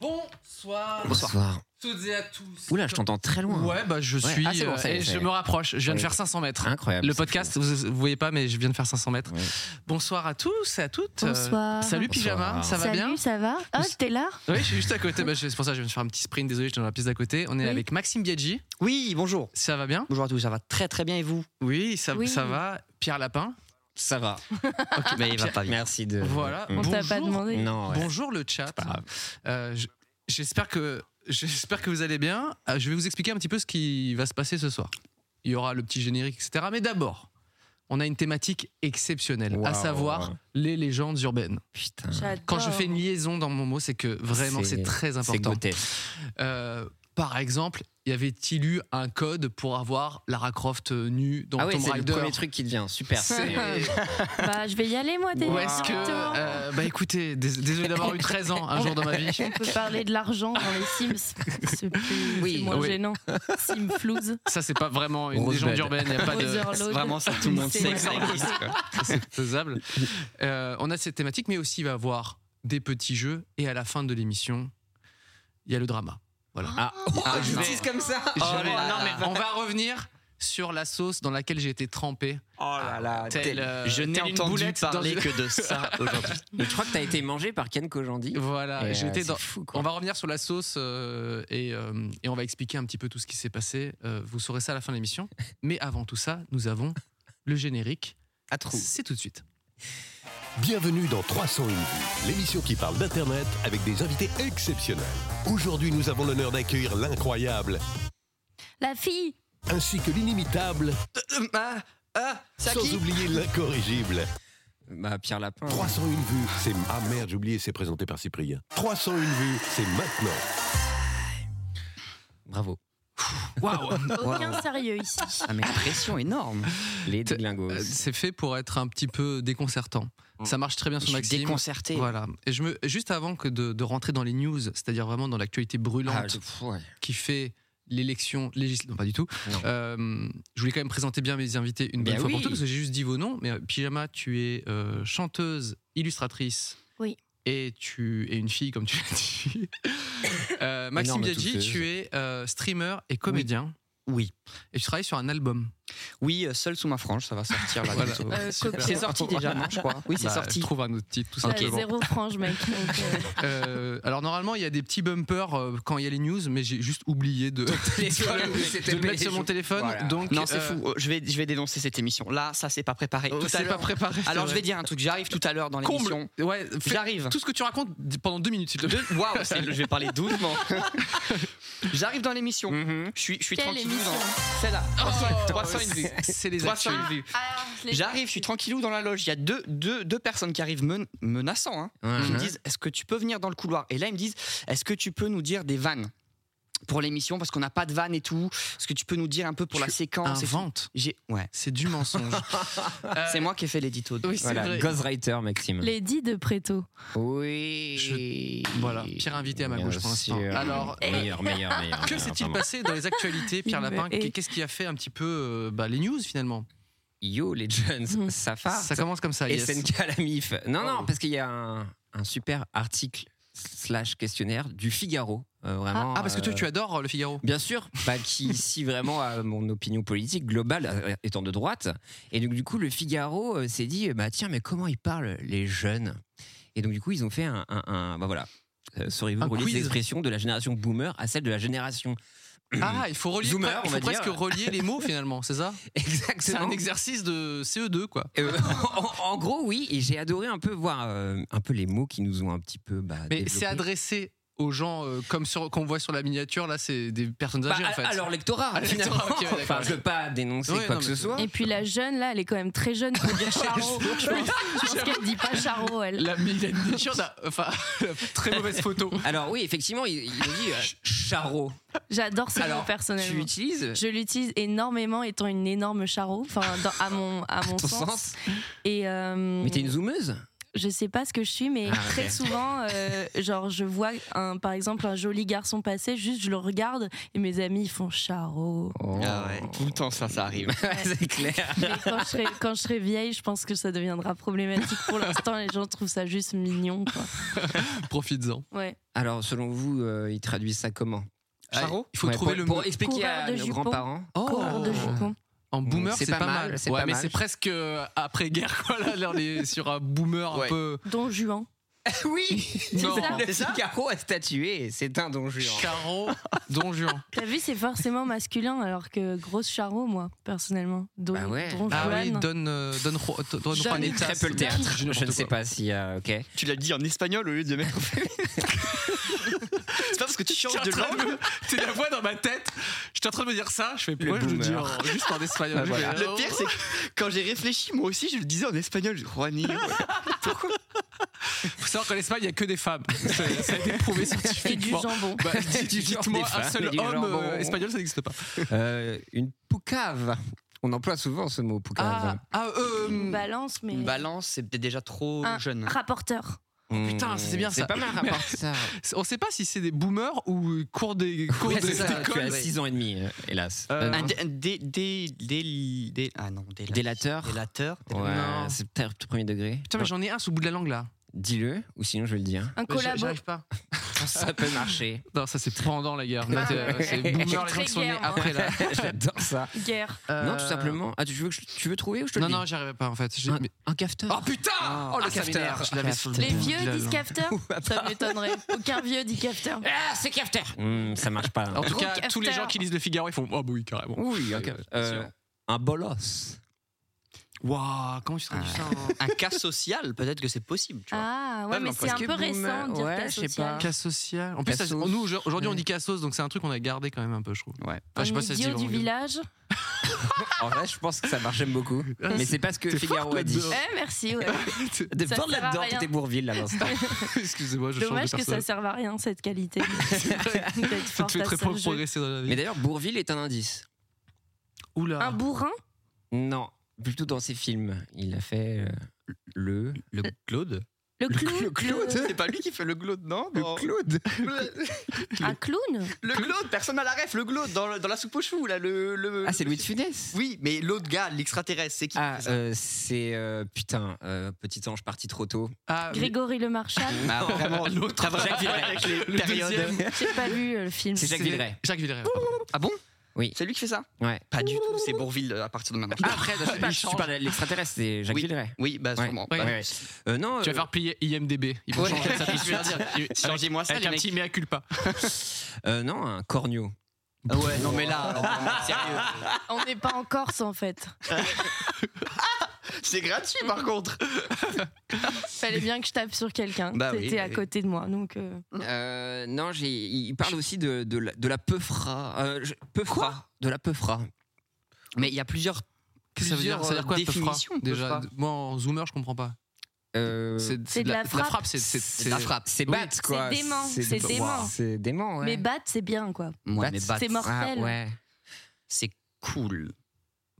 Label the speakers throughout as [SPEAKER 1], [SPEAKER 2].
[SPEAKER 1] Bonsoir.
[SPEAKER 2] Bonsoir.
[SPEAKER 1] Toutes et à tous.
[SPEAKER 2] Oula, je t'entends très loin.
[SPEAKER 1] Ouais, bah je
[SPEAKER 2] Ouais,
[SPEAKER 1] suis.
[SPEAKER 2] ah, c'est bon,
[SPEAKER 1] euh,
[SPEAKER 2] ça y est,
[SPEAKER 1] et
[SPEAKER 2] ça y
[SPEAKER 1] je
[SPEAKER 2] est.
[SPEAKER 1] me rapproche. Je viens de
[SPEAKER 2] Oui.
[SPEAKER 1] faire 500 mètres.
[SPEAKER 2] Incroyable.
[SPEAKER 1] Le
[SPEAKER 2] c'est
[SPEAKER 1] podcast,
[SPEAKER 2] fou.
[SPEAKER 1] vous, vous voyez pas, mais je viens de faire 500 mètres.
[SPEAKER 2] Ouais.
[SPEAKER 1] Bonsoir à tous et à toutes. Euh,
[SPEAKER 3] Bonsoir.
[SPEAKER 1] salut Pyjama,
[SPEAKER 2] Bonsoir.
[SPEAKER 1] ça va
[SPEAKER 3] Salut,
[SPEAKER 1] bien
[SPEAKER 3] ça va Ah, t'es là
[SPEAKER 1] Oui, je suis juste à côté. Bah, je- c'est pour ça que je viens de faire un petit sprint. Désolé, j'étais dans la pièce d'à côté. On est
[SPEAKER 3] Oui.
[SPEAKER 1] avec Maxime Biaggi.
[SPEAKER 4] Oui, bonjour.
[SPEAKER 1] Ça va bien
[SPEAKER 4] Bonjour à tous, ça va très très bien et vous
[SPEAKER 1] Oui ça,
[SPEAKER 3] Oui.
[SPEAKER 1] ça va. Pierre Lapin.
[SPEAKER 2] Ça va.
[SPEAKER 1] Ok,
[SPEAKER 4] Mais il va
[SPEAKER 1] Pierre-
[SPEAKER 4] pas bien.
[SPEAKER 2] Merci de.
[SPEAKER 1] Voilà.
[SPEAKER 2] Mm.
[SPEAKER 3] On t'a pas
[SPEAKER 1] Bonjour.
[SPEAKER 3] demandé.
[SPEAKER 2] Non, ouais.
[SPEAKER 1] Bonjour le chat.
[SPEAKER 2] pas grave.
[SPEAKER 1] Euh, j- J'espère que j'espère que vous allez bien. Euh, Je vais vous expliquer un petit peu ce qui va se passer ce soir. Il y aura le petit générique, etc. Mais d'abord, on a une thématique exceptionnelle, à
[SPEAKER 2] Waouh.
[SPEAKER 1] savoir les légendes urbaines.
[SPEAKER 2] Putain.
[SPEAKER 3] J'adore.
[SPEAKER 1] Quand je fais une liaison dans mon mot, c'est que vraiment
[SPEAKER 2] C'est-
[SPEAKER 1] c'est très
[SPEAKER 2] C'est
[SPEAKER 1] important.
[SPEAKER 2] grotesque.
[SPEAKER 1] Euh, par exemple, y avait-il eu un code pour avoir Lara Croft euh, nue dans
[SPEAKER 2] Ah oui,
[SPEAKER 1] Tomb
[SPEAKER 2] c'est le
[SPEAKER 1] Raider
[SPEAKER 2] premier truc qui devient. Super.
[SPEAKER 1] C'est-
[SPEAKER 3] Bah, je vais y aller, moi, déjà.
[SPEAKER 1] Ou est-ce que euh, bah écoutez, dés- désolé d'avoir eu 13 ans hein. un jour dans ma vie.
[SPEAKER 3] On peut parler de l'argent dans les Sims. C'est plus
[SPEAKER 2] Oui.
[SPEAKER 3] c'est moins
[SPEAKER 1] Oui.
[SPEAKER 3] gênant. Sim flouze.
[SPEAKER 1] Ça c'est pas vraiment une
[SPEAKER 2] Rosebud.
[SPEAKER 1] légende urbaine, y a pas de
[SPEAKER 3] Otherload.
[SPEAKER 2] Vraiment, ça, tout le monde
[SPEAKER 3] C'est
[SPEAKER 2] sait que ça
[SPEAKER 3] vrai.
[SPEAKER 2] existe. quoi.
[SPEAKER 1] c'est faisable. Euh, on a cette thématique, mais aussi il va y avoir des petits jeux. Et à la fin de l'émission, il y a le drama.
[SPEAKER 2] Ah, ah, je
[SPEAKER 1] non.
[SPEAKER 2] tease comme ça.
[SPEAKER 1] Je-
[SPEAKER 2] Oh là là.
[SPEAKER 1] non, mais on va revenir sur la sauce dans laquelle j'ai été trempé.
[SPEAKER 4] Oh là là,
[SPEAKER 1] Tel,
[SPEAKER 4] tel-
[SPEAKER 1] euh,
[SPEAKER 4] je n'ai
[SPEAKER 1] telle une
[SPEAKER 4] entendu
[SPEAKER 1] boulette dans
[SPEAKER 4] parler
[SPEAKER 1] une-
[SPEAKER 4] que de ça aujourd'hui.
[SPEAKER 2] Je crois que t'as été mangé par Ken Kojandi.
[SPEAKER 1] Voilà,
[SPEAKER 2] Et, euh,
[SPEAKER 1] Ah, j'étais
[SPEAKER 2] c'est
[SPEAKER 1] dans.
[SPEAKER 2] fou, quoi.
[SPEAKER 1] On va revenir sur la sauce euh, et, euh, et on va expliquer un petit peu tout ce qui s'est passé. Euh, vous saurez ça à la fin de l'émission. Mais avant tout ça, nous avons le générique.
[SPEAKER 2] à trou.
[SPEAKER 1] C'est tout de suite.
[SPEAKER 5] Bienvenue dans 301 vues, l'émission qui parle d'Internet avec des invités exceptionnels. Aujourd'hui, nous avons l'honneur d'accueillir l'incroyable
[SPEAKER 3] La fille
[SPEAKER 5] ainsi que l'inimitable,
[SPEAKER 1] Ah, ah,
[SPEAKER 5] sans oublier l'incorrigible.
[SPEAKER 2] Bah, Pierre Lapin.
[SPEAKER 5] 301 vues, c'est... Ah merde, j'ai oublié, c'est présenté par Cyprien. 301 vues, c'est maintenant.
[SPEAKER 2] Bravo.
[SPEAKER 1] Waouh
[SPEAKER 3] Aucun sérieux ici.
[SPEAKER 2] Ah, mais la pression énorme. Les glingos.
[SPEAKER 1] Euh, C'est fait pour être un petit peu déconcertant.
[SPEAKER 2] Mm.
[SPEAKER 1] Ça marche très bien
[SPEAKER 2] Je
[SPEAKER 1] sur
[SPEAKER 2] suis
[SPEAKER 1] Maxime.
[SPEAKER 2] déconcerté.
[SPEAKER 1] Voilà. Et je me, juste avant que de, de rentrer dans les news, c'est-à-dire vraiment dans l'actualité brûlante
[SPEAKER 2] Ah, je- pff, ouais.
[SPEAKER 1] qui fait l'élection législative, non pas du tout,
[SPEAKER 2] Non.
[SPEAKER 1] euh, je voulais quand même présenter bien mes invités une
[SPEAKER 4] Ben
[SPEAKER 2] Bah
[SPEAKER 1] bonne fois pour
[SPEAKER 2] oui.
[SPEAKER 1] toutes, parce que j'ai juste dit vos noms. Mais euh, Pyjama, tu es euh, chanteuse, illustratrice.
[SPEAKER 3] Oui.
[SPEAKER 1] Et tu es une fille, comme tu l'as dit. Euh, Maxime
[SPEAKER 2] Énorme
[SPEAKER 1] Biaggi,
[SPEAKER 2] touteuse.
[SPEAKER 1] tu es euh, streamer et comédien.
[SPEAKER 4] Oui.
[SPEAKER 1] Et tu travailles sur un album.
[SPEAKER 4] Oui, euh, seul sous ma frange, ça va sortir là.
[SPEAKER 1] Voilà.
[SPEAKER 4] bientôt.
[SPEAKER 3] Euh,
[SPEAKER 1] Super.
[SPEAKER 3] copie.
[SPEAKER 4] C'est sorti déjà, non, je crois. Oui, c'est
[SPEAKER 1] Bah,
[SPEAKER 4] sorti.
[SPEAKER 1] Trouve un autre titre, tout
[SPEAKER 3] Euh,
[SPEAKER 1] simplement.
[SPEAKER 3] Zéro frange, mec. Donc, euh,
[SPEAKER 1] Euh, alors normalement, il y a des petits bumpers euh, quand il y a les news, mais j'ai juste oublié de, de- de le mettre sur mon téléphone.
[SPEAKER 2] Voilà.
[SPEAKER 1] Donc
[SPEAKER 4] Non, c'est
[SPEAKER 1] euh,
[SPEAKER 4] fou. Euh, Je vais, je vais dénoncer cette émission. Là, ça, c'est pas préparé.
[SPEAKER 1] euh,
[SPEAKER 4] Tout à
[SPEAKER 1] c'est pas
[SPEAKER 4] l'heure.
[SPEAKER 1] préparé. c'est
[SPEAKER 4] Alors,
[SPEAKER 1] vrai.
[SPEAKER 4] je vais dire un truc. J'arrive tout à l'heure dans l'émission.
[SPEAKER 1] comble. Ouais, fais-
[SPEAKER 4] J'arrive.
[SPEAKER 1] tout ce que tu racontes d- pendant deux minutes. s'il te plaît.
[SPEAKER 4] Deux- Waouh, c'est- je vais parler doucement. J'arrive dans l'émission.
[SPEAKER 2] Mhm.
[SPEAKER 4] Je suis, je suis
[SPEAKER 3] Quelle
[SPEAKER 4] tranquille.
[SPEAKER 3] émission
[SPEAKER 4] Celle-là.
[SPEAKER 1] Oh,
[SPEAKER 4] 301 vues.
[SPEAKER 1] c'est- C'est les
[SPEAKER 4] 300
[SPEAKER 1] actus.
[SPEAKER 4] vues.
[SPEAKER 3] ah, je l'ai
[SPEAKER 4] J'arrive, je suis tranquillou dans la loge. Il y a deux, deux, deux personnes qui arrivent men- menaçant, hein, qui me
[SPEAKER 2] Mhm.
[SPEAKER 4] disent Est-ce que tu peux venir dans le couloir Et là, ils me disent Est-ce que tu peux nous dire des vannes pour l'émission Parce qu'on n'a pas de vannes et tout. Est-ce que tu peux nous dire un peu pour
[SPEAKER 1] Tu
[SPEAKER 4] la séquence et tout
[SPEAKER 1] Invente.
[SPEAKER 4] J'ai- Ouais.
[SPEAKER 1] C'est du mensonge. Euh,
[SPEAKER 4] C'est moi qui ai fait l'édito.
[SPEAKER 1] Oui, c'est
[SPEAKER 2] Voilà,
[SPEAKER 1] vrai.
[SPEAKER 2] Ghostwriter, Maxime.
[SPEAKER 3] Les dix de Préto.
[SPEAKER 2] Oui.
[SPEAKER 1] Voilà, pire invité à ma
[SPEAKER 2] Bien
[SPEAKER 1] gauche pour l'instant.
[SPEAKER 2] sûr.
[SPEAKER 1] Alors, euh,
[SPEAKER 2] meilleur, meilleur, meilleur.
[SPEAKER 1] que
[SPEAKER 2] meilleur,
[SPEAKER 1] s'est-il
[SPEAKER 2] vraiment.
[SPEAKER 1] passé dans les actualités, Pierre
[SPEAKER 3] Il me
[SPEAKER 1] Lapin
[SPEAKER 3] hait.
[SPEAKER 1] Qu'est-ce qui a fait un petit peu euh, bah, les news finalement
[SPEAKER 2] Yo, les jeunes,
[SPEAKER 3] Mhm.
[SPEAKER 2] ça farce.
[SPEAKER 1] Ça commence comme ça. yes.
[SPEAKER 2] SNK à la MIF. Non,
[SPEAKER 1] Oh.
[SPEAKER 2] non, parce qu'il y a un, un super article slash questionnaire du Figaro. euh, vraiment,
[SPEAKER 1] Ah, parce que toi,
[SPEAKER 2] euh,
[SPEAKER 1] tu adores euh, le Figaro.
[SPEAKER 2] Bien sûr, bah, qui ici vraiment à mon opinion politique globale euh, étant de droite. Et donc du coup, le Figaro euh, s'est dit, bah tiens, mais comment ils parlent les jeunes Et donc du coup, ils ont fait un, un- un- bah voilà, Euh, sauriez-vous
[SPEAKER 1] Un
[SPEAKER 2] relier
[SPEAKER 1] quiz.
[SPEAKER 2] les expressions de la génération boomer à celle de la génération
[SPEAKER 1] Ah, il faut relier,
[SPEAKER 2] Zoomer,
[SPEAKER 1] pre- il
[SPEAKER 2] on
[SPEAKER 1] faut
[SPEAKER 2] va
[SPEAKER 1] presque
[SPEAKER 2] dire.
[SPEAKER 1] relier les mots finalement, c'est ça C'est un
[SPEAKER 2] exactement
[SPEAKER 1] exercice de CE2 quoi.
[SPEAKER 2] Euh, en, en gros, oui, et j'ai adoré un peu voir euh, un peu les mots qui nous ont un petit peu. bah,
[SPEAKER 1] Mais
[SPEAKER 2] développés.
[SPEAKER 1] c'est adressé aux gens euh, comme sur- qu'on voit sur la miniature. Là, c'est des personnes
[SPEAKER 2] Bah,
[SPEAKER 1] âgées
[SPEAKER 2] à,
[SPEAKER 1] en fait.
[SPEAKER 2] à leur lectorat,
[SPEAKER 1] À leur
[SPEAKER 2] finalement.
[SPEAKER 1] lectorat, ok, ouais, d'accord.
[SPEAKER 2] enfin, je veux pas dénoncer
[SPEAKER 1] Ouais,
[SPEAKER 2] quoi
[SPEAKER 1] non,
[SPEAKER 2] que
[SPEAKER 1] mais
[SPEAKER 2] ce soit.
[SPEAKER 3] Et puis la jeune, là, elle est quand même très jeune pour dire Charo. Je pense, je pense qu'elle dit pas Charo, elle.
[SPEAKER 1] La Mylène Deschamps, n'a- enfin, très mauvaise photo.
[SPEAKER 2] Alors oui, effectivement, il, il nous dit euh, Charo.
[SPEAKER 3] J'adore ce mot
[SPEAKER 2] Alors, tu
[SPEAKER 3] personnellement.
[SPEAKER 2] utilises
[SPEAKER 3] Je l'utilise énormément étant une énorme Charo, enfin, dans- à mon, à mon
[SPEAKER 2] ton
[SPEAKER 3] sens.
[SPEAKER 2] sens.
[SPEAKER 3] Et euh,
[SPEAKER 2] Mais t'es une zoomeuse
[SPEAKER 3] je sais pas ce que je suis, mais
[SPEAKER 2] Ah,
[SPEAKER 3] très
[SPEAKER 2] ok.
[SPEAKER 3] souvent, euh, genre, je vois un, par exemple un joli garçon passer, juste je le regarde et mes amis ils font Charo.
[SPEAKER 2] Oh.
[SPEAKER 4] Ah ouais, tout le temps ça, ça arrive.
[SPEAKER 2] C'est clair.
[SPEAKER 3] Mais quand je, serai, quand je serai vieille, je pense que ça deviendra problématique. Pour l'instant, les gens trouvent ça juste mignon. Quoi.
[SPEAKER 1] Profites-en.
[SPEAKER 3] Ouais.
[SPEAKER 2] Alors, selon vous, euh, ils traduisent ça comment
[SPEAKER 4] Charo
[SPEAKER 1] Ah, Il faut
[SPEAKER 2] Ouais,
[SPEAKER 1] trouver
[SPEAKER 2] pour,
[SPEAKER 1] le mot. Oh.
[SPEAKER 2] pour expliquer
[SPEAKER 3] Coureur
[SPEAKER 2] à
[SPEAKER 3] de
[SPEAKER 2] nos
[SPEAKER 3] jupons.
[SPEAKER 2] grands-parents.
[SPEAKER 3] Coureur de jupons.
[SPEAKER 1] En boomer,
[SPEAKER 2] C'est
[SPEAKER 1] c'est
[SPEAKER 2] pas
[SPEAKER 1] pas,
[SPEAKER 2] mal,
[SPEAKER 1] mal.
[SPEAKER 2] c'est
[SPEAKER 1] Ouais,
[SPEAKER 2] pas
[SPEAKER 1] mais
[SPEAKER 2] mal.
[SPEAKER 1] c'est presque euh, après-guerre, quoi, là, là, on est sur un boomer
[SPEAKER 4] Ouais.
[SPEAKER 1] un peu.
[SPEAKER 3] Don Juan.
[SPEAKER 2] oui,
[SPEAKER 3] Non.
[SPEAKER 2] le Figaro a statué, c'est un don Juan.
[SPEAKER 1] Charo, Don Juan.
[SPEAKER 3] T'as vu, c'est forcément masculin, alors que grosse charo, moi, personnellement. Don,
[SPEAKER 2] Bah ouais.
[SPEAKER 3] Don
[SPEAKER 1] Ah oui,
[SPEAKER 3] Juan.
[SPEAKER 1] Don, euh, Don, Ju- Don
[SPEAKER 2] Je connais
[SPEAKER 1] Juanitas.
[SPEAKER 2] très peu le théâtre.
[SPEAKER 1] Je
[SPEAKER 2] Je ne
[SPEAKER 1] n'importe
[SPEAKER 2] sais
[SPEAKER 1] quoi.
[SPEAKER 2] pas si. euh, ok.
[SPEAKER 4] Tu l'as dit en espagnol au lieu de mettre. c'est pas parce que tu changes
[SPEAKER 1] T'es
[SPEAKER 4] de
[SPEAKER 1] en train de
[SPEAKER 4] langue.
[SPEAKER 1] me- t'es la voix dans ma tête. J'étais en train de me dire ça. Je fais pourquoi je
[SPEAKER 2] Le
[SPEAKER 1] le dis
[SPEAKER 2] boomer.
[SPEAKER 1] en- juste en espagnol.
[SPEAKER 2] Bah
[SPEAKER 1] Je fais,
[SPEAKER 2] voilà.
[SPEAKER 4] Le pire, c'est que quand j'ai réfléchi, moi aussi, je le disais en espagnol. Juanillo.
[SPEAKER 1] Faut savoir qu'en Espagne, il n'y a que des femmes. C'est- Ça a été prouvé
[SPEAKER 3] Et du
[SPEAKER 1] scientifiquement.
[SPEAKER 3] jambon.
[SPEAKER 1] Bah, dites-
[SPEAKER 2] Du genre
[SPEAKER 1] Dites-moi
[SPEAKER 2] des
[SPEAKER 1] un
[SPEAKER 2] femmes et
[SPEAKER 1] seul
[SPEAKER 2] du
[SPEAKER 1] homme
[SPEAKER 2] jambon.
[SPEAKER 1] euh, espagnol, ça n'existe pas.
[SPEAKER 2] Euh, une poucave. On emploie souvent ce mot poucave.
[SPEAKER 1] Ah, ah,
[SPEAKER 3] Une
[SPEAKER 1] euh,
[SPEAKER 3] balance, mais.
[SPEAKER 4] Balance, c'est peut-être déjà trop
[SPEAKER 3] Un
[SPEAKER 4] jeune.
[SPEAKER 3] Rapporteur.
[SPEAKER 2] Hmm,
[SPEAKER 1] putain, Mmh, c'est bien ça.
[SPEAKER 2] C'est pas mal rapport ça.
[SPEAKER 1] on ne sait pas si c'est des boomers ou cours des cours
[SPEAKER 2] Ouais,
[SPEAKER 1] de-
[SPEAKER 2] c'est ça, Tu
[SPEAKER 1] d'école.
[SPEAKER 2] as 6 ans et demi, euh, hélas.
[SPEAKER 4] Euh,
[SPEAKER 2] non.
[SPEAKER 4] un dé- un dé- dé- dé- dé- ah non, déla-
[SPEAKER 2] Délateur.
[SPEAKER 4] délateur.
[SPEAKER 2] Ouais,
[SPEAKER 1] Non.
[SPEAKER 2] c'est peut-être tout premier degré.
[SPEAKER 1] Putain, mais j'en ai un sous le bout de la langue là.
[SPEAKER 2] Dis-le, ou sinon je vais le dire.
[SPEAKER 3] Un
[SPEAKER 1] Bah,
[SPEAKER 3] collabo.
[SPEAKER 1] J'arrive pas.
[SPEAKER 2] Ça peut marcher.
[SPEAKER 1] Non, ça c'est pendant la guerre. Là, t'es- euh, c'est boomer, les gens qui sont
[SPEAKER 3] Très
[SPEAKER 1] nés
[SPEAKER 3] guerre, moi.
[SPEAKER 1] après là.
[SPEAKER 2] J'adore ça.
[SPEAKER 3] Guerre.
[SPEAKER 2] Non,
[SPEAKER 1] Euh,
[SPEAKER 2] tout simplement. Ah, tu veux, que je- tu veux trouver ou je te le
[SPEAKER 1] Non,
[SPEAKER 2] dis
[SPEAKER 1] non, j'y arrivais pas en fait. J'ai-
[SPEAKER 2] Un-
[SPEAKER 1] mais-
[SPEAKER 2] Un cafeteur.
[SPEAKER 1] Oh putain
[SPEAKER 2] Ah,
[SPEAKER 1] Oh le
[SPEAKER 2] ah, ça
[SPEAKER 1] cafeteur
[SPEAKER 2] m'énerve.
[SPEAKER 1] Je l'avais sur le
[SPEAKER 3] Les
[SPEAKER 1] bout de
[SPEAKER 3] vieux
[SPEAKER 1] la
[SPEAKER 3] disent
[SPEAKER 1] langue.
[SPEAKER 3] cafeteur Ça m'étonnerait. Aucun vieux dit cafeteur.
[SPEAKER 2] Ah, c'est cafeteur. Hmm, ça marche pas.
[SPEAKER 1] En tout
[SPEAKER 3] Gros
[SPEAKER 1] cas, tous les gens
[SPEAKER 3] cafeteur.
[SPEAKER 1] qui lisent le Figaro, ils font Oh, bah oui, carrément.
[SPEAKER 2] oui, un,
[SPEAKER 1] Euh,
[SPEAKER 2] caf- euh,
[SPEAKER 1] sûr.
[SPEAKER 2] un bolos.
[SPEAKER 1] Waouh, comment tu traduis ça hein en-
[SPEAKER 4] Un cas social, peut-être que c'est possible. Tu vois.
[SPEAKER 3] Ah,
[SPEAKER 4] Ouais,
[SPEAKER 3] ouais,
[SPEAKER 4] mais
[SPEAKER 3] mais c'est
[SPEAKER 4] parce
[SPEAKER 3] un
[SPEAKER 2] que
[SPEAKER 3] peu
[SPEAKER 2] boomer-
[SPEAKER 3] récent de dire
[SPEAKER 2] Oh, ouais,
[SPEAKER 3] ta
[SPEAKER 2] je sais pas.
[SPEAKER 3] sociale.
[SPEAKER 1] Cas social. En plus, ça-
[SPEAKER 2] Cassos.
[SPEAKER 1] nous aujourd'hui- aujourd'hui on
[SPEAKER 2] Ouais.
[SPEAKER 1] dit cassos, donc c'est un truc qu'on a gardé quand même un peu, je trouve.
[SPEAKER 4] Ouais.
[SPEAKER 1] Enfin, je sais
[SPEAKER 3] Un
[SPEAKER 1] pas si ça se dit
[SPEAKER 3] idiot du
[SPEAKER 1] vraiment comme ça.
[SPEAKER 3] village.
[SPEAKER 2] En vrai, je pense que ça marche, j'aime beaucoup. Mais c'est pas ce que
[SPEAKER 1] t'es
[SPEAKER 2] Figaro
[SPEAKER 1] fort
[SPEAKER 2] a dit.
[SPEAKER 1] là-dedans.
[SPEAKER 3] Eh, merci, ouais.
[SPEAKER 2] De
[SPEAKER 3] Ça
[SPEAKER 2] bord
[SPEAKER 3] sert à
[SPEAKER 2] là-dedans,
[SPEAKER 3] rien.
[SPEAKER 2] t'étais Bourville là dans ce temps.
[SPEAKER 1] Excusez-moi, je
[SPEAKER 3] Dommage que
[SPEAKER 1] change de
[SPEAKER 3] ça
[SPEAKER 1] personne.
[SPEAKER 3] serve à rien, cette qualité. D'être
[SPEAKER 1] Ça
[SPEAKER 3] fort
[SPEAKER 1] te fait
[SPEAKER 3] à
[SPEAKER 1] très
[SPEAKER 3] ce
[SPEAKER 1] pro-
[SPEAKER 3] jeu.
[SPEAKER 1] progresser dans la
[SPEAKER 2] Mais
[SPEAKER 1] vie.
[SPEAKER 2] d'ailleurs, Bourville est un indice.
[SPEAKER 3] Un
[SPEAKER 1] Oula.
[SPEAKER 3] bourrin
[SPEAKER 2] Non, plutôt dans ses films. Il a fait euh, le.
[SPEAKER 1] Le Claude
[SPEAKER 3] Le clown
[SPEAKER 4] C'est pas lui qui fait le glaude, non Dans-
[SPEAKER 2] Claude
[SPEAKER 4] Le,
[SPEAKER 3] Un clown
[SPEAKER 4] le glaude, personne n'a la ref, le glaude dans, le- dans la soupe aux choux, là, le. le-
[SPEAKER 2] Ah, c'est Louis de Funès
[SPEAKER 4] Oui, mais l'autre gars, l'extraterrestre, c'est qui
[SPEAKER 2] Ah, euh, c'est. euh, putain, euh, petit ange parti trop tôt.
[SPEAKER 1] Ah, mais-
[SPEAKER 3] Grégory le Marchal
[SPEAKER 2] Ah,
[SPEAKER 4] Bah, Vraiment,
[SPEAKER 1] l'autre.
[SPEAKER 4] t'as vraiment avec les
[SPEAKER 1] Le
[SPEAKER 4] périodes.
[SPEAKER 1] deuxième.
[SPEAKER 3] J'ai pas vu euh, le film.
[SPEAKER 2] C'est Jacques Villeray.
[SPEAKER 1] Jacques Villeray.
[SPEAKER 4] Ah bon
[SPEAKER 2] Oui.
[SPEAKER 4] C'est lui qui fait ça
[SPEAKER 2] Ouais.
[SPEAKER 4] Pas du tout, c'est Bourville euh, à partir de maintenant.
[SPEAKER 2] Ah, après, je sais pas,
[SPEAKER 1] Il
[SPEAKER 2] je
[SPEAKER 1] change.
[SPEAKER 2] parle de l'extraterrestre, c'est Jacques
[SPEAKER 4] Oui.
[SPEAKER 2] Villeray.
[SPEAKER 4] Oui, bah
[SPEAKER 2] Ouais.
[SPEAKER 4] sûrement.
[SPEAKER 1] Ouais.
[SPEAKER 4] Bah,
[SPEAKER 2] Ouais. Euh, non,
[SPEAKER 1] Tu vas
[SPEAKER 2] euh,
[SPEAKER 1] faire plier IMDB. Il faut
[SPEAKER 4] Ouais.
[SPEAKER 1] changer ça tout de
[SPEAKER 4] Je viens de
[SPEAKER 1] suite. Avec-
[SPEAKER 4] Changez-moi ça,
[SPEAKER 1] Avec
[SPEAKER 4] les
[SPEAKER 1] un
[SPEAKER 4] mecs.
[SPEAKER 1] petit mea culpa.
[SPEAKER 2] euh, non, un corneau.
[SPEAKER 4] Ah ouais, non, mais là, euh, alors, vraiment, sérieux.
[SPEAKER 3] On n'est pas en Corse, en fait.
[SPEAKER 4] C'est gratuit par contre.
[SPEAKER 3] Fallait bien que je tape sur quelqu'un.
[SPEAKER 4] Bah oui,
[SPEAKER 3] T'étais
[SPEAKER 4] bah
[SPEAKER 3] à
[SPEAKER 4] oui.
[SPEAKER 3] côté de moi, donc... euh,
[SPEAKER 2] Euh, non, j'ai- il parle aussi de, de, la, de la peufra. euh, je- peufra. de la peufra.
[SPEAKER 4] Mais il y a plusieurs.
[SPEAKER 3] Eh,
[SPEAKER 1] Qu'est-ce que ça veut dire Ça veut dire
[SPEAKER 3] euh,
[SPEAKER 1] quoi,
[SPEAKER 4] Plusieurs euh,
[SPEAKER 1] définition
[SPEAKER 4] définitions,
[SPEAKER 1] Déjà,
[SPEAKER 4] Peufra.
[SPEAKER 1] moi en zoomer, je comprends pas.
[SPEAKER 2] Euh,
[SPEAKER 3] C'est de la frappe.
[SPEAKER 1] c'est- c'est- c'est-
[SPEAKER 2] C'est
[SPEAKER 1] Oui.
[SPEAKER 2] batte, quoi.
[SPEAKER 3] C'est dément, c'est
[SPEAKER 2] Waouh.
[SPEAKER 3] dément.
[SPEAKER 2] C'est dément, ouais.
[SPEAKER 3] Mais battre, c'est bien, quoi.
[SPEAKER 4] Moi,
[SPEAKER 2] Bat,
[SPEAKER 4] mais bat,
[SPEAKER 3] c'est mortel.
[SPEAKER 2] Ah, ouais.
[SPEAKER 4] c'est cool.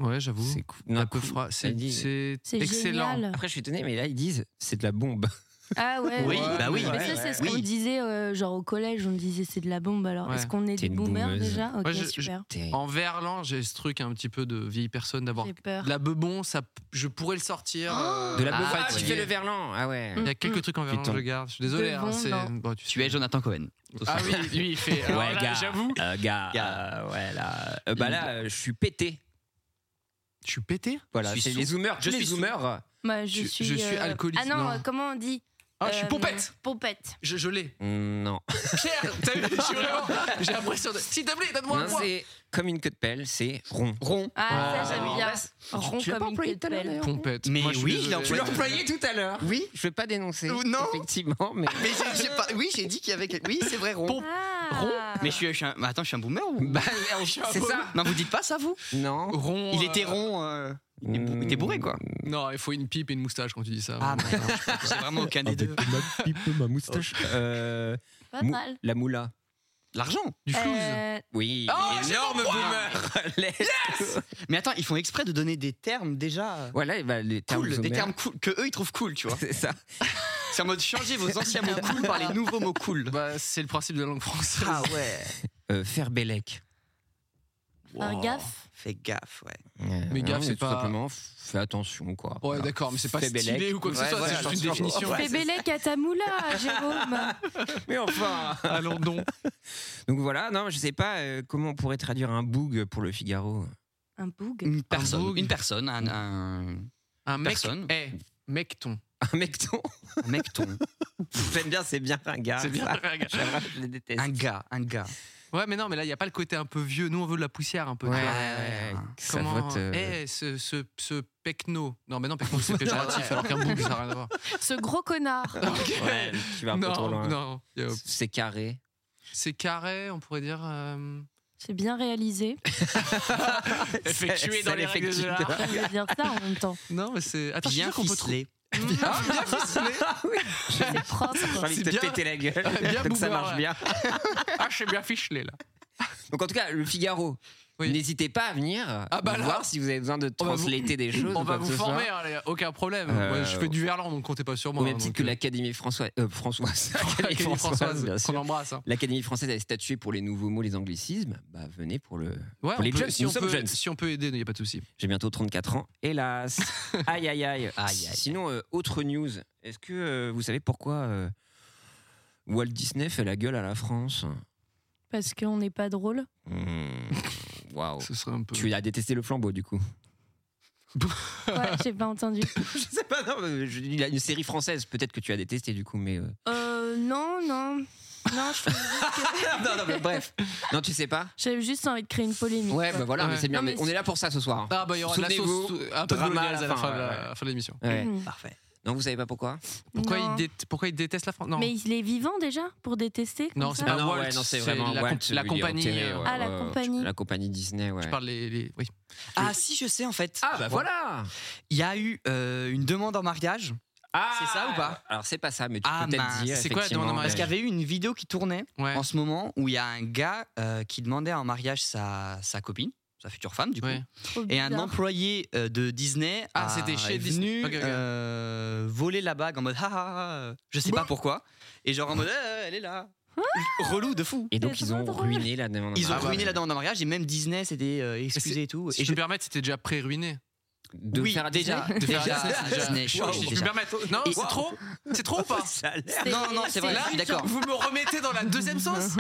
[SPEAKER 1] Ouais, j'avoue.
[SPEAKER 2] C'est cool.
[SPEAKER 1] La
[SPEAKER 2] Non,
[SPEAKER 1] peu
[SPEAKER 2] cool.
[SPEAKER 1] fra-
[SPEAKER 2] Ça dit-
[SPEAKER 1] c'est c'est
[SPEAKER 3] C'est
[SPEAKER 1] excellent.
[SPEAKER 3] génial.
[SPEAKER 2] Après, je suis étonné, mais là, ils disent c'est de la bombe.
[SPEAKER 3] Ah ouais.
[SPEAKER 4] Oui,
[SPEAKER 3] ouais.
[SPEAKER 4] bah oui.
[SPEAKER 3] Mais
[SPEAKER 2] Ouais,
[SPEAKER 3] ça,
[SPEAKER 2] ouais.
[SPEAKER 3] c'est ce
[SPEAKER 4] oui.
[SPEAKER 3] qu'on disait, euh, genre au collège, on disait c'est de la bombe. Alors,
[SPEAKER 1] Ouais.
[SPEAKER 3] est-ce qu'on est des
[SPEAKER 2] T'es une
[SPEAKER 3] boomers
[SPEAKER 2] boomeuse.
[SPEAKER 3] déjà Ok,
[SPEAKER 1] Ouais, je- je-
[SPEAKER 3] super.
[SPEAKER 2] Terrible.
[SPEAKER 1] En verlan, j'ai ce truc un petit peu de vieille personne d'avoir
[SPEAKER 3] J'ai peur. Oh
[SPEAKER 1] de la bebon, ça, je pourrais le sortir. euh,
[SPEAKER 2] De la
[SPEAKER 4] Ah,
[SPEAKER 2] bombe.
[SPEAKER 4] ouais.
[SPEAKER 2] Ah, tu fais le verlan. Ah ouais.
[SPEAKER 1] Il y a quelques
[SPEAKER 3] Mm,
[SPEAKER 1] trucs en verlan que
[SPEAKER 2] Putain.
[SPEAKER 1] je garde. Je suis désolé.
[SPEAKER 3] De
[SPEAKER 1] hein,
[SPEAKER 3] bon,
[SPEAKER 1] c'est-
[SPEAKER 3] non.
[SPEAKER 1] bon, tu
[SPEAKER 4] Tu es Jonathan Cohen.
[SPEAKER 1] Ah oui, lui il fait. alors
[SPEAKER 2] ouais,
[SPEAKER 1] là,
[SPEAKER 2] gars.
[SPEAKER 1] J'avoue,
[SPEAKER 2] Euh, gars.
[SPEAKER 4] Gars.
[SPEAKER 2] euh, ouais, là. euh, bah là, euh, je suis pété.
[SPEAKER 1] je suis pété.
[SPEAKER 2] Voilà,
[SPEAKER 4] Je suis
[SPEAKER 2] c'est
[SPEAKER 4] sous.
[SPEAKER 2] les zoomers. euh,
[SPEAKER 4] Je
[SPEAKER 2] tous les
[SPEAKER 4] suis sous.
[SPEAKER 2] zoomers.
[SPEAKER 3] Bah, je
[SPEAKER 1] Je-
[SPEAKER 3] suis.
[SPEAKER 1] je suis
[SPEAKER 3] euh,
[SPEAKER 1] alcoolique,
[SPEAKER 3] Ah non,
[SPEAKER 1] non.
[SPEAKER 3] euh, comment on dit
[SPEAKER 1] Ah, je suis
[SPEAKER 3] Euh,
[SPEAKER 1] pompette
[SPEAKER 3] Pompette.
[SPEAKER 1] Je, je l'ai.
[SPEAKER 2] Mm, Non.
[SPEAKER 1] Pierre, t'as vu, je suis vraiment- J'ai l'impression de. S'il te plaît, donne-moi un
[SPEAKER 2] Non,
[SPEAKER 1] point.
[SPEAKER 2] c'est comme une queue de pelle, c'est rond.
[SPEAKER 4] Rond.
[SPEAKER 3] Ah,
[SPEAKER 1] Ah,
[SPEAKER 3] ça, j'aime bien. Rond
[SPEAKER 2] Tu l'as pas
[SPEAKER 3] comme une
[SPEAKER 2] employé
[SPEAKER 3] queue
[SPEAKER 2] tout
[SPEAKER 3] de
[SPEAKER 2] à l'heure,
[SPEAKER 3] pelle.
[SPEAKER 2] d'ailleurs
[SPEAKER 1] Pompette.
[SPEAKER 4] Mais
[SPEAKER 1] Moi, je suis
[SPEAKER 4] oui,
[SPEAKER 1] désolé.
[SPEAKER 4] il a employé-
[SPEAKER 2] tout à l'heure. Oui, je vais pas dénoncer.
[SPEAKER 4] Ou non.
[SPEAKER 2] Effectivement, mais.
[SPEAKER 4] Mais j'ai- j'ai pas- oui, j'ai dit qu'il y avait. quelque- Oui, c'est vrai, rond.
[SPEAKER 3] Ah.
[SPEAKER 4] Rond. Mais je suis, je suis un- mais attends, je suis un boomer ou
[SPEAKER 2] Bah, c'est ça.
[SPEAKER 4] Non, vous dites pas ça, vous
[SPEAKER 2] Non. Mm.
[SPEAKER 1] Rond.
[SPEAKER 4] Il
[SPEAKER 1] euh,
[SPEAKER 4] était rond. euh, il, était bou- il était bourré, quoi.
[SPEAKER 1] Non, il faut une pipe et une moustache quand tu dis ça.
[SPEAKER 2] bah,
[SPEAKER 1] Ah,
[SPEAKER 4] Ah, mais non, c'est vraiment aucun des deux.
[SPEAKER 5] ma pipe, ma moustache.
[SPEAKER 2] Euh,
[SPEAKER 3] Pas
[SPEAKER 2] mou-
[SPEAKER 3] mal.
[SPEAKER 2] La moula.
[SPEAKER 4] L'argent.
[SPEAKER 1] du flouze.
[SPEAKER 3] Euh,
[SPEAKER 2] Oui.
[SPEAKER 4] Oh, j'ai
[SPEAKER 2] énorme
[SPEAKER 4] mon point.
[SPEAKER 2] boomer. Les-
[SPEAKER 4] Mais attends, ils font exprès de donner des termes déjà. euh,
[SPEAKER 2] Voilà, bah, les termes
[SPEAKER 4] Cool, des
[SPEAKER 2] homères.
[SPEAKER 4] termes cool que eux ils trouvent cool, tu vois.
[SPEAKER 2] C'est ça.
[SPEAKER 4] C'est en mode changer vos anciens mots cool par les nouveaux mots cool. Ah
[SPEAKER 1] Bah, c'est le principe de la langue française.
[SPEAKER 4] ouais.
[SPEAKER 2] Euh, faire bélec.
[SPEAKER 3] Un
[SPEAKER 1] Wow.
[SPEAKER 3] gaffe.
[SPEAKER 4] Fais gaffe, ouais.
[SPEAKER 2] Euh,
[SPEAKER 1] Mais gaffe,
[SPEAKER 2] non,
[SPEAKER 1] c'est
[SPEAKER 2] tout
[SPEAKER 1] pas-
[SPEAKER 2] simplement, f- fais attention, quoi.
[SPEAKER 1] Ouais,
[SPEAKER 2] Voilà.
[SPEAKER 1] d'accord, mais c'est pas
[SPEAKER 2] Fais bélec.
[SPEAKER 1] stylé ou quoi que ce
[SPEAKER 4] Ouais,
[SPEAKER 1] soit,
[SPEAKER 4] voilà,
[SPEAKER 1] c'est juste une
[SPEAKER 4] attention.
[SPEAKER 1] définition.
[SPEAKER 4] Ouais,
[SPEAKER 3] Fais Bélec à ta moula, Jérôme.
[SPEAKER 2] Mais enfin
[SPEAKER 1] Allons donc.
[SPEAKER 2] Donc voilà, non, je sais pas euh, comment on pourrait traduire un boug pour le Figaro.
[SPEAKER 3] Un boug.
[SPEAKER 4] Une personne,
[SPEAKER 1] bug.
[SPEAKER 4] une personne, un, un,
[SPEAKER 1] Un mec.
[SPEAKER 4] Personne.
[SPEAKER 1] Eh, mecton.
[SPEAKER 2] Un mecton
[SPEAKER 4] un mecton,
[SPEAKER 2] J'aime bien, c'est bien ringard.
[SPEAKER 1] C'est bien.
[SPEAKER 2] ça. J'avoue, Je les déteste.
[SPEAKER 4] un gars, un gars.
[SPEAKER 1] Ouais, mais non, mais là, il n'y a pas le côté un peu vieux. Nous, on veut de la poussière un peu. tu vois.
[SPEAKER 2] que ça
[SPEAKER 1] Comment.
[SPEAKER 2] vote, euh,
[SPEAKER 1] Eh, ce, ce, ce pecno. Non, mais non, pecno, c'est péjoratif, alors qu'un boum, ça n'a rien à voir.
[SPEAKER 3] Ce gros connard.
[SPEAKER 2] ouais, tu vas un peu trop
[SPEAKER 1] Non,
[SPEAKER 2] loin.
[SPEAKER 1] non. y a-
[SPEAKER 2] C'est carré.
[SPEAKER 1] C'est carré, on pourrait dire. euh,
[SPEAKER 3] C'est bien réalisé.
[SPEAKER 2] Ah,
[SPEAKER 1] Effectué
[SPEAKER 2] Ça
[SPEAKER 1] dans les règles de
[SPEAKER 2] l'effectue.
[SPEAKER 1] l'art.
[SPEAKER 3] On va dire ça hein. en même temps.
[SPEAKER 1] Non, mais c'est. Attends, je suis
[SPEAKER 4] Bien
[SPEAKER 1] sûr qu'on peut trouver.
[SPEAKER 4] ficelé.
[SPEAKER 3] C'est
[SPEAKER 2] J'ai
[SPEAKER 3] propre.
[SPEAKER 2] envie
[SPEAKER 1] C'est
[SPEAKER 2] de te
[SPEAKER 1] bien-
[SPEAKER 2] péter la gueule.
[SPEAKER 1] bien
[SPEAKER 2] Donc ça
[SPEAKER 1] boomer,
[SPEAKER 2] marche
[SPEAKER 1] ouais.
[SPEAKER 2] bien.
[SPEAKER 1] Ah, je suis bien ficelé, là.
[SPEAKER 2] Donc en tout cas, le Figaro.
[SPEAKER 1] Oui.
[SPEAKER 2] N'hésitez pas à venir
[SPEAKER 1] Ah bah là,
[SPEAKER 2] voir si vous avez besoin de
[SPEAKER 1] on va vous-
[SPEAKER 2] translater des choses.
[SPEAKER 1] On
[SPEAKER 2] ou quoi
[SPEAKER 1] va
[SPEAKER 2] que
[SPEAKER 1] vous
[SPEAKER 2] ce soit.
[SPEAKER 1] former, hein, les- aucun problème.
[SPEAKER 2] Euh,
[SPEAKER 1] Moi, je fais du verlan, donc comptez pas sur
[SPEAKER 2] Au
[SPEAKER 1] moi.
[SPEAKER 2] même
[SPEAKER 1] hein,
[SPEAKER 2] titre
[SPEAKER 1] donc,
[SPEAKER 2] que
[SPEAKER 1] euh,
[SPEAKER 2] l'Académie Françoise. euh, Françoise.
[SPEAKER 1] Académie française,
[SPEAKER 2] bien
[SPEAKER 1] qu'on
[SPEAKER 2] sûr.
[SPEAKER 1] embrasse. hein.
[SPEAKER 2] L'Académie française a statué pour les nouveaux mots, les anglicismes. Bah, venez pour le.
[SPEAKER 1] Ouais,
[SPEAKER 2] Pour les
[SPEAKER 1] on peut-
[SPEAKER 2] jeunes,
[SPEAKER 1] si
[SPEAKER 2] nous
[SPEAKER 1] on
[SPEAKER 2] sommes
[SPEAKER 1] peut,
[SPEAKER 2] jeunes.
[SPEAKER 1] Si on peut aider, il n'y a pas de souci.
[SPEAKER 2] J'ai bientôt 34 ans. Hélas. aïe, aïe, aïe.
[SPEAKER 4] aïe, aïe.
[SPEAKER 2] Sinon, euh, autre news. Est-ce que euh, vous savez pourquoi euh, Walt Disney fait la gueule à la France
[SPEAKER 3] Parce qu'on n'est pas drôle.
[SPEAKER 2] Hmm, Waouh.
[SPEAKER 1] Ce serait un peu.
[SPEAKER 2] Tu as détesté le flambeau, du coup
[SPEAKER 3] Ouais, j'ai pas entendu.
[SPEAKER 2] Je sais pas, non, mais je- il a une série française, peut-être que tu as détesté, du coup, mais. euh,
[SPEAKER 3] Euh, non, non. Non, je trouve juste que-
[SPEAKER 2] non, non, mais bref. Non, tu sais pas
[SPEAKER 3] j'avais juste envie de créer une polémique.
[SPEAKER 2] Ouais, bah voilà, mais
[SPEAKER 1] Ouais.
[SPEAKER 2] c'est bien.
[SPEAKER 3] Non,
[SPEAKER 2] mais
[SPEAKER 3] mais
[SPEAKER 2] on
[SPEAKER 3] c'est-
[SPEAKER 2] est là pour ça ce soir.
[SPEAKER 1] Ah, bah, il y aura de la
[SPEAKER 2] Souvenez-vous,
[SPEAKER 1] sauce, un peu de
[SPEAKER 2] drama à
[SPEAKER 1] bolognaise
[SPEAKER 2] la
[SPEAKER 1] à la
[SPEAKER 2] fin,
[SPEAKER 1] fin de
[SPEAKER 2] ouais,
[SPEAKER 1] la
[SPEAKER 2] ouais.
[SPEAKER 1] à la fin de l'émission.
[SPEAKER 2] Ouais.
[SPEAKER 3] Mm.
[SPEAKER 4] Parfait.
[SPEAKER 2] Non, vous savez pas pourquoi
[SPEAKER 1] Pourquoi,
[SPEAKER 3] Non.
[SPEAKER 1] il dé- Pourquoi il déteste la France Non,
[SPEAKER 3] Mais il est vivant déjà pour détester comme
[SPEAKER 1] Non,
[SPEAKER 3] ça
[SPEAKER 1] c'est pas
[SPEAKER 2] Ah non,
[SPEAKER 1] Walt,
[SPEAKER 2] ouais, non, c'est
[SPEAKER 1] c'est
[SPEAKER 2] vraiment
[SPEAKER 1] la
[SPEAKER 2] Walt,
[SPEAKER 1] comp- la
[SPEAKER 2] lui, il est
[SPEAKER 1] compagnie,
[SPEAKER 2] enterré,
[SPEAKER 1] euh,
[SPEAKER 2] ouais,
[SPEAKER 3] Ah, la
[SPEAKER 2] ouais, ouais,
[SPEAKER 3] compagnie.
[SPEAKER 2] La compagnie Disney, ouais.
[SPEAKER 1] je parle les. les- Oui.
[SPEAKER 4] Ah si, je sais en fait.
[SPEAKER 2] Ah, bah voilà
[SPEAKER 4] Il y a eu euh, une demande en mariage
[SPEAKER 2] Ah,
[SPEAKER 4] C'est ça ou pas
[SPEAKER 2] Alors, c'est pas ça, mais tu
[SPEAKER 4] Ah,
[SPEAKER 2] peux peut-être
[SPEAKER 4] mince.
[SPEAKER 2] dire.
[SPEAKER 1] C'est quoi la demande en
[SPEAKER 2] effectivement, euh,
[SPEAKER 4] parce
[SPEAKER 1] mariage
[SPEAKER 4] qu'il y avait eu une vidéo qui tournait
[SPEAKER 1] Ouais.
[SPEAKER 4] en ce moment où il y a un gars euh, qui demandait en mariage sa, sa copine, sa future femme du coup.
[SPEAKER 1] Ouais.
[SPEAKER 3] Trop
[SPEAKER 4] Et un
[SPEAKER 3] bizarre.
[SPEAKER 4] employé euh, de Disney
[SPEAKER 1] Ah,
[SPEAKER 4] a-
[SPEAKER 1] c'était chez
[SPEAKER 4] est
[SPEAKER 1] Disney.
[SPEAKER 4] venu
[SPEAKER 1] Ok, ok.
[SPEAKER 4] euh, voler la bague en mode ah, ah, ah, je sais
[SPEAKER 1] Bah.
[SPEAKER 4] pas pourquoi et genre en mode Eh, elle est là
[SPEAKER 1] Hein
[SPEAKER 4] relou de fou
[SPEAKER 2] Et donc,
[SPEAKER 3] C'est
[SPEAKER 2] ils ont
[SPEAKER 3] trop drôle.
[SPEAKER 2] ruiné la demande Ah, en
[SPEAKER 4] ils ont
[SPEAKER 2] mariage.
[SPEAKER 4] ruiné la demande en mariage et même Disney s'était euh, excusé et tout
[SPEAKER 1] Si
[SPEAKER 4] et
[SPEAKER 1] je peux me permettre, c'était déjà pré-ruiné.
[SPEAKER 2] De
[SPEAKER 4] Oui,
[SPEAKER 2] faire
[SPEAKER 4] déjà.
[SPEAKER 2] Disney.
[SPEAKER 1] De faire
[SPEAKER 4] Déjà,
[SPEAKER 1] Disney, c'est déjà-
[SPEAKER 4] Disney,
[SPEAKER 1] Je- je-
[SPEAKER 4] wow.
[SPEAKER 1] je peux me permettre. oh, Non,
[SPEAKER 4] Et-
[SPEAKER 1] c'est trop C'est trop ou pas
[SPEAKER 2] Ça a l'air-
[SPEAKER 3] C'est-
[SPEAKER 4] Non, non, c'est vrai,
[SPEAKER 3] juste
[SPEAKER 4] je suis d'accord.
[SPEAKER 1] Vous me remettez dans la deuxième sauce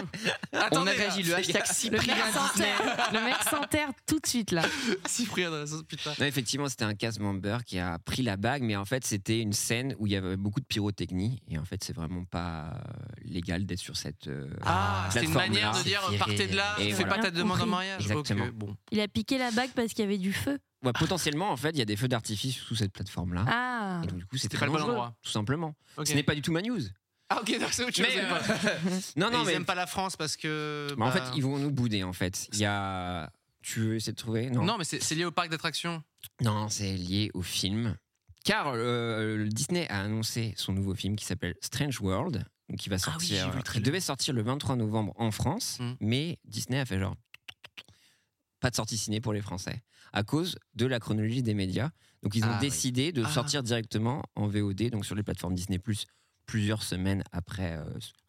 [SPEAKER 1] Attendez,
[SPEAKER 4] on a
[SPEAKER 1] là.
[SPEAKER 4] réagi le hashtag Cyprien Disney
[SPEAKER 3] Le mec s'enterre tout de suite là.
[SPEAKER 1] Cyprien dans la sauce, putain.
[SPEAKER 2] Non, effectivement, c'était un cast member qui a pris la bague, mais en fait, c'était une scène où il y avait beaucoup de pyrotechnie. Et en fait, c'est vraiment pas euh, légal d'être sur cette. euh,
[SPEAKER 1] Ah, c'est une
[SPEAKER 2] plateforme-là.
[SPEAKER 1] manière de dire
[SPEAKER 4] viré.
[SPEAKER 1] partez de là,
[SPEAKER 2] Et
[SPEAKER 1] fais
[SPEAKER 2] voilà.
[SPEAKER 1] pas ta demande en
[SPEAKER 3] Compris.
[SPEAKER 1] mariage.
[SPEAKER 2] Exactement.
[SPEAKER 1] Ok, bon.
[SPEAKER 3] Il a piqué la bague parce qu'il y avait du feu.
[SPEAKER 2] Ouais, potentiellement, en fait, il y a des feux d'artifice sous cette plateforme-là.
[SPEAKER 3] Ah.
[SPEAKER 2] Et donc, du coup, c'est
[SPEAKER 1] C'était
[SPEAKER 2] très
[SPEAKER 1] pas le bon
[SPEAKER 2] dangereux,
[SPEAKER 1] endroit.
[SPEAKER 2] Tout simplement.
[SPEAKER 1] Ok.
[SPEAKER 2] Ce n'est pas du tout ma news.
[SPEAKER 1] Ah, ok, donc c'est autre chose.
[SPEAKER 2] Mais,
[SPEAKER 1] c'est
[SPEAKER 2] euh,
[SPEAKER 1] pas-
[SPEAKER 2] Non, non,
[SPEAKER 1] ils
[SPEAKER 2] mais.
[SPEAKER 1] aiment pas la France parce que.
[SPEAKER 2] Bah, en
[SPEAKER 1] bah,
[SPEAKER 2] fait, ils vont nous bouder, en fait. Il y a. Tu veux essayer de trouver Non.
[SPEAKER 1] Non, mais c'est c'est lié au parc d'attractions.
[SPEAKER 2] Non, c'est lié au film. Car euh, le Disney a annoncé son nouveau film qui s'appelle Strange World, qui va
[SPEAKER 4] Ah oui,
[SPEAKER 2] sortir.
[SPEAKER 4] j'ai vu le
[SPEAKER 2] il
[SPEAKER 4] trailer.
[SPEAKER 2] devait sortir le 23 novembre en France,
[SPEAKER 1] Mm.
[SPEAKER 2] mais Disney a fait genre pas de sortie ciné pour les Français à cause de la chronologie des médias. Donc ils ont
[SPEAKER 4] Ah oui.
[SPEAKER 2] décidé de
[SPEAKER 1] Ah.
[SPEAKER 2] sortir directement en VOD, donc sur les plateformes Disney plusieurs semaines après euh,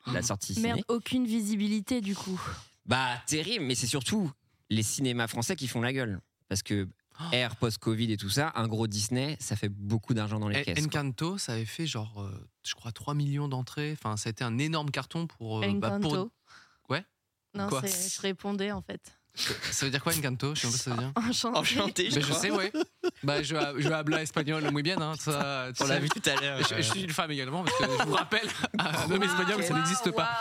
[SPEAKER 4] Ah.
[SPEAKER 2] la sortie ciné.
[SPEAKER 3] Merde, aucune visibilité du coup.
[SPEAKER 2] Bah, terrible, mais c'est surtout les cinémas français qui font la gueule. Parce que
[SPEAKER 1] Oh.
[SPEAKER 2] air post-Covid et tout ça, un gros Disney, ça fait beaucoup d'argent dans les
[SPEAKER 1] Et-
[SPEAKER 2] caisses. quoi.
[SPEAKER 1] Encanto, ça avait fait genre, euh, je crois, 3 millions d'entrées. Enfin, ça a été un énorme carton pour. euh, bah, pour-
[SPEAKER 3] Encanto.
[SPEAKER 1] Ouais.
[SPEAKER 3] Non,
[SPEAKER 1] Quoi
[SPEAKER 3] c'est- je répondais en fait.
[SPEAKER 1] Ça veut dire quoi, Encanto Je sais pas ce que ça veut dire.
[SPEAKER 3] Enchanté.
[SPEAKER 4] enchanté je
[SPEAKER 1] Mais je
[SPEAKER 4] crois.
[SPEAKER 1] sais, ouais. Bah, je, je habla espagnol muy bien. Hein, ça,
[SPEAKER 4] On
[SPEAKER 1] ça-
[SPEAKER 4] l'a vu tout à l'heure.
[SPEAKER 1] Je, je suis une femme également, parce que je vous rappelle, un homme espagnol, ça n'existe pas.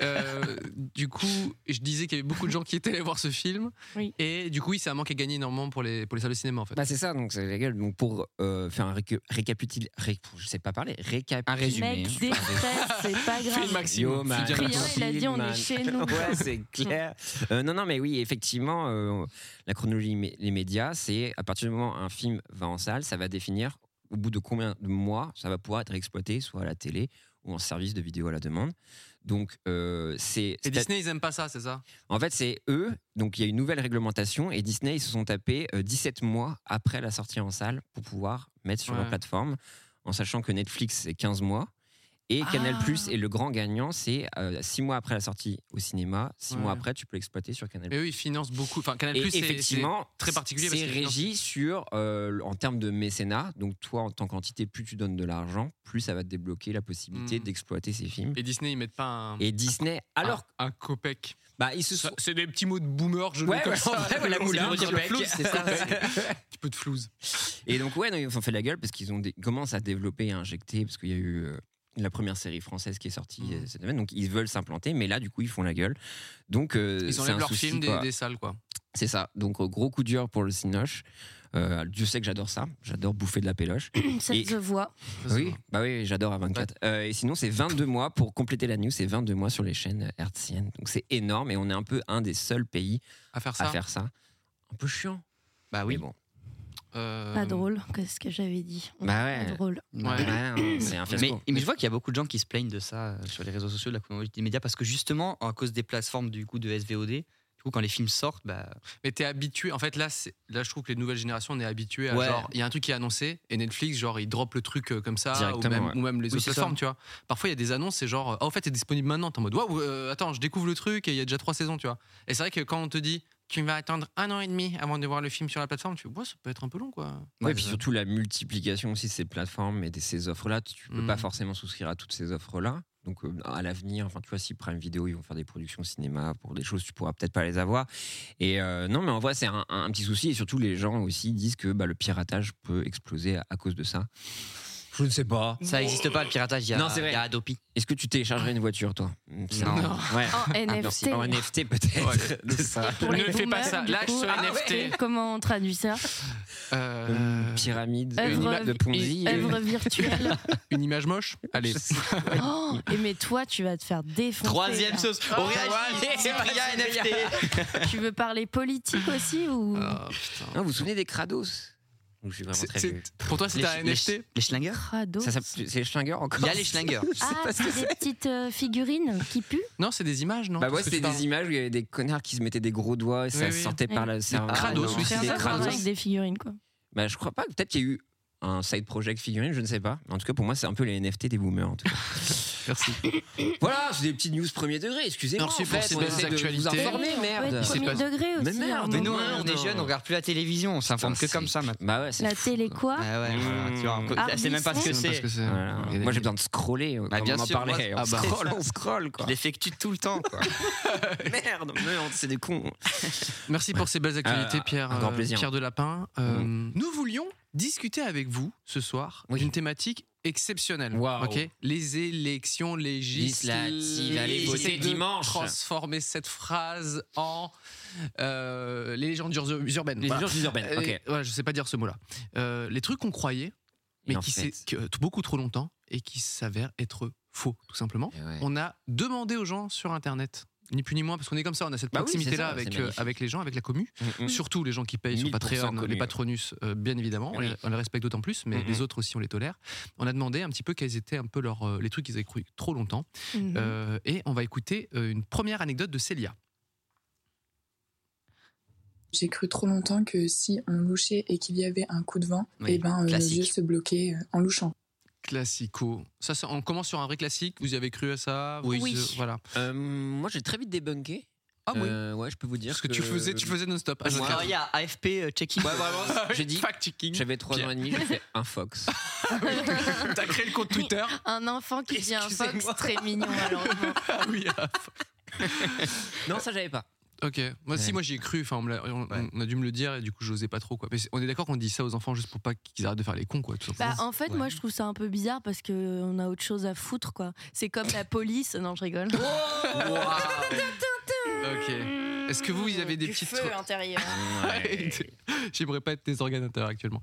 [SPEAKER 1] Euh, du coup, je disais qu'il y avait beaucoup de gens qui étaient allés voir ce film.
[SPEAKER 3] Oui.
[SPEAKER 1] Et du coup, oui, c'est un manque à gagner énormément pour les, pour les salles de cinéma, en fait.
[SPEAKER 2] Bah c'est ça, donc c'est légal. Donc pour euh, faire un récu- récapitul... ré- Je sais pas parler. Récap...
[SPEAKER 4] Un résumé.
[SPEAKER 3] Mec, déteste, c'est pas
[SPEAKER 1] Film
[SPEAKER 3] grave.
[SPEAKER 1] maximum.
[SPEAKER 2] Yo, man.
[SPEAKER 1] Je veux dire,
[SPEAKER 3] Rien, il a dit, on
[SPEAKER 2] Man.
[SPEAKER 3] est chez nous.
[SPEAKER 2] Ouais, c'est clair. Euh, non, non, mais oui, effectivement, euh, la chronologie mé- les médias, c'est à partir du moment où un film va en salle, ça va définir au bout de combien de mois ça va pouvoir être exploité, soit à la télé ou en service de vidéo à la demande. Donc, euh, c'est.
[SPEAKER 1] Et
[SPEAKER 2] c'est-
[SPEAKER 1] Disney, ils aiment pas ça, c'est ça
[SPEAKER 2] En fait, c'est eux. Donc, il y a une nouvelle réglementation et Disney, ils se sont tapés euh, 17 mois après la sortie en salle pour pouvoir mettre sur
[SPEAKER 1] Ouais.
[SPEAKER 2] leur plateforme, en sachant que Netflix, c'est 15 mois. Et
[SPEAKER 3] Ah.
[SPEAKER 2] Canal Plus est le grand gagnant, c'est 6 mois après la sortie au cinéma, 6
[SPEAKER 1] Ouais.
[SPEAKER 2] mois après, tu peux l'exploiter sur Canal
[SPEAKER 1] Mais eux, ils financent beaucoup. Enfin, Canal
[SPEAKER 2] et
[SPEAKER 1] Plus,
[SPEAKER 2] effectivement,
[SPEAKER 1] très particulier parce
[SPEAKER 2] C'est
[SPEAKER 1] que-
[SPEAKER 2] régi sur, euh, en termes de mécénat. Donc, toi, en tant qu'entité, plus tu donnes de l'argent, plus ça va te débloquer la possibilité
[SPEAKER 1] Mm.
[SPEAKER 2] d'exploiter ces films.
[SPEAKER 1] Et Disney, ils mettent pas un.
[SPEAKER 2] Et Disney, alors,
[SPEAKER 1] un, un copec.
[SPEAKER 2] bah, ils se
[SPEAKER 1] Ça,
[SPEAKER 2] sont.
[SPEAKER 1] C'est des petits mots de boomer, je le
[SPEAKER 2] Ouais,
[SPEAKER 1] dis comme
[SPEAKER 2] ouais,
[SPEAKER 1] ça.
[SPEAKER 2] en vrai, ouais, la
[SPEAKER 1] C'est
[SPEAKER 2] moula,
[SPEAKER 1] le
[SPEAKER 2] dire le
[SPEAKER 1] copec.
[SPEAKER 2] flouze, c'est ça.
[SPEAKER 1] Un petit peu de flouze.
[SPEAKER 2] Et donc, ouais, non, ils ont fait la gueule parce qu'ils ont dé- commencent à développer et à injecter, parce qu'il y a eu euh, la première série française qui est sortie
[SPEAKER 1] Mhm.
[SPEAKER 2] euh, cette semaine. Donc, ils veulent s'implanter, mais là, du coup, ils font la gueule. Donc, euh, c'est
[SPEAKER 1] Ils
[SPEAKER 2] un
[SPEAKER 1] enlèvent leurs
[SPEAKER 2] souci,
[SPEAKER 1] films des,
[SPEAKER 2] quoi.
[SPEAKER 1] des salles, quoi.
[SPEAKER 2] C'est ça. Donc, euh, gros coup dur pour le Cinoche. Euh, Dieu sait que j'adore ça. J'adore bouffer de la péloche.
[SPEAKER 3] Ça
[SPEAKER 2] Et-
[SPEAKER 3] se voit.
[SPEAKER 1] Ça, c'est
[SPEAKER 2] oui,
[SPEAKER 1] vrai.
[SPEAKER 2] bah oui, j'adore à 24. Euh, et sinon, c'est 22 mois pour compléter la news. C'est 22 mois sur les chaînes hertziennes. Donc, c'est énorme et on est un peu un des seuls pays
[SPEAKER 1] À faire ça.
[SPEAKER 2] à faire ça. Un peu chiant.
[SPEAKER 1] Bah
[SPEAKER 2] Mais bon.
[SPEAKER 1] Euh,
[SPEAKER 3] Pas drôle, qu'est-ce que j'avais dit
[SPEAKER 2] Bah
[SPEAKER 3] Oh, Pas
[SPEAKER 2] ouais.
[SPEAKER 3] drôle.
[SPEAKER 4] Ouais.
[SPEAKER 2] Ouais, non, c'est un
[SPEAKER 4] Mais,
[SPEAKER 2] fiasco.
[SPEAKER 4] mais je vois qu'il y a beaucoup de gens qui se plaignent de ça euh, sur les réseaux sociaux, de la communauté des médias, parce que justement, à cause des plateformes du coup de SVOD, du coup, quand les films sortent, bah,
[SPEAKER 1] Mais t'es habitué. En fait, là, c'est- là, je trouve que les nouvelles générations, on est habitué à
[SPEAKER 4] Ouais.
[SPEAKER 1] genre, il y a un truc qui est annoncé et Netflix, genre, il drop le truc euh, comme ça, ou
[SPEAKER 2] Directement,
[SPEAKER 1] même,
[SPEAKER 2] ouais.
[SPEAKER 1] ou même les
[SPEAKER 4] Oui,
[SPEAKER 1] autres
[SPEAKER 4] c'est ça.
[SPEAKER 1] plateformes, tu vois. Parfois, il y a des annonces, c'est genre, euh, ah, en fait, c'est disponible maintenant. T'es en mode, waouh, euh, attends, je découvre le truc et il y a déjà trois saisons, tu vois. Et c'est vrai que quand on te dit, tu vas attendre un an et demi avant de voir le film sur la plateforme, tu fais, ouais, ça peut être un peu long, quoi.
[SPEAKER 2] Ouais, puis surtout la multiplication aussi de ces plateformes et de ces offres-là. Tu peux
[SPEAKER 1] Mm.
[SPEAKER 3] Mmh.
[SPEAKER 2] pas forcément souscrire à toutes ces offres-là. Donc euh, à l'avenir, enfin tu vois, si Prime Video, ils vont faire des productions cinéma pour des choses, tu pourras peut-être pas les avoir. Et euh, non, mais en vrai, c'est un, un- un petit souci. Et surtout, les gens aussi disent que bah, le piratage peut exploser à, à cause de ça. Je ne sais pas.
[SPEAKER 4] ça n'existe pas, le piratage, il y a,
[SPEAKER 2] Non, c'est vrai.
[SPEAKER 4] il y a Adopi.
[SPEAKER 2] Est-ce que tu téléchargerais une voiture, toi C'est
[SPEAKER 4] Non.
[SPEAKER 2] un-
[SPEAKER 1] Non.
[SPEAKER 2] Ouais.
[SPEAKER 3] En
[SPEAKER 2] Ah,
[SPEAKER 3] NFT.
[SPEAKER 2] merci. En NFT peut-être. C'est ça.
[SPEAKER 3] Pour les
[SPEAKER 1] Ne fais pas
[SPEAKER 3] boomers,
[SPEAKER 1] ça,
[SPEAKER 3] du
[SPEAKER 1] lâche
[SPEAKER 3] coup.
[SPEAKER 1] ce
[SPEAKER 3] Ah
[SPEAKER 1] NFT.
[SPEAKER 3] ouais. Comment on traduit ça
[SPEAKER 1] Euh,
[SPEAKER 2] Pyramide
[SPEAKER 3] Œuvre-
[SPEAKER 2] une image de Ponzi.
[SPEAKER 3] Œuvre virtuelle.
[SPEAKER 1] une image moche Allez.
[SPEAKER 3] Oh, et mais toi, tu vas te faire défoncer.
[SPEAKER 4] Troisième
[SPEAKER 3] là.
[SPEAKER 4] sauce,
[SPEAKER 2] Oh,
[SPEAKER 4] on réagit, Oh, c'est pas bien, NFT.
[SPEAKER 3] Tu veux parler politique aussi ou
[SPEAKER 2] Oh,
[SPEAKER 1] Ah, putain.
[SPEAKER 2] Non, vous vous souvenez des Kratos Je suis vraiment
[SPEAKER 1] C'est-
[SPEAKER 2] très
[SPEAKER 1] c'est-
[SPEAKER 2] vieux.
[SPEAKER 1] pour toi, c'était
[SPEAKER 4] Les-
[SPEAKER 1] un
[SPEAKER 4] les-
[SPEAKER 1] NFT
[SPEAKER 4] Les Schlingers
[SPEAKER 3] Crado
[SPEAKER 2] Ça s'appelle- C'est Schlinger encore
[SPEAKER 4] Il y a les Schlingers.
[SPEAKER 2] Je sais
[SPEAKER 3] Ah,
[SPEAKER 2] pas ce que
[SPEAKER 3] c'est des petites euh, figurines qui puent
[SPEAKER 1] Non, c'est des images, non
[SPEAKER 2] Bah ouais,
[SPEAKER 1] Parce que
[SPEAKER 2] c'était
[SPEAKER 1] tu parles-
[SPEAKER 2] des images où il y avait des connards qui se mettaient des gros doigts et ça
[SPEAKER 1] Oui, oui.
[SPEAKER 2] sortait par la cervelle.
[SPEAKER 1] Kratos,
[SPEAKER 2] Non,
[SPEAKER 1] oui,
[SPEAKER 2] c'est
[SPEAKER 1] c'est
[SPEAKER 2] des
[SPEAKER 1] ça.
[SPEAKER 2] Kratos.
[SPEAKER 3] avec des figurines quoi.
[SPEAKER 2] Bah je crois pas, peut-être qu'il y a eu un side project figurine, je ne sais pas. En tout cas, pour moi, c'est un peu les NFT des boomers. En tout cas.
[SPEAKER 1] Merci.
[SPEAKER 2] voilà, c'est des petites news premier degré, excusez-moi.
[SPEAKER 1] Merci
[SPEAKER 2] en
[SPEAKER 1] pour
[SPEAKER 2] fait,
[SPEAKER 1] ces
[SPEAKER 2] on
[SPEAKER 1] belles
[SPEAKER 2] essaie de
[SPEAKER 1] actualités.
[SPEAKER 2] vous informer,
[SPEAKER 3] Oui, on peut
[SPEAKER 2] merde.
[SPEAKER 3] être
[SPEAKER 1] C'est
[SPEAKER 3] Premier
[SPEAKER 1] pas-
[SPEAKER 3] degré aussi.
[SPEAKER 2] Mais merde,
[SPEAKER 3] à un
[SPEAKER 2] mais
[SPEAKER 4] Mais nous,
[SPEAKER 3] moment.
[SPEAKER 4] hein, on est
[SPEAKER 1] non.
[SPEAKER 4] jeunes, on regarde plus la télévision, on s'informe que comme ça maintenant.
[SPEAKER 2] Bah ouais, c'est
[SPEAKER 3] La
[SPEAKER 2] fou,
[SPEAKER 3] télé
[SPEAKER 2] quoi.
[SPEAKER 3] quoi
[SPEAKER 4] Ah ouais,
[SPEAKER 2] Mmh.
[SPEAKER 4] tu vois, on co-
[SPEAKER 3] Ah,
[SPEAKER 4] c'est même pas ce que
[SPEAKER 1] Je sais même pas
[SPEAKER 4] c'est.
[SPEAKER 1] ce que c'est.
[SPEAKER 2] Voilà. Moi, j'ai besoin de scroller.
[SPEAKER 4] Bah,
[SPEAKER 2] comme
[SPEAKER 4] bien
[SPEAKER 2] on en
[SPEAKER 4] sûr, moi,
[SPEAKER 2] parlait.
[SPEAKER 4] ah
[SPEAKER 2] on
[SPEAKER 4] bah.
[SPEAKER 2] scrolle, on scroll, quoi.
[SPEAKER 4] Je l'effectue tout le temps, quoi.
[SPEAKER 2] Merde, merde, c'est des cons.
[SPEAKER 1] Merci pour ces belles actualités,
[SPEAKER 2] Euh,
[SPEAKER 1] Pierre,
[SPEAKER 2] un grand
[SPEAKER 1] euh,
[SPEAKER 2] plaisir. Mm.
[SPEAKER 1] Pierre de Lapin. Euh, Nous voulions discuter avec vous ce soir
[SPEAKER 2] Oui.
[SPEAKER 1] d'une thématique exceptionnelle.
[SPEAKER 2] Waouh.
[SPEAKER 1] Ok, Les élections législatives.
[SPEAKER 2] Législatives, allez voter
[SPEAKER 1] J'essaie de
[SPEAKER 2] dimanche.
[SPEAKER 1] Transformer cette phrase en euh, les légendes ur- urbaines.
[SPEAKER 2] Les
[SPEAKER 4] Bah,
[SPEAKER 1] Voilà.
[SPEAKER 2] gens disent urbaines.
[SPEAKER 1] Euh,
[SPEAKER 2] Ok.
[SPEAKER 1] ouais, je sais pas dire ce mot-là. Euh, les trucs qu'on croyait, mais
[SPEAKER 2] Et en
[SPEAKER 1] qui
[SPEAKER 2] fait-
[SPEAKER 1] s'est- que- euh, beaucoup trop longtemps et qui s'avèrent être faux, tout simplement.
[SPEAKER 2] Et ouais.
[SPEAKER 1] On a demandé aux gens sur Internet, ni plus ni moins, parce qu'on est comme ça, on a cette
[SPEAKER 2] Bah oui, c'est
[SPEAKER 1] proximité-là
[SPEAKER 2] ça, c'est
[SPEAKER 1] avec, euh,
[SPEAKER 2] magnifique.
[SPEAKER 1] avec les gens, avec la commu.
[SPEAKER 2] Mm, mm.
[SPEAKER 1] Surtout les gens qui payent sur
[SPEAKER 2] 1000%
[SPEAKER 1] Patreon, les
[SPEAKER 2] commu.
[SPEAKER 1] patronus, euh, bien évidemment, on,
[SPEAKER 2] Oui.
[SPEAKER 1] les, on les respecte d'autant plus, mais
[SPEAKER 2] Mhm.
[SPEAKER 1] les autres aussi, on les tolère. On a demandé un petit peu quels étaient un peu leurs, euh, les trucs qu'ils avaient cru trop longtemps.
[SPEAKER 3] Mhm.
[SPEAKER 1] Euh, et on va écouter euh, une première anecdote de Célia.
[SPEAKER 6] J'ai cru trop longtemps que si on louchait et qu'il y avait un coup de vent,
[SPEAKER 4] Oui,
[SPEAKER 6] eh ben, euh, mes
[SPEAKER 4] classique.
[SPEAKER 6] yeux se bloquaient euh, en louchant.
[SPEAKER 1] Classico. Ça, ça- on commence sur un vrai classique. Vous y avez cru à ça
[SPEAKER 3] Oui.
[SPEAKER 1] Vous-
[SPEAKER 3] Oui.
[SPEAKER 1] Voilà.
[SPEAKER 2] Euh, moi, j'ai très vite débunké.
[SPEAKER 1] Ah oui.
[SPEAKER 2] Euh, ouais, je peux vous dire
[SPEAKER 1] Parce que, tu faisais, tu faisais non-stop.
[SPEAKER 2] Moi,
[SPEAKER 4] Alors, il y a AFP euh, check-in.
[SPEAKER 2] Ouais, vraiment. J'ai dit,
[SPEAKER 1] Fact-checking.
[SPEAKER 2] j'avais 3 ans et demi, j'ai fait un fox.
[SPEAKER 1] T'as créé le compte Twitter.
[SPEAKER 3] Un enfant qui dit un fox
[SPEAKER 2] Excusez-moi.
[SPEAKER 3] très mignon alors.
[SPEAKER 1] Ah oui.
[SPEAKER 2] Non, ça j'avais pas.
[SPEAKER 1] Ok. Moi, si,
[SPEAKER 2] Ouais.
[SPEAKER 1] moi, j'y ai cru. Enfin, on, me l'a- on-
[SPEAKER 2] Ouais.
[SPEAKER 1] on a dû me le dire et du coup, j'osais pas trop. Quoi. Mais c'est- on est d'accord qu'on dit ça aux enfants juste pour pas qu'ils arrêtent de faire les cons, quoi. Tout simplement.
[SPEAKER 3] Bah, en fait,
[SPEAKER 2] Ouais.
[SPEAKER 3] moi, je trouve ça un peu bizarre parce que on a autre chose à foutre, quoi. C'est comme la police. Non, je rigole.
[SPEAKER 7] Oh,
[SPEAKER 1] ok. Est-ce que vous, vous avez des
[SPEAKER 7] Du
[SPEAKER 1] petites.
[SPEAKER 7] feu
[SPEAKER 3] hein.
[SPEAKER 7] intérieur.
[SPEAKER 1] Ouais. J'aimerais pas être tes organes intérieurs actuellement.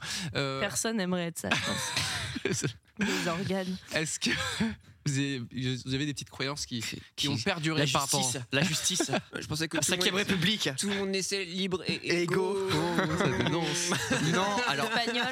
[SPEAKER 1] Euh,
[SPEAKER 3] Personne n'aimerait être ça, je pense. Les organes.
[SPEAKER 1] Est-ce que vous avez, vous avez des petites croyances qui, qui ont perduré
[SPEAKER 4] la
[SPEAKER 1] par rapport
[SPEAKER 4] justice, la justice,
[SPEAKER 2] Je pensais que
[SPEAKER 4] la
[SPEAKER 2] tout le
[SPEAKER 4] cinquième
[SPEAKER 2] monde-
[SPEAKER 4] république.
[SPEAKER 2] tout le monde naissait libre et, et
[SPEAKER 4] Égaux.
[SPEAKER 2] égaux. Oh,
[SPEAKER 1] Ça dénonce.
[SPEAKER 4] Non, alors
[SPEAKER 7] Espagnol.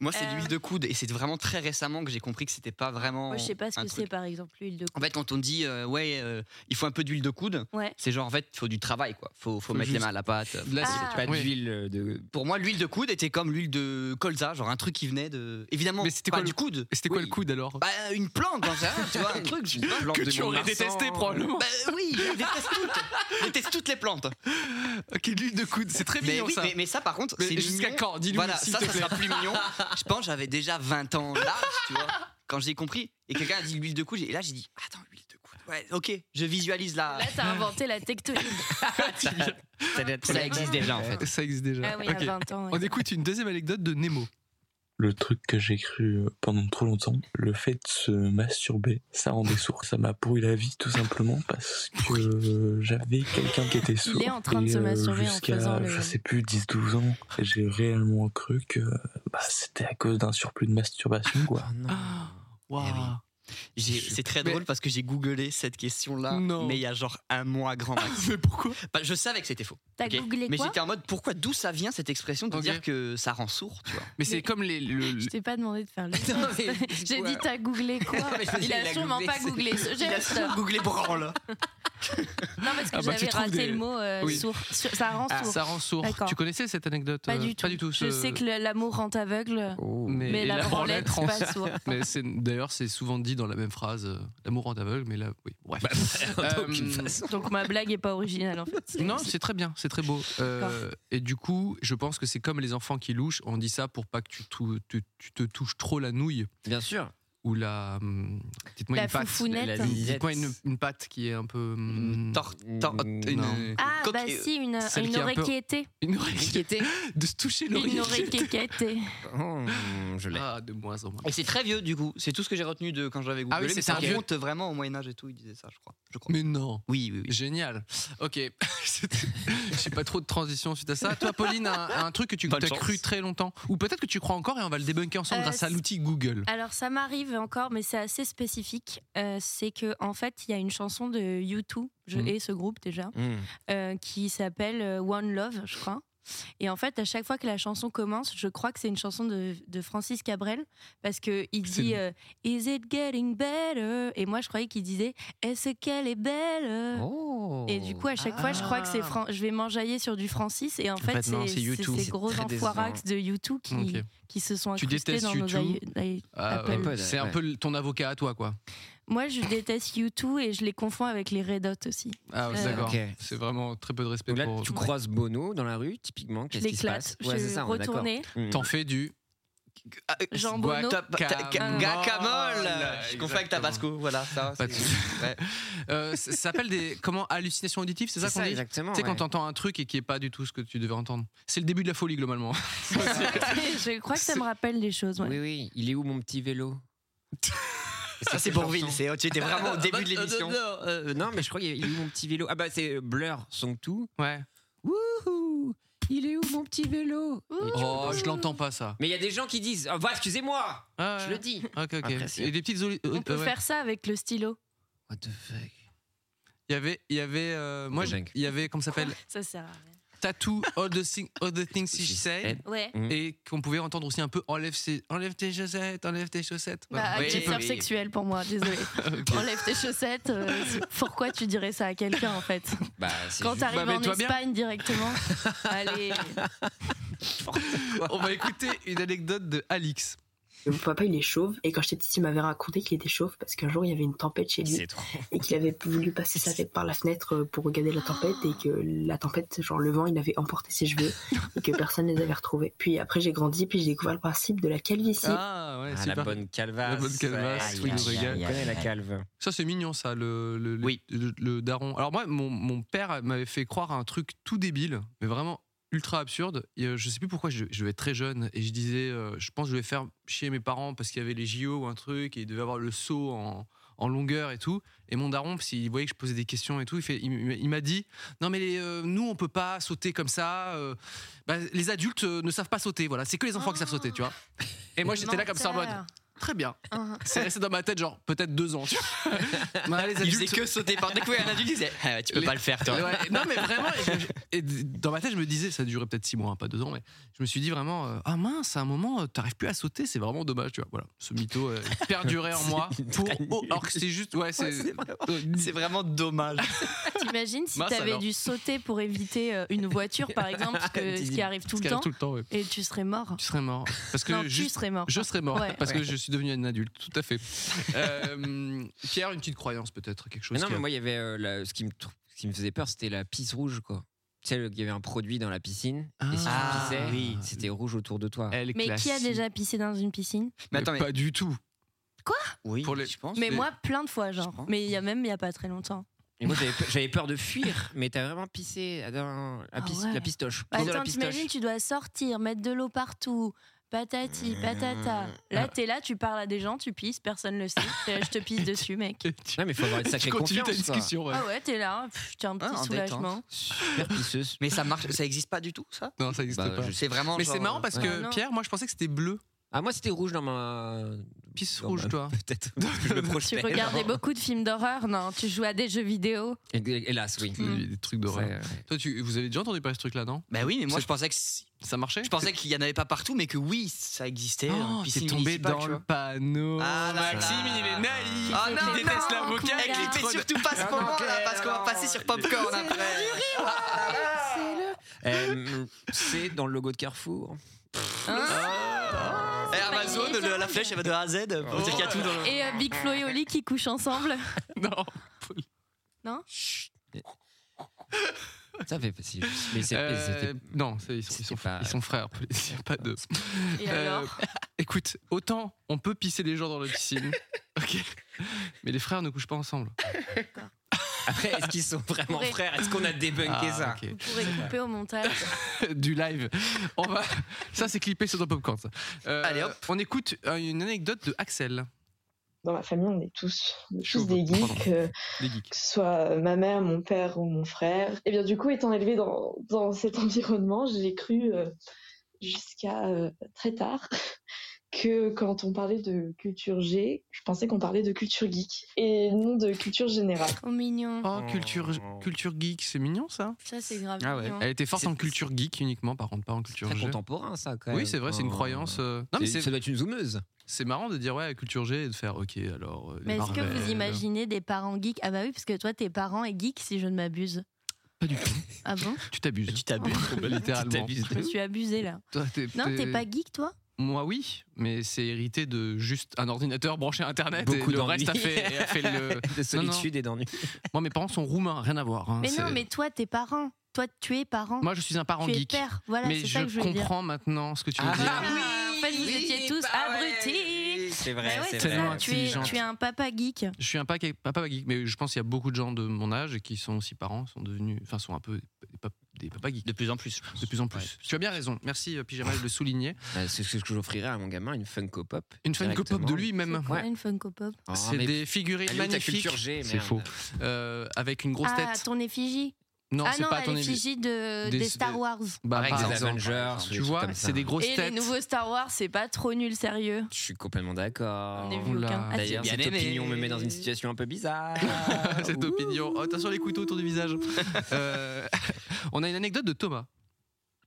[SPEAKER 4] moi c'est
[SPEAKER 7] Euh.
[SPEAKER 4] l'huile de coude et c'est vraiment très récemment que j'ai compris que c'était pas vraiment.
[SPEAKER 3] Moi, je sais pas ce
[SPEAKER 4] un
[SPEAKER 3] que
[SPEAKER 4] truc.
[SPEAKER 3] c'est, par exemple, l'huile de
[SPEAKER 4] En fait, quand on dit euh, ouais, euh, il faut un peu d'huile de coude,
[SPEAKER 3] Ouais.
[SPEAKER 4] c'est genre en fait, il faut du travail quoi. Faut, faut, mettre les
[SPEAKER 1] juste-
[SPEAKER 4] mains à la pâte.
[SPEAKER 1] Là,
[SPEAKER 3] Ah.
[SPEAKER 1] c'est-
[SPEAKER 2] Pas
[SPEAKER 1] Ouais.
[SPEAKER 2] d'huile de.
[SPEAKER 4] Pour moi, l'huile de coude était comme l'huile de colza, genre un truc qui venait de. Évidemment,
[SPEAKER 1] Mais c'était
[SPEAKER 4] pas
[SPEAKER 1] quoi le-
[SPEAKER 4] du coude.
[SPEAKER 1] C'était quoi
[SPEAKER 4] Oui.
[SPEAKER 1] le coude alors
[SPEAKER 4] Bah, une plante, j'en sais rien, tu vois, un truc. je sais pas, plante
[SPEAKER 1] Que
[SPEAKER 4] de
[SPEAKER 1] tu aurais
[SPEAKER 4] Mont-de-Marsan.
[SPEAKER 1] détesté probablement.
[SPEAKER 4] Bah oui, je déteste toutes. Je déteste toutes les plantes.
[SPEAKER 1] Ok, l'huile de coude, c'est très
[SPEAKER 4] Mais,
[SPEAKER 1] mignon
[SPEAKER 4] oui,
[SPEAKER 1] ça.
[SPEAKER 4] mais, mais ça, par contre,
[SPEAKER 1] Mais
[SPEAKER 4] c'est
[SPEAKER 1] jusqu'à
[SPEAKER 4] mignon.
[SPEAKER 1] quand Dis-nous.
[SPEAKER 4] Voilà,
[SPEAKER 1] s'il
[SPEAKER 4] ça,
[SPEAKER 1] te
[SPEAKER 4] ça
[SPEAKER 1] plaît.
[SPEAKER 4] sera plus mignon. Je pense, j'avais déjà 20 ans large, tu vois, quand j'ai compris. Et quelqu'un a dit l'huile de coude, et là, j'ai dit, attends, l'huile de coude. Ouais, ok, je visualise la.
[SPEAKER 3] Là, t'as inventé la tectonique.
[SPEAKER 4] Ça existe déjà, en fait.
[SPEAKER 1] Ça existe déjà.
[SPEAKER 3] Ah oui,
[SPEAKER 1] Ok.
[SPEAKER 3] à 20 ans. ouais.
[SPEAKER 1] On écoute une deuxième anecdote de Nemo.
[SPEAKER 8] Le truc que j'ai cru euh, pendant trop longtemps, le fait de se masturber, ça rendait sourd. Ça m'a pourri la vie tout simplement parce que euh, j'avais quelqu'un qui était sourd.
[SPEAKER 3] est en train de
[SPEAKER 8] Et,
[SPEAKER 3] se
[SPEAKER 8] euh,
[SPEAKER 3] masturber en
[SPEAKER 8] jusqu'à,
[SPEAKER 3] faisant le-
[SPEAKER 8] Je sais plus, 10-12 ans, j'ai réellement cru que euh, bah, c'était à cause d'un surplus de masturbation quoi.
[SPEAKER 1] Waouh.
[SPEAKER 4] Eh oui. J'ai-
[SPEAKER 1] Je-
[SPEAKER 4] C'est très
[SPEAKER 1] mais-
[SPEAKER 4] drôle parce que j'ai googlé cette question-là,
[SPEAKER 1] Non.
[SPEAKER 4] mais il y a genre un mois grand max.
[SPEAKER 1] Mais pourquoi
[SPEAKER 4] Bah, je savais que c'était faux.
[SPEAKER 3] T'as
[SPEAKER 4] ok.
[SPEAKER 3] googlé
[SPEAKER 4] mais
[SPEAKER 3] quoi
[SPEAKER 4] j'étais en mode pourquoi d'où ça vient cette expression de
[SPEAKER 1] Ok.
[SPEAKER 4] dire que ça rend sourd, tu vois.
[SPEAKER 1] Mais c'est comme les. le- le-
[SPEAKER 3] Je t'ai pas demandé de faire le
[SPEAKER 2] Non, mais-
[SPEAKER 3] test. J'ai dit t'as googlé quoi
[SPEAKER 2] mais je me
[SPEAKER 3] Il
[SPEAKER 2] dis, il a
[SPEAKER 3] a sûrement
[SPEAKER 2] googlé,
[SPEAKER 3] pas
[SPEAKER 2] c'est-
[SPEAKER 3] googlé ce
[SPEAKER 4] Il a
[SPEAKER 3] geste.
[SPEAKER 4] sûrement googlé branle.
[SPEAKER 3] Non, parce que
[SPEAKER 1] Ah bah, tu
[SPEAKER 3] j'avais
[SPEAKER 1] trouves
[SPEAKER 3] raté
[SPEAKER 1] des-
[SPEAKER 3] le mot euh,
[SPEAKER 1] Oui.
[SPEAKER 3] sourd. Sur- Ça rend
[SPEAKER 4] Ah,
[SPEAKER 3] sourd.
[SPEAKER 1] Ça rend sourd.
[SPEAKER 3] D'accord.
[SPEAKER 1] Tu connaissais cette anecdote
[SPEAKER 3] Pas
[SPEAKER 1] euh,
[SPEAKER 3] du tout. Je
[SPEAKER 1] ce-
[SPEAKER 3] sais que le- l'amour rend aveugle,
[SPEAKER 4] Oh.
[SPEAKER 1] Mais,
[SPEAKER 3] mais
[SPEAKER 1] et
[SPEAKER 3] la branlette,
[SPEAKER 1] rend-
[SPEAKER 3] c'est pas sourd.
[SPEAKER 1] Mais c'est- d'ailleurs, c'est souvent dit dans la même phrase euh, l'amour rend aveugle, mais là, oui. Bref.
[SPEAKER 4] Bah,
[SPEAKER 2] d'aucune
[SPEAKER 1] Euh,
[SPEAKER 2] façon.
[SPEAKER 3] Donc ma blague est pas originale en fait.
[SPEAKER 1] Non, c'est très bien, c'est très beau. Euh, et du coup, je pense que c'est comme les enfants qui louchent. On dit ça pour pas que tu, tou- tu- tu te touches trop la nouille
[SPEAKER 2] Bien sûr.
[SPEAKER 1] ou la. hum, Dites-moi
[SPEAKER 3] La
[SPEAKER 1] une patte.
[SPEAKER 3] foufounette.
[SPEAKER 2] la- la-
[SPEAKER 1] Dites-moi une, une patte qui est un peu. hum,
[SPEAKER 4] Tort, tort,
[SPEAKER 2] Non.
[SPEAKER 4] une-
[SPEAKER 3] Ah
[SPEAKER 4] coque-
[SPEAKER 3] bah si, une,
[SPEAKER 1] celle
[SPEAKER 3] une
[SPEAKER 1] qui est un
[SPEAKER 3] oreille
[SPEAKER 1] peu-
[SPEAKER 3] qui était.
[SPEAKER 1] Une oreille qui était. De se toucher l'oreille.
[SPEAKER 3] Une oreille qui était.
[SPEAKER 2] Oh, je l'ai.
[SPEAKER 1] Ah, de moins en moins.
[SPEAKER 4] Et c'est très vieux du coup. C'est tout ce que j'ai retenu de quand j'avais googlé.
[SPEAKER 1] Ah oui,
[SPEAKER 4] mais
[SPEAKER 1] c'est
[SPEAKER 4] ça
[SPEAKER 1] un vieux.
[SPEAKER 4] remonte vraiment au Moyen Âge et tout. Il disait ça, je crois. Je crois.
[SPEAKER 1] Mais non.
[SPEAKER 4] Oui, oui, oui.
[SPEAKER 1] Génial. Ok. C'était- J'ai pas trop de transition suite à ça. Toi, Pauline, un, un truc que tu
[SPEAKER 4] Bonne
[SPEAKER 1] as
[SPEAKER 4] chance.
[SPEAKER 1] cru très longtemps, ou peut-être que tu crois encore et on va le débunker ensemble
[SPEAKER 3] Euh,
[SPEAKER 1] grâce à
[SPEAKER 3] c'est-
[SPEAKER 1] l'outil Google.
[SPEAKER 3] Alors ça m'arrive encore, mais c'est assez spécifique. Euh, c'est que en fait, il y a une chanson de U2, je
[SPEAKER 1] Mhm.
[SPEAKER 3] hais ce groupe déjà, euh, qui s'appelle euh, One Love, je crois. Et en fait, à chaque fois que la chanson commence, je crois que c'est une chanson de, de Francis Cabrel, parce que il
[SPEAKER 1] C'est
[SPEAKER 3] dit
[SPEAKER 1] bon.
[SPEAKER 3] euh, Is it getting better Et moi, je croyais qu'il disait Est-ce qu'elle est belle
[SPEAKER 2] Oh.
[SPEAKER 3] Et du coup, à chaque fois, je crois que c'est Fran- je vais m'enjailler sur du Francis. Et en fait,
[SPEAKER 1] fait, non,
[SPEAKER 3] c'est
[SPEAKER 1] c'est
[SPEAKER 3] c'est
[SPEAKER 1] U2.
[SPEAKER 3] ces
[SPEAKER 2] C'est
[SPEAKER 3] gros
[SPEAKER 2] très décevant.
[SPEAKER 3] enfoirax de U2 qui,
[SPEAKER 1] Ok.
[SPEAKER 3] qui se sont
[SPEAKER 1] Tu
[SPEAKER 3] incrustés
[SPEAKER 1] détestes
[SPEAKER 3] dans nos
[SPEAKER 1] U2?
[SPEAKER 3] aïe- aïe-
[SPEAKER 1] Ah,
[SPEAKER 3] Apple.
[SPEAKER 1] ouais. C'est un
[SPEAKER 2] Ouais.
[SPEAKER 1] peu le- ton avocat à toi, quoi.
[SPEAKER 3] Moi, je déteste U2 et je les confonds avec les Red Hot aussi.
[SPEAKER 1] Ah, ouais,
[SPEAKER 3] Euh,
[SPEAKER 1] d'accord.
[SPEAKER 2] ok.
[SPEAKER 1] C'est vraiment très peu de respect
[SPEAKER 2] Donc là,
[SPEAKER 1] pour.
[SPEAKER 2] tu croises Bono dans la rue, typiquement.
[SPEAKER 3] Je
[SPEAKER 2] Qu'est-ce qui se
[SPEAKER 3] l'éclate.
[SPEAKER 2] passe Ouais,
[SPEAKER 3] je
[SPEAKER 2] c'est ça, on est d'accord.
[SPEAKER 3] retournais.
[SPEAKER 2] Mm.
[SPEAKER 1] T'en fais du.
[SPEAKER 4] Ah, euh,
[SPEAKER 3] Jean
[SPEAKER 1] Bois-
[SPEAKER 3] Bonneau.
[SPEAKER 4] ta- ta- ta-
[SPEAKER 1] Guacamole.
[SPEAKER 4] Guacamole. Je confonds avec
[SPEAKER 1] Exactement.
[SPEAKER 4] Tabasco. Voilà, ça.
[SPEAKER 1] Pas de
[SPEAKER 4] c'est-
[SPEAKER 1] souci.
[SPEAKER 4] Ouais.
[SPEAKER 1] Euh, ça s'appelle des. Comment Hallucinations auditives, c'est ça qu'on dit
[SPEAKER 2] exactement.
[SPEAKER 1] Tu sais,
[SPEAKER 2] ouais.
[SPEAKER 1] quand t'entends un truc et qui est pas du tout ce que tu devais entendre. C'est le début de la folie, globalement.
[SPEAKER 3] je crois que ça me rappelle des choses. ouais.
[SPEAKER 2] Oui, oui. Il est où mon petit vélo
[SPEAKER 4] Ça, c'est Bourville. c'est- Tu étais vraiment au début de l'émission.
[SPEAKER 2] Euh, Ah, non, mais je crois qu'il y a- il est où mon petit vélo Ah bah c'est euh, Blur, Song tout.
[SPEAKER 1] Ouais.
[SPEAKER 2] Wouhou Il est où mon petit vélo
[SPEAKER 1] Oh, je l'entends pas, ça.
[SPEAKER 2] Mais il y a des gens qui disent Ah, bah, excusez-moi,
[SPEAKER 1] Ah,
[SPEAKER 2] je
[SPEAKER 1] ouais.
[SPEAKER 2] le dis.
[SPEAKER 1] Ok, ok.
[SPEAKER 2] Après, c'est-
[SPEAKER 1] Et des petites. oli- euh,
[SPEAKER 3] On peut
[SPEAKER 1] euh, ouais.
[SPEAKER 3] faire ça avec le stylo.
[SPEAKER 2] What the fuck
[SPEAKER 1] Il y avait, il y avait, euh, moi,
[SPEAKER 2] dingue.
[SPEAKER 1] il y avait, comment ça s'appelle,
[SPEAKER 3] Ça sert à rien.
[SPEAKER 1] Tattoo All the, thing- all the Things She Said,
[SPEAKER 3] Ouais.
[SPEAKER 1] et qu'on pouvait entendre aussi un peu Enlève, ses- enlève tes chaussettes, enlève tes chaussettes.
[SPEAKER 3] Bah,
[SPEAKER 1] Voilà.
[SPEAKER 4] Oui,
[SPEAKER 3] agresseur
[SPEAKER 4] oui.
[SPEAKER 3] sexuel pour moi, désolé. Enlève tes chaussettes. euh, pourquoi tu dirais ça à quelqu'un en fait
[SPEAKER 2] Bah c'est
[SPEAKER 3] Quand
[SPEAKER 2] juste-
[SPEAKER 3] t'arrives
[SPEAKER 1] Bah,
[SPEAKER 3] en
[SPEAKER 1] mets-toi bien.
[SPEAKER 3] Espagne directement, allez.
[SPEAKER 1] On va écouter une anecdote de Alix.
[SPEAKER 7] Mon papa, il est chauve, et quand j'étais petite, il m'avait raconté qu'il était chauve parce qu'un jour, il y avait une tempête chez lui
[SPEAKER 2] C'est trop.
[SPEAKER 7] et qu'il avait voulu passer sa tête par la fenêtre euh, pour regarder la tempête et que la tempête, genre le vent, il avait emporté ses cheveux et que personne ne les avait retrouvés. Puis après, j'ai grandi, puis j'ai découvert le principe de la calvitie.
[SPEAKER 1] Ah ouais,
[SPEAKER 2] Ah,
[SPEAKER 1] super.
[SPEAKER 2] la bonne calvasse.
[SPEAKER 1] La bonne calvasse,
[SPEAKER 2] Aïe,
[SPEAKER 1] oui,
[SPEAKER 2] aïe,
[SPEAKER 1] nous régale.
[SPEAKER 2] aïe, aïe, aïe. la calve.
[SPEAKER 1] Ça, c'est mignon, ça, le, le, le-
[SPEAKER 4] Oui.
[SPEAKER 1] le- le daron. Alors, moi, mon, mon père m'avait fait croire à un truc tout débile, mais vraiment ultra absurde. Et, euh, je sais plus pourquoi, je, je devais être très jeune et je disais, euh, je pense que je vais faire chier mes parents parce qu'il y avait les JO ou un truc et il devait avoir le saut en, en longueur et tout. Et mon daron, s'il voyait que je posais des questions et tout, il, fait, il, m- il m'a dit Non, mais les, euh, nous, on peut pas sauter comme ça. euh, bah, les adultes euh, ne savent pas sauter, voilà. C'est que les enfants qui savent sauter, tu vois. Et moi, j'étais là comme ça en mode Très bien.
[SPEAKER 3] mode.
[SPEAKER 1] C'est resté dans ma tête, genre, peut-être deux ans. tu vois. Bah, les
[SPEAKER 4] Il faisait
[SPEAKER 1] adultes.
[SPEAKER 4] que sauter par. Dès que vous voyez un adulte, il disait Ah ouais, Tu peux
[SPEAKER 1] Les-
[SPEAKER 4] pas le faire, toi.
[SPEAKER 1] Ouais, non, mais vraiment, et je- et d- dans ma tête, je me disais, ça durait peut-être six mois, hein, pas deux ans, mais je me suis dit vraiment, euh, ah mince, à un moment, euh, t'arrives plus à sauter, c'est vraiment dommage, tu vois. Voilà, ce mytho euh, perdurait en moi pour. oh, alors que c'est juste, ouais, c'est.
[SPEAKER 4] Ouais, c'est vraiment- C'est vraiment dommage.
[SPEAKER 3] T'imagines si
[SPEAKER 1] Mince
[SPEAKER 3] t'avais
[SPEAKER 1] alors.
[SPEAKER 3] dû sauter pour éviter euh, une voiture, par exemple, parce que
[SPEAKER 2] Dis-
[SPEAKER 3] ce qui arrive tout
[SPEAKER 1] ce qui
[SPEAKER 3] le
[SPEAKER 1] arrive
[SPEAKER 3] temps,
[SPEAKER 1] tout le temps, ouais.
[SPEAKER 3] et tu serais mort.
[SPEAKER 1] Tu serais mort. Parce que
[SPEAKER 3] Non, tu
[SPEAKER 1] juste.
[SPEAKER 3] serais mort.
[SPEAKER 1] Je serais mort
[SPEAKER 3] Ouais.
[SPEAKER 1] parce que
[SPEAKER 2] Ouais.
[SPEAKER 1] je suis devenu un adulte, tout à fait. Euh, Pierre, une petite croyance peut-être, quelque chose.
[SPEAKER 2] Mais non,
[SPEAKER 1] qui-
[SPEAKER 2] mais moi, il y avait euh, la- ce, qui me, tr- ce qui me faisait peur, c'était la pisse rouge, quoi. Tu sais, le- il y avait un produit dans la piscine, et si
[SPEAKER 4] Ah,
[SPEAKER 2] tu pissais,
[SPEAKER 4] oui.
[SPEAKER 2] c'était rouge autour de toi.
[SPEAKER 1] Elle
[SPEAKER 3] Mais qui a
[SPEAKER 1] classique.
[SPEAKER 3] déjà pissé dans une piscine
[SPEAKER 4] Mais attends,
[SPEAKER 1] Mais
[SPEAKER 4] mais-
[SPEAKER 1] pas du tout.
[SPEAKER 4] Oui,
[SPEAKER 1] Pour les-
[SPEAKER 4] je pense.
[SPEAKER 3] Mais
[SPEAKER 1] Mais-
[SPEAKER 3] moi, plein de fois, genre.
[SPEAKER 4] Je pense.
[SPEAKER 3] Mais il y a même, il y a pas très longtemps.
[SPEAKER 2] Et moi, j'avais pe- j'avais peur de fuir, mais t'as vraiment pissé dans la,
[SPEAKER 3] Ah
[SPEAKER 2] pis-
[SPEAKER 3] ouais.
[SPEAKER 2] la pistoche.
[SPEAKER 1] Bah,
[SPEAKER 2] dans la
[SPEAKER 3] Attends,
[SPEAKER 2] pistoche.
[SPEAKER 3] t'imagines, tu dois sortir, mettre de l'eau partout. Patati, patata. Là, t'es là, tu parles à des gens, tu pisses, personne le sait. T'es là, Je te pisse dessus, mec.
[SPEAKER 2] Ouais, mais faut avoir une sacrée
[SPEAKER 1] tu continues
[SPEAKER 2] confiance.
[SPEAKER 1] ta
[SPEAKER 2] quoi.
[SPEAKER 1] discussion, ouais.
[SPEAKER 3] Ah ouais, t'es là, pff, t'as un petit
[SPEAKER 4] Ah, en
[SPEAKER 3] soulagement.
[SPEAKER 4] détente.
[SPEAKER 2] Super pisseuse.
[SPEAKER 4] Mais ça marche, ça existe pas du tout, ça
[SPEAKER 1] Non, ça n'existe
[SPEAKER 2] Bah,
[SPEAKER 1] pas.
[SPEAKER 2] je
[SPEAKER 4] C'est vraiment.
[SPEAKER 1] Mais
[SPEAKER 4] genre, euh,
[SPEAKER 1] c'est marrant parce
[SPEAKER 3] ouais.
[SPEAKER 1] que
[SPEAKER 3] Ah non.
[SPEAKER 1] Pierre, moi je pensais que c'était bleu.
[SPEAKER 2] Ah, moi, c'était rouge dans ma.
[SPEAKER 1] Pisse
[SPEAKER 2] Non,
[SPEAKER 1] rouge,
[SPEAKER 2] bah,
[SPEAKER 1] toi.
[SPEAKER 2] Peut-être. parce que je me
[SPEAKER 3] Tu
[SPEAKER 2] projetais.
[SPEAKER 3] regardais beaucoup de films d'horreur, non Tu jouais à des jeux vidéo.
[SPEAKER 2] Hé- Hélas, oui.
[SPEAKER 3] Mm.
[SPEAKER 1] Des, des trucs d'horreur. Toi, tu, vous avez déjà entendu parler de ce truc-là, non
[SPEAKER 4] Bah oui, mais moi
[SPEAKER 1] C'est-
[SPEAKER 4] je pensais que c-
[SPEAKER 1] Ça marchait
[SPEAKER 4] je pensais qu'il y en avait pas partout, mais que oui, ça existait.
[SPEAKER 1] Oh,
[SPEAKER 4] euh, piscine
[SPEAKER 1] c'est tombé
[SPEAKER 4] municipale,
[SPEAKER 1] dans
[SPEAKER 4] tu
[SPEAKER 1] le
[SPEAKER 4] vois.
[SPEAKER 1] panneau.
[SPEAKER 4] Ah là là.
[SPEAKER 1] naïf.
[SPEAKER 4] Ah non,
[SPEAKER 1] il déteste
[SPEAKER 3] non,
[SPEAKER 1] la
[SPEAKER 3] qu'on
[SPEAKER 1] vocale.
[SPEAKER 3] l'a.
[SPEAKER 1] il est trop-
[SPEAKER 4] Écoutez surtout pas ce moment là, parce qu'on va passer sur Popcorn après. Ah,
[SPEAKER 2] Euh, C'est dans le logo de Carrefour.
[SPEAKER 4] Et Amazon,
[SPEAKER 3] pas une
[SPEAKER 4] le- la flèche elle va de A à Z pour dire qu'il y a tout dans le.
[SPEAKER 3] Et euh, Big Flo et Oli qui couchent ensemble.
[SPEAKER 1] Non.
[SPEAKER 2] Ça fait si- Mais c'est-
[SPEAKER 1] Euh,
[SPEAKER 2] c'était.
[SPEAKER 1] non, c'est- ils sont, ils sont-
[SPEAKER 2] c'était pas-
[SPEAKER 1] ils sont frères. Il n'y a pas de.
[SPEAKER 3] Et
[SPEAKER 1] Euh,
[SPEAKER 3] alors
[SPEAKER 1] Écoute, autant on peut pisser les gens dans la piscine, ok, mais les frères ne couchent pas ensemble.
[SPEAKER 2] Après, est-ce qu'ils sont vraiment
[SPEAKER 3] Ouais.
[SPEAKER 2] frères Est-ce qu'on a débunké
[SPEAKER 1] Ah,
[SPEAKER 2] ça
[SPEAKER 1] ok.
[SPEAKER 3] Vous pourrez couper au montage.
[SPEAKER 1] du live. On va... Ça, c'est clippé sur ton popcorn. ça. Euh,
[SPEAKER 4] Allez, hop.
[SPEAKER 1] On écoute euh, une anecdote de Axel,
[SPEAKER 7] Dans ma famille, on est tous, on est
[SPEAKER 1] Chauve,
[SPEAKER 7] tous des geeks. euh,
[SPEAKER 1] des geeks.
[SPEAKER 7] que ce soit ma mère, mon père ou mon frère. Et bien du coup, étant élevée dans, dans cet environnement, j'ai cru euh, jusqu'à euh, très tard que quand on parlait de culture G, je pensais qu'on parlait de culture geek et non de culture générale.
[SPEAKER 3] Trop mignon.
[SPEAKER 1] Oh, culture, culture geek, c'est mignon ça.
[SPEAKER 3] Ça, c'est grave.
[SPEAKER 4] Ah ouais.
[SPEAKER 3] mignon.
[SPEAKER 1] Elle était forte
[SPEAKER 2] C'est-
[SPEAKER 1] en culture geek uniquement, par contre, pas en culture
[SPEAKER 2] Très
[SPEAKER 1] G.
[SPEAKER 2] contemporain, ça, quand même.
[SPEAKER 1] Oui, c'est vrai, c'est une
[SPEAKER 2] Euh,
[SPEAKER 1] croyance. euh, Non, mais
[SPEAKER 2] c'est-
[SPEAKER 1] c'est-
[SPEAKER 2] ça doit être une zoomeuse.
[SPEAKER 1] c'est marrant de dire ouais, culture G et de faire ok, alors. euh, les
[SPEAKER 3] Mais est-ce que
[SPEAKER 1] Marvel,
[SPEAKER 3] vous imaginez des parents geeks Ah bah oui, parce que toi, tes parents est geek, si je ne m'abuse.
[SPEAKER 1] Pas du tout.
[SPEAKER 3] Ah bon
[SPEAKER 1] Tu t'abuses.
[SPEAKER 4] Tu t'abuses.
[SPEAKER 2] Tu
[SPEAKER 1] Littéralement.
[SPEAKER 2] t'abuses
[SPEAKER 3] Je me suis abusée là.
[SPEAKER 1] Toi, t'es-
[SPEAKER 3] Non, t'es pas geek, toi
[SPEAKER 1] Moi, oui, mais c'est hérité de juste un ordinateur branché à Internet et le
[SPEAKER 2] d'ennui.
[SPEAKER 1] reste a fait, a fait le.
[SPEAKER 2] de solitude et d'ennui.
[SPEAKER 1] Moi, mes parents sont roumains, rien à voir. hein,
[SPEAKER 3] Mais non,
[SPEAKER 1] c'est-
[SPEAKER 3] mais toi, t'es parent. Toi, tu es parent.
[SPEAKER 1] Moi, je suis un parent
[SPEAKER 3] tu es
[SPEAKER 1] geek.
[SPEAKER 3] père. Voilà,
[SPEAKER 1] mais
[SPEAKER 3] c'est ça
[SPEAKER 1] je,
[SPEAKER 3] que je veux dire.
[SPEAKER 1] comprends maintenant ce que tu veux
[SPEAKER 2] Ah,
[SPEAKER 1] dire.
[SPEAKER 3] oui, en fait, vous étiez tous abrutis.
[SPEAKER 2] bah C'est
[SPEAKER 3] Bah
[SPEAKER 2] vrai,
[SPEAKER 3] ouais,
[SPEAKER 2] c'est
[SPEAKER 3] c'est
[SPEAKER 2] vrai.
[SPEAKER 3] ça, tu es,
[SPEAKER 1] intelligente.
[SPEAKER 3] tu es un papa geek.
[SPEAKER 1] Je suis un pa- papa geek, mais je pense qu'il y a beaucoup de gens de mon âge et qui sont aussi parents, sont devenus, enfin, sont un peu des, pap- des papas geeks.
[SPEAKER 4] De plus en plus. je pense.
[SPEAKER 1] De plus en plus.
[SPEAKER 4] Ouais.
[SPEAKER 1] Tu as bien raison. Merci, euh, Pyjama, de le souligner.
[SPEAKER 2] Bah, c'est ce que j'offrirais à mon gamin, une Funko Pop.
[SPEAKER 1] Une Funko Pop de
[SPEAKER 2] Directement.
[SPEAKER 1] lui-même.
[SPEAKER 3] C'est quoi,
[SPEAKER 2] Ouais.
[SPEAKER 3] Une Funko Pop.
[SPEAKER 2] Oh,
[SPEAKER 1] C'est
[SPEAKER 2] mais-
[SPEAKER 1] des figurines
[SPEAKER 2] Elle est où, ta
[SPEAKER 1] magnifiques
[SPEAKER 2] culture G,
[SPEAKER 1] C'est
[SPEAKER 2] merde
[SPEAKER 1] faux. euh, avec une grosse
[SPEAKER 3] ah,
[SPEAKER 1] tête.
[SPEAKER 3] ton effigie.
[SPEAKER 1] Non,
[SPEAKER 3] ah
[SPEAKER 1] c'est
[SPEAKER 3] non,
[SPEAKER 1] pas
[SPEAKER 3] elle
[SPEAKER 1] ton
[SPEAKER 3] est
[SPEAKER 1] effigie.
[SPEAKER 3] figée de,
[SPEAKER 1] Des-
[SPEAKER 3] des Star Wars.
[SPEAKER 1] Bah,
[SPEAKER 2] Avec
[SPEAKER 1] par
[SPEAKER 2] des
[SPEAKER 1] exemple.
[SPEAKER 2] Avengers,
[SPEAKER 1] tu vois, c'est des grosses
[SPEAKER 3] Et les
[SPEAKER 1] têtes.
[SPEAKER 3] nouveaux Star Wars, c'est pas trop nul, sérieux.
[SPEAKER 2] Je suis complètement d'accord.
[SPEAKER 3] On est vu
[SPEAKER 1] Oula.
[SPEAKER 3] aucun. Ah,
[SPEAKER 2] D'ailleurs,
[SPEAKER 4] c'est bien
[SPEAKER 2] cette
[SPEAKER 4] aimé.
[SPEAKER 2] opinion me met dans une situation un peu bizarre.
[SPEAKER 1] Cette Euh, opinion. Oh, attention les couteaux autour du visage. Euh, on a une anecdote de Thomas.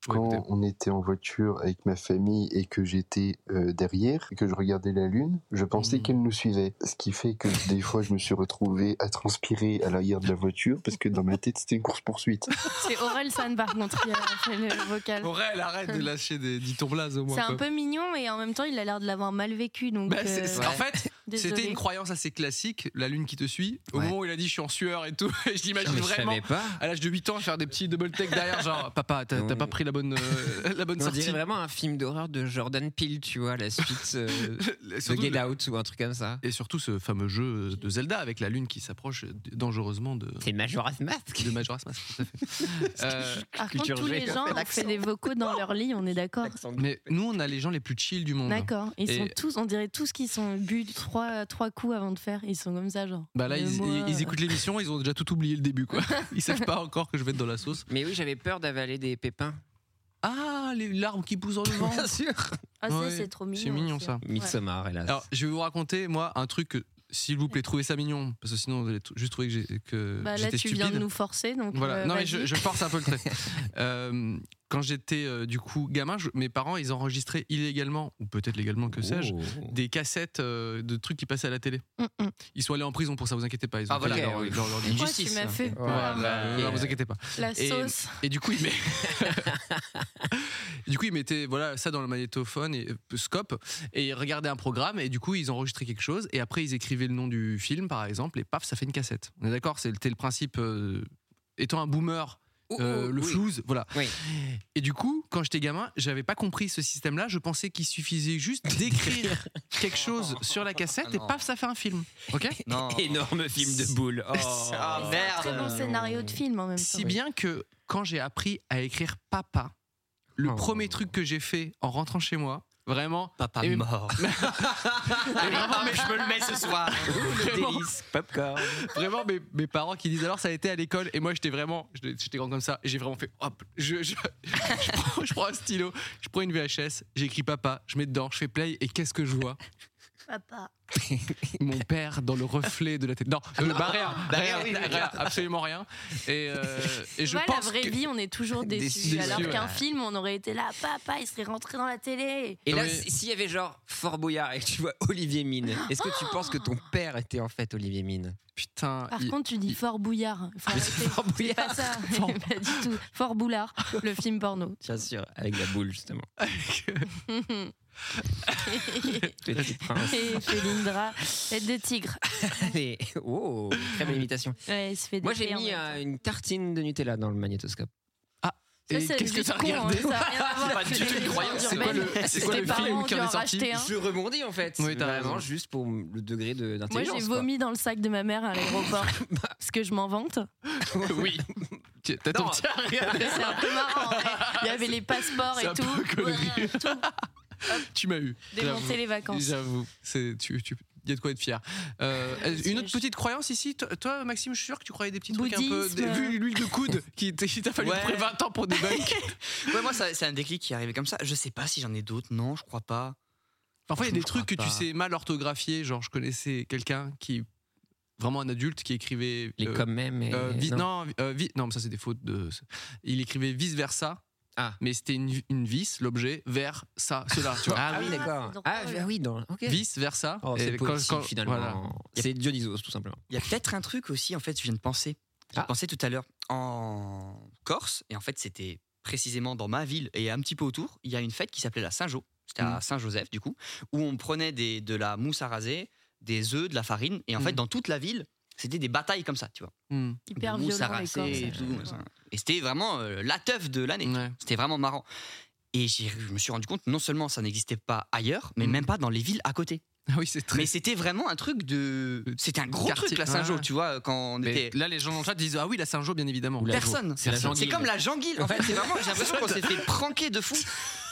[SPEAKER 9] Quand on était en voiture avec ma famille et que j'étais euh, derrière et que je regardais la lune, je
[SPEAKER 1] Mmh.
[SPEAKER 9] pensais qu'elle nous suivait. Ce qui fait que des fois, je me suis retrouvé à transpirer à l'arrière de la voiture parce que dans ma tête, c'était une course-poursuite.
[SPEAKER 3] C'est Aurel San par contre qui a fait le vocal.
[SPEAKER 1] Aurel, arrête de lâcher des. Dis ton blaze au moins.
[SPEAKER 3] C'est un
[SPEAKER 1] quoi.
[SPEAKER 3] peu mignon et en même temps il a l'air de l'avoir mal vécu donc.
[SPEAKER 1] Bah, c'est- c'est-
[SPEAKER 3] euh,
[SPEAKER 1] En fait,
[SPEAKER 3] désolée.
[SPEAKER 1] c'était une croyance assez classique, la lune qui te suit. Au moment où il a dit je suis en sueur et tout, et je l'imagine
[SPEAKER 2] Mais je
[SPEAKER 1] vraiment
[SPEAKER 2] savais pas.
[SPEAKER 1] à l'âge de 8 ans faire des petits double take derrière, genre papa, t'as t'as pas pris la bonne, euh, la bonne
[SPEAKER 2] On
[SPEAKER 1] sortie.
[SPEAKER 2] dirait vraiment un film d'horreur de Jordan Peele, tu vois, la suite euh, de
[SPEAKER 1] surtout
[SPEAKER 2] Get
[SPEAKER 1] le-
[SPEAKER 2] Out ou un truc comme ça.
[SPEAKER 1] Et surtout ce fameux jeu de Zelda avec la lune qui s'approche dangereusement de.
[SPEAKER 2] C'est Majora's Mask.
[SPEAKER 1] De Majora's Mask, tout à fait. Euh,
[SPEAKER 3] Par contre Ah, tous les gens ont fait des vocaux dans leur lit, on est d'accord.
[SPEAKER 1] Mais nous, on a les gens les plus chill du monde. hein.
[SPEAKER 3] D'accord. Ils
[SPEAKER 1] Et-
[SPEAKER 3] sont tous, on dirait tous qu'ils sont bu trois trois coups avant de faire. Ils sont comme ça genre.
[SPEAKER 1] Bah là,
[SPEAKER 3] Le
[SPEAKER 1] ils,
[SPEAKER 3] moi,
[SPEAKER 1] ils- ils
[SPEAKER 3] euh,
[SPEAKER 1] écoutent l'émission, ils ont déjà tout oublié le début, quoi. Ils savent pas encore que je vais être dans la sauce.
[SPEAKER 2] Mais oui, j'avais peur d'avaler des pépins.
[SPEAKER 1] Ah, les larmes qui poussent dans le vent.
[SPEAKER 2] Bien sûr.
[SPEAKER 3] Ah, ça, c'est trop mignon,
[SPEAKER 1] C'est mignon
[SPEAKER 3] c'est-
[SPEAKER 1] ça.
[SPEAKER 3] Ouais. Midsommar,
[SPEAKER 2] hélas.
[SPEAKER 1] Alors, je vais vous raconter, moi, un truc que, s'il vous plaît, trouvez ça mignon. Parce que sinon, vous allez t- juste trouver que j'ai- que
[SPEAKER 3] Bah là
[SPEAKER 1] euh, j'étais
[SPEAKER 3] tu viens de
[SPEAKER 1] stupide.
[SPEAKER 3] nous forcer donc.
[SPEAKER 1] Voilà,
[SPEAKER 3] euh,
[SPEAKER 1] non mais
[SPEAKER 3] vas-y.
[SPEAKER 1] je, je force un peu le trait. Euh, quand j'étais euh, du coup gamin, je- mes parents ils enregistraient illégalement, ou peut-être légalement que sais-je,
[SPEAKER 2] Oh.
[SPEAKER 1] des cassettes euh, de trucs qui passaient à la télé.
[SPEAKER 3] Mm-mm.
[SPEAKER 1] Ils sont allés en prison pour ça, vous inquiétez pas. Ils ont
[SPEAKER 2] Ah,
[SPEAKER 1] fait
[SPEAKER 2] voilà,
[SPEAKER 1] leur-
[SPEAKER 2] oui.
[SPEAKER 1] leur- leur-
[SPEAKER 2] Une Pourquoi justice, tu m'as hein. fait peur
[SPEAKER 1] Voilà,
[SPEAKER 2] Et,
[SPEAKER 1] non,
[SPEAKER 2] euh,
[SPEAKER 1] vous inquiétez pas.
[SPEAKER 3] la
[SPEAKER 1] et,
[SPEAKER 3] sauce.
[SPEAKER 1] Et du coup, ils, met- Et du coup, ils mettaient voilà, ça dans le magnétophone et euh, scope et ils regardaient un programme et du coup, ils enregistraient quelque chose et après, ils écrivaient le nom du film par exemple et paf, ça fait une cassette. On est d'accord C'était le principe. euh, étant un boomer. euh,
[SPEAKER 2] oh,
[SPEAKER 1] le
[SPEAKER 2] oui.
[SPEAKER 1] flouze, voilà. Et du coup, quand j'étais gamin, j'avais pas compris ce système-là. Je pensais qu'il suffisait juste d'écrire quelque chose sur la cassette
[SPEAKER 2] Ah
[SPEAKER 1] et
[SPEAKER 2] Non.
[SPEAKER 1] paf, ça fait un film. Ok
[SPEAKER 2] Énorme film de boule. Oh.
[SPEAKER 1] Ah,
[SPEAKER 3] C'est un Très bon scénario de film en même temps.
[SPEAKER 1] Si bien que quand j'ai appris à écrire papa,
[SPEAKER 2] Oh.
[SPEAKER 1] le premier truc que j'ai fait en rentrant chez moi, vraiment. Papa
[SPEAKER 4] mort. Allez, hop, je me le mets ce soir.
[SPEAKER 1] Vraiment.
[SPEAKER 4] Délice,
[SPEAKER 2] popcorn.
[SPEAKER 1] Vraiment, mes, mes parents qui disent alors ça a été à l'école. Et moi, j'étais vraiment, j'étais j'étais grand comme ça. Et j'ai vraiment fait hop, je, je, je prends, je prends un stylo, je prends une VHS, j'écris papa, je mets dedans, je fais play. Et qu'est-ce que je vois
[SPEAKER 3] Papa.
[SPEAKER 1] Mon père dans le reflet de la tête. Non, euh, bah rien,
[SPEAKER 4] Bah
[SPEAKER 1] rien,
[SPEAKER 4] rien, oui,
[SPEAKER 1] rien,
[SPEAKER 4] rien.
[SPEAKER 1] absolument rien. Et, euh, et
[SPEAKER 3] Tu
[SPEAKER 1] je
[SPEAKER 3] vois,
[SPEAKER 1] pense
[SPEAKER 3] la vraie
[SPEAKER 1] que-
[SPEAKER 3] vie, on est toujours déçus.
[SPEAKER 1] Déçus,
[SPEAKER 3] alors
[SPEAKER 1] ouais.
[SPEAKER 3] qu'un film, on aurait été là, papa, il serait rentré dans la télé.
[SPEAKER 2] Et là, si- s'il y avait genre Fort Boyard et que tu vois Olivier Mine, est-ce que tu penses que ton père était en fait Olivier Mine
[SPEAKER 1] Putain.
[SPEAKER 3] Par contre, tu dis Fort Bouillard. Faut arrêter. C'est pas ça. pas du tout. Fort Boulard, le film porno.
[SPEAKER 2] Bien sûr, avec la boule justement. Petit prince.
[SPEAKER 3] Et Felindra, tête de tigre.
[SPEAKER 2] Allez, oh, très bonne imitation.
[SPEAKER 3] Ouais, il se fait
[SPEAKER 2] Moi
[SPEAKER 3] des
[SPEAKER 2] j'ai
[SPEAKER 3] plaies en
[SPEAKER 2] mis
[SPEAKER 3] même
[SPEAKER 2] euh, une tartine de Nutella dans le magnétoscope. Ah,
[SPEAKER 3] Ça, c'est une vie de con, hein, ça a rien à voir
[SPEAKER 2] C'est pas
[SPEAKER 3] avec
[SPEAKER 2] du
[SPEAKER 3] les
[SPEAKER 2] tout une
[SPEAKER 3] gens
[SPEAKER 2] croyance,
[SPEAKER 3] d'urbaine.
[SPEAKER 2] c'est quoi le- c'est quoi
[SPEAKER 3] Tes
[SPEAKER 2] le
[SPEAKER 3] parents
[SPEAKER 2] film
[SPEAKER 3] ont
[SPEAKER 2] qui
[SPEAKER 3] dû
[SPEAKER 2] en est
[SPEAKER 3] en
[SPEAKER 2] sorti
[SPEAKER 3] racheter un.
[SPEAKER 2] Je rebondis en fait.
[SPEAKER 1] Oui, t'as
[SPEAKER 2] Vraiment,
[SPEAKER 1] raison.
[SPEAKER 2] juste pour le degré de-
[SPEAKER 3] Moi,
[SPEAKER 2] d'intelligence.
[SPEAKER 3] j'ai
[SPEAKER 2] quoi.
[SPEAKER 3] vomi dans le sac de ma mère à l'aéroport. Parce que je m'en vante.
[SPEAKER 1] oui. Tiens, T'as ton
[SPEAKER 2] Non,
[SPEAKER 1] petit-
[SPEAKER 2] regardez
[SPEAKER 3] C'est un peu marrant. ouais. Il y avait les passeports
[SPEAKER 1] C'est
[SPEAKER 3] et
[SPEAKER 1] un peu
[SPEAKER 3] tout.
[SPEAKER 1] connu. Tu m'as eu.
[SPEAKER 3] Démonter
[SPEAKER 1] J'avoue.
[SPEAKER 3] les vacances.
[SPEAKER 1] J'avoue. C'est tu tu y a de quoi être fier. Euh, une autre petite croyance ici. Toi, toi, Maxime, je suis sûr que tu croyais des petits trucs un peu.
[SPEAKER 4] Bouddhisme.
[SPEAKER 1] des- Vu l'huile de coude qui t- qui t'a fallu
[SPEAKER 4] Ouais.
[SPEAKER 1] après 20 ans pour débunk.
[SPEAKER 4] Ouais, moi, ça- c'est un déclic qui est arrivé comme ça. Je sais pas si j'en ai d'autres. Non, je crois pas.
[SPEAKER 1] Parfois, il y a
[SPEAKER 4] Je
[SPEAKER 1] des
[SPEAKER 4] crois
[SPEAKER 1] trucs que
[SPEAKER 4] pas.
[SPEAKER 1] tu sais mal orthographier. Genre, je connaissais quelqu'un qui. Vraiment un adulte qui écrivait.
[SPEAKER 2] Les
[SPEAKER 1] euh,
[SPEAKER 2] quand même et-
[SPEAKER 1] euh, vi-
[SPEAKER 2] non.
[SPEAKER 1] non, euh, vi- non, mais ça, c'est des fautes de. Il écrivait vice versa.
[SPEAKER 2] Ah.
[SPEAKER 1] Mais c'était une, une vis, l'objet, vers ça, cela. Tu vois.
[SPEAKER 2] Ah oui, d'accord. Ah, oui, dans. ok.
[SPEAKER 1] Vice versa.
[SPEAKER 2] Oh, c'est
[SPEAKER 1] Et quand-
[SPEAKER 2] poétique,
[SPEAKER 1] quand-
[SPEAKER 2] finalement.
[SPEAKER 1] voilà.
[SPEAKER 2] C'est Dionysos, tout simplement. Ah.
[SPEAKER 4] Il y a peut-être un truc aussi, en fait, je viens de penser. J'ai pensé tout à l'heure en Corse, et en fait, c'était précisément dans ma ville et un petit peu autour. Il y a une fête qui s'appelait la Saint-Jo. C'était à
[SPEAKER 2] Mhm.
[SPEAKER 4] Saint-Joseph, du coup, où on prenait des, de la mousse à raser, des œufs, de la farine, et en fait,
[SPEAKER 2] Mhm.
[SPEAKER 4] dans toute la ville, c'était des batailles comme ça, tu vois.
[SPEAKER 3] Hyper
[SPEAKER 4] de mousse à
[SPEAKER 3] violent, les
[SPEAKER 4] rincer
[SPEAKER 3] Corses.
[SPEAKER 4] et tout, machin. Et c'était vraiment euh, la teuf de l'année. C'était vraiment marrant. Et j'ai- je me suis rendu compte, non seulement ça n'existait pas ailleurs, mais même pas dans les villes à côté.
[SPEAKER 1] Mm. Ah oui, c'est très...
[SPEAKER 4] Mais c'était vraiment un truc de. C'était un gros
[SPEAKER 1] quartier.
[SPEAKER 4] truc, la Saint-Jo,
[SPEAKER 1] Ouais.
[SPEAKER 4] tu vois, quand on
[SPEAKER 1] Mais
[SPEAKER 4] était.
[SPEAKER 1] là, les gens dans le chat disent Ah oui, la Saint-Jo, bien évidemment.
[SPEAKER 4] Personne. C'est
[SPEAKER 1] Jean-Guil.
[SPEAKER 4] comme la janguille. En fait, c'est vraiment, j'ai l'impression qu'on s'est fait pranker de fou.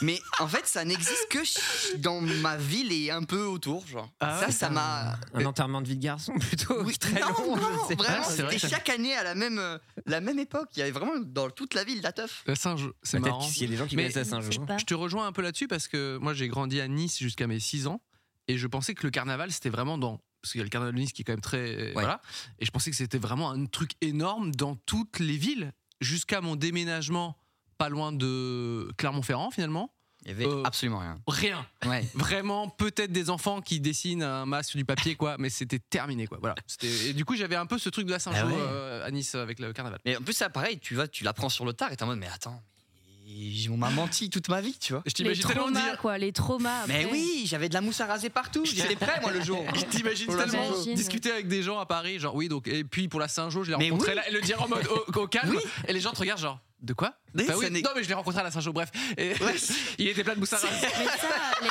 [SPEAKER 4] Mais en fait, ça n'existe que ch- dans ma ville et un peu autour, genre.
[SPEAKER 2] Ah
[SPEAKER 4] ça,
[SPEAKER 2] ouais,
[SPEAKER 4] ça
[SPEAKER 2] putain.
[SPEAKER 4] m'a.
[SPEAKER 2] Un enterrement de vie de garçon, plutôt. Oui, très
[SPEAKER 4] Non,
[SPEAKER 2] long.
[SPEAKER 4] non,
[SPEAKER 2] je sais pas.
[SPEAKER 4] vraiment, c'était chaque année à la même, euh, la même époque. Il y avait vraiment dans toute la ville la teuf.
[SPEAKER 1] La Saint-Jo, c'est
[SPEAKER 2] Peut-être
[SPEAKER 1] marrant.
[SPEAKER 2] qu'il y a des gens qui
[SPEAKER 1] Mais
[SPEAKER 2] connaissent la Saint-Jo.
[SPEAKER 1] je- Je te rejoins un peu là-dessus parce que moi, j'ai grandi à Nice jusqu'à mes 6 ans et je pensais que le carnaval, c'était vraiment dans. Parce qu'il y a le carnaval de Nice qui est quand même très. Voilà. Et je pensais que c'était vraiment un truc énorme dans toutes les villes. Jusqu'à mon déménagement pas loin de Clermont-Ferrand finalement.
[SPEAKER 4] Il y avait
[SPEAKER 1] Euh,
[SPEAKER 4] absolument rien.
[SPEAKER 1] Rien.
[SPEAKER 4] Ouais.
[SPEAKER 1] Vraiment, peut-être des enfants qui dessinent un masque sur du papier, quoi, mais c'était terminé, quoi. Voilà. C'était- Et du coup, j'avais un peu ce truc de la saint
[SPEAKER 4] Ah ouais.
[SPEAKER 1] à Nice avec le carnaval.
[SPEAKER 4] Mais en plus, ça, pareil, tu vois, tu l'apprends sur le tard et t'es en mode, mais attends, mais on m'a menti toute ma vie, tu vois.
[SPEAKER 1] Je
[SPEAKER 3] les traumas, quoi, les traumas.
[SPEAKER 4] Mais
[SPEAKER 3] après.
[SPEAKER 4] oui, j'avais de la mousse à raser partout. J'étais prêt, moi, le jour.
[SPEAKER 1] Je t'imagine
[SPEAKER 4] Pour la
[SPEAKER 1] tellement
[SPEAKER 4] Saint-Jean.
[SPEAKER 1] discuter avec des gens à Paris, genre oui, donc, et puis pour la Saint-Jean, je l'ai
[SPEAKER 4] Mais
[SPEAKER 1] rencontré
[SPEAKER 4] oui.
[SPEAKER 1] là, et le dire en mode au, au calme,
[SPEAKER 4] Oui.
[SPEAKER 1] et les gens te regardent, genre, de quoi
[SPEAKER 4] Mais
[SPEAKER 1] Bah
[SPEAKER 4] ça
[SPEAKER 1] oui,
[SPEAKER 4] n'est-
[SPEAKER 1] Non, mais je l'ai rencontré à la Saint-Jean, bref. Et il était plein de moussards.
[SPEAKER 3] Mais ça, les,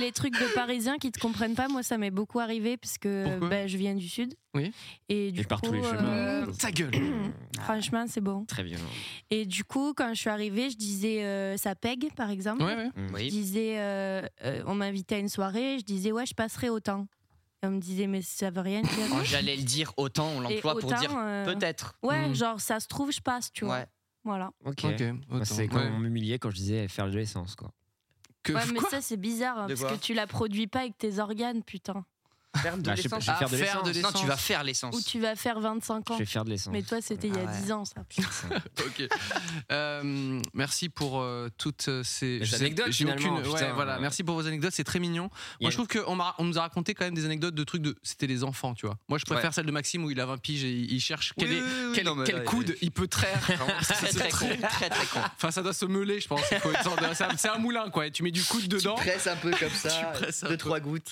[SPEAKER 3] les- les trucs de Parisiens qui te comprennent pas, moi, ça m'est beaucoup arrivé parce que
[SPEAKER 1] Pourquoi
[SPEAKER 3] bah, je viens du sud.
[SPEAKER 1] Oui.
[SPEAKER 3] Et du
[SPEAKER 2] Et par
[SPEAKER 3] coup,
[SPEAKER 2] tous les chemins.
[SPEAKER 3] euh,
[SPEAKER 1] Ta gueule.
[SPEAKER 3] franchement, c'est bon.
[SPEAKER 2] Très violent.
[SPEAKER 3] Et du coup, quand je suis arrivée, je disais euh, ça pègue, par exemple.
[SPEAKER 1] Ouais, ouais.
[SPEAKER 2] Mm.
[SPEAKER 3] Je
[SPEAKER 4] Oui.
[SPEAKER 3] disais, euh, euh, on m'invitait à une soirée, je disais ouais, je passerai autant. Et on me disait mais ça veut rien dire.
[SPEAKER 4] Quand Oh, J'allais le dire autant, on
[SPEAKER 3] Et
[SPEAKER 4] l'emploie pour
[SPEAKER 3] autant,
[SPEAKER 4] dire
[SPEAKER 3] euh,
[SPEAKER 4] peut-être.
[SPEAKER 3] Ouais,
[SPEAKER 1] Mm.
[SPEAKER 3] genre ça se trouve, je passe, tu vois.
[SPEAKER 4] Ouais.
[SPEAKER 3] Voilà.
[SPEAKER 2] Ok.
[SPEAKER 1] Ok,
[SPEAKER 2] Moi,
[SPEAKER 1] autant.
[SPEAKER 2] Bah, C'est quand
[SPEAKER 1] Ouais.
[SPEAKER 2] on m'humiliait quand je disais faire de l'essence, quoi.
[SPEAKER 1] Que,
[SPEAKER 3] Ouais, mais
[SPEAKER 1] quoi
[SPEAKER 3] ça c'est bizarre hein,
[SPEAKER 4] De
[SPEAKER 3] parce
[SPEAKER 4] quoi
[SPEAKER 3] que tu la produis pas avec tes organes, putain.
[SPEAKER 4] Faire de
[SPEAKER 2] Bah, je sais pas,
[SPEAKER 4] l'essence.
[SPEAKER 2] je vais faire de
[SPEAKER 4] Ah,
[SPEAKER 1] l'essence.
[SPEAKER 4] Non, tu vas faire
[SPEAKER 3] Ou
[SPEAKER 4] l'essence.
[SPEAKER 3] tu vas faire 25 ans.
[SPEAKER 2] Je vais faire de l'essence.
[SPEAKER 3] Mais toi, c'était il y a
[SPEAKER 4] Ah ouais.
[SPEAKER 3] 10 ans, ça.
[SPEAKER 1] Ok. Euh, merci pour euh, toutes ces
[SPEAKER 2] Les
[SPEAKER 1] je sais-
[SPEAKER 2] anecdotes,
[SPEAKER 1] j'ai
[SPEAKER 2] finalement,
[SPEAKER 1] aucune- ouais,
[SPEAKER 2] putain.
[SPEAKER 1] voilà, merci pour vos anecdotes, c'est très mignon.
[SPEAKER 2] Il y
[SPEAKER 1] Moi,
[SPEAKER 2] a-
[SPEAKER 1] je trouve qu'on m'a- on nous a raconté quand même des anecdotes de trucs de c'était les enfants, tu vois. Moi, je préfère celle de Maxime où il a 20 piges et il il cherche quel,
[SPEAKER 4] Oui,
[SPEAKER 1] est-
[SPEAKER 4] oui, oui,
[SPEAKER 1] quel,
[SPEAKER 4] non, mais
[SPEAKER 1] quel
[SPEAKER 4] là,
[SPEAKER 1] coude
[SPEAKER 4] oui.
[SPEAKER 1] il peut traire.
[SPEAKER 4] Très très con. Très très con.
[SPEAKER 1] Enfin, ça doit se meuler, je pense. Il faut une sorte de- C'est un- c'est un moulin, quoi. et Tu mets du coude dedans.
[SPEAKER 4] presses un peu comme ça,
[SPEAKER 1] presses un
[SPEAKER 4] deux
[SPEAKER 1] peu.
[SPEAKER 4] trois gouttes.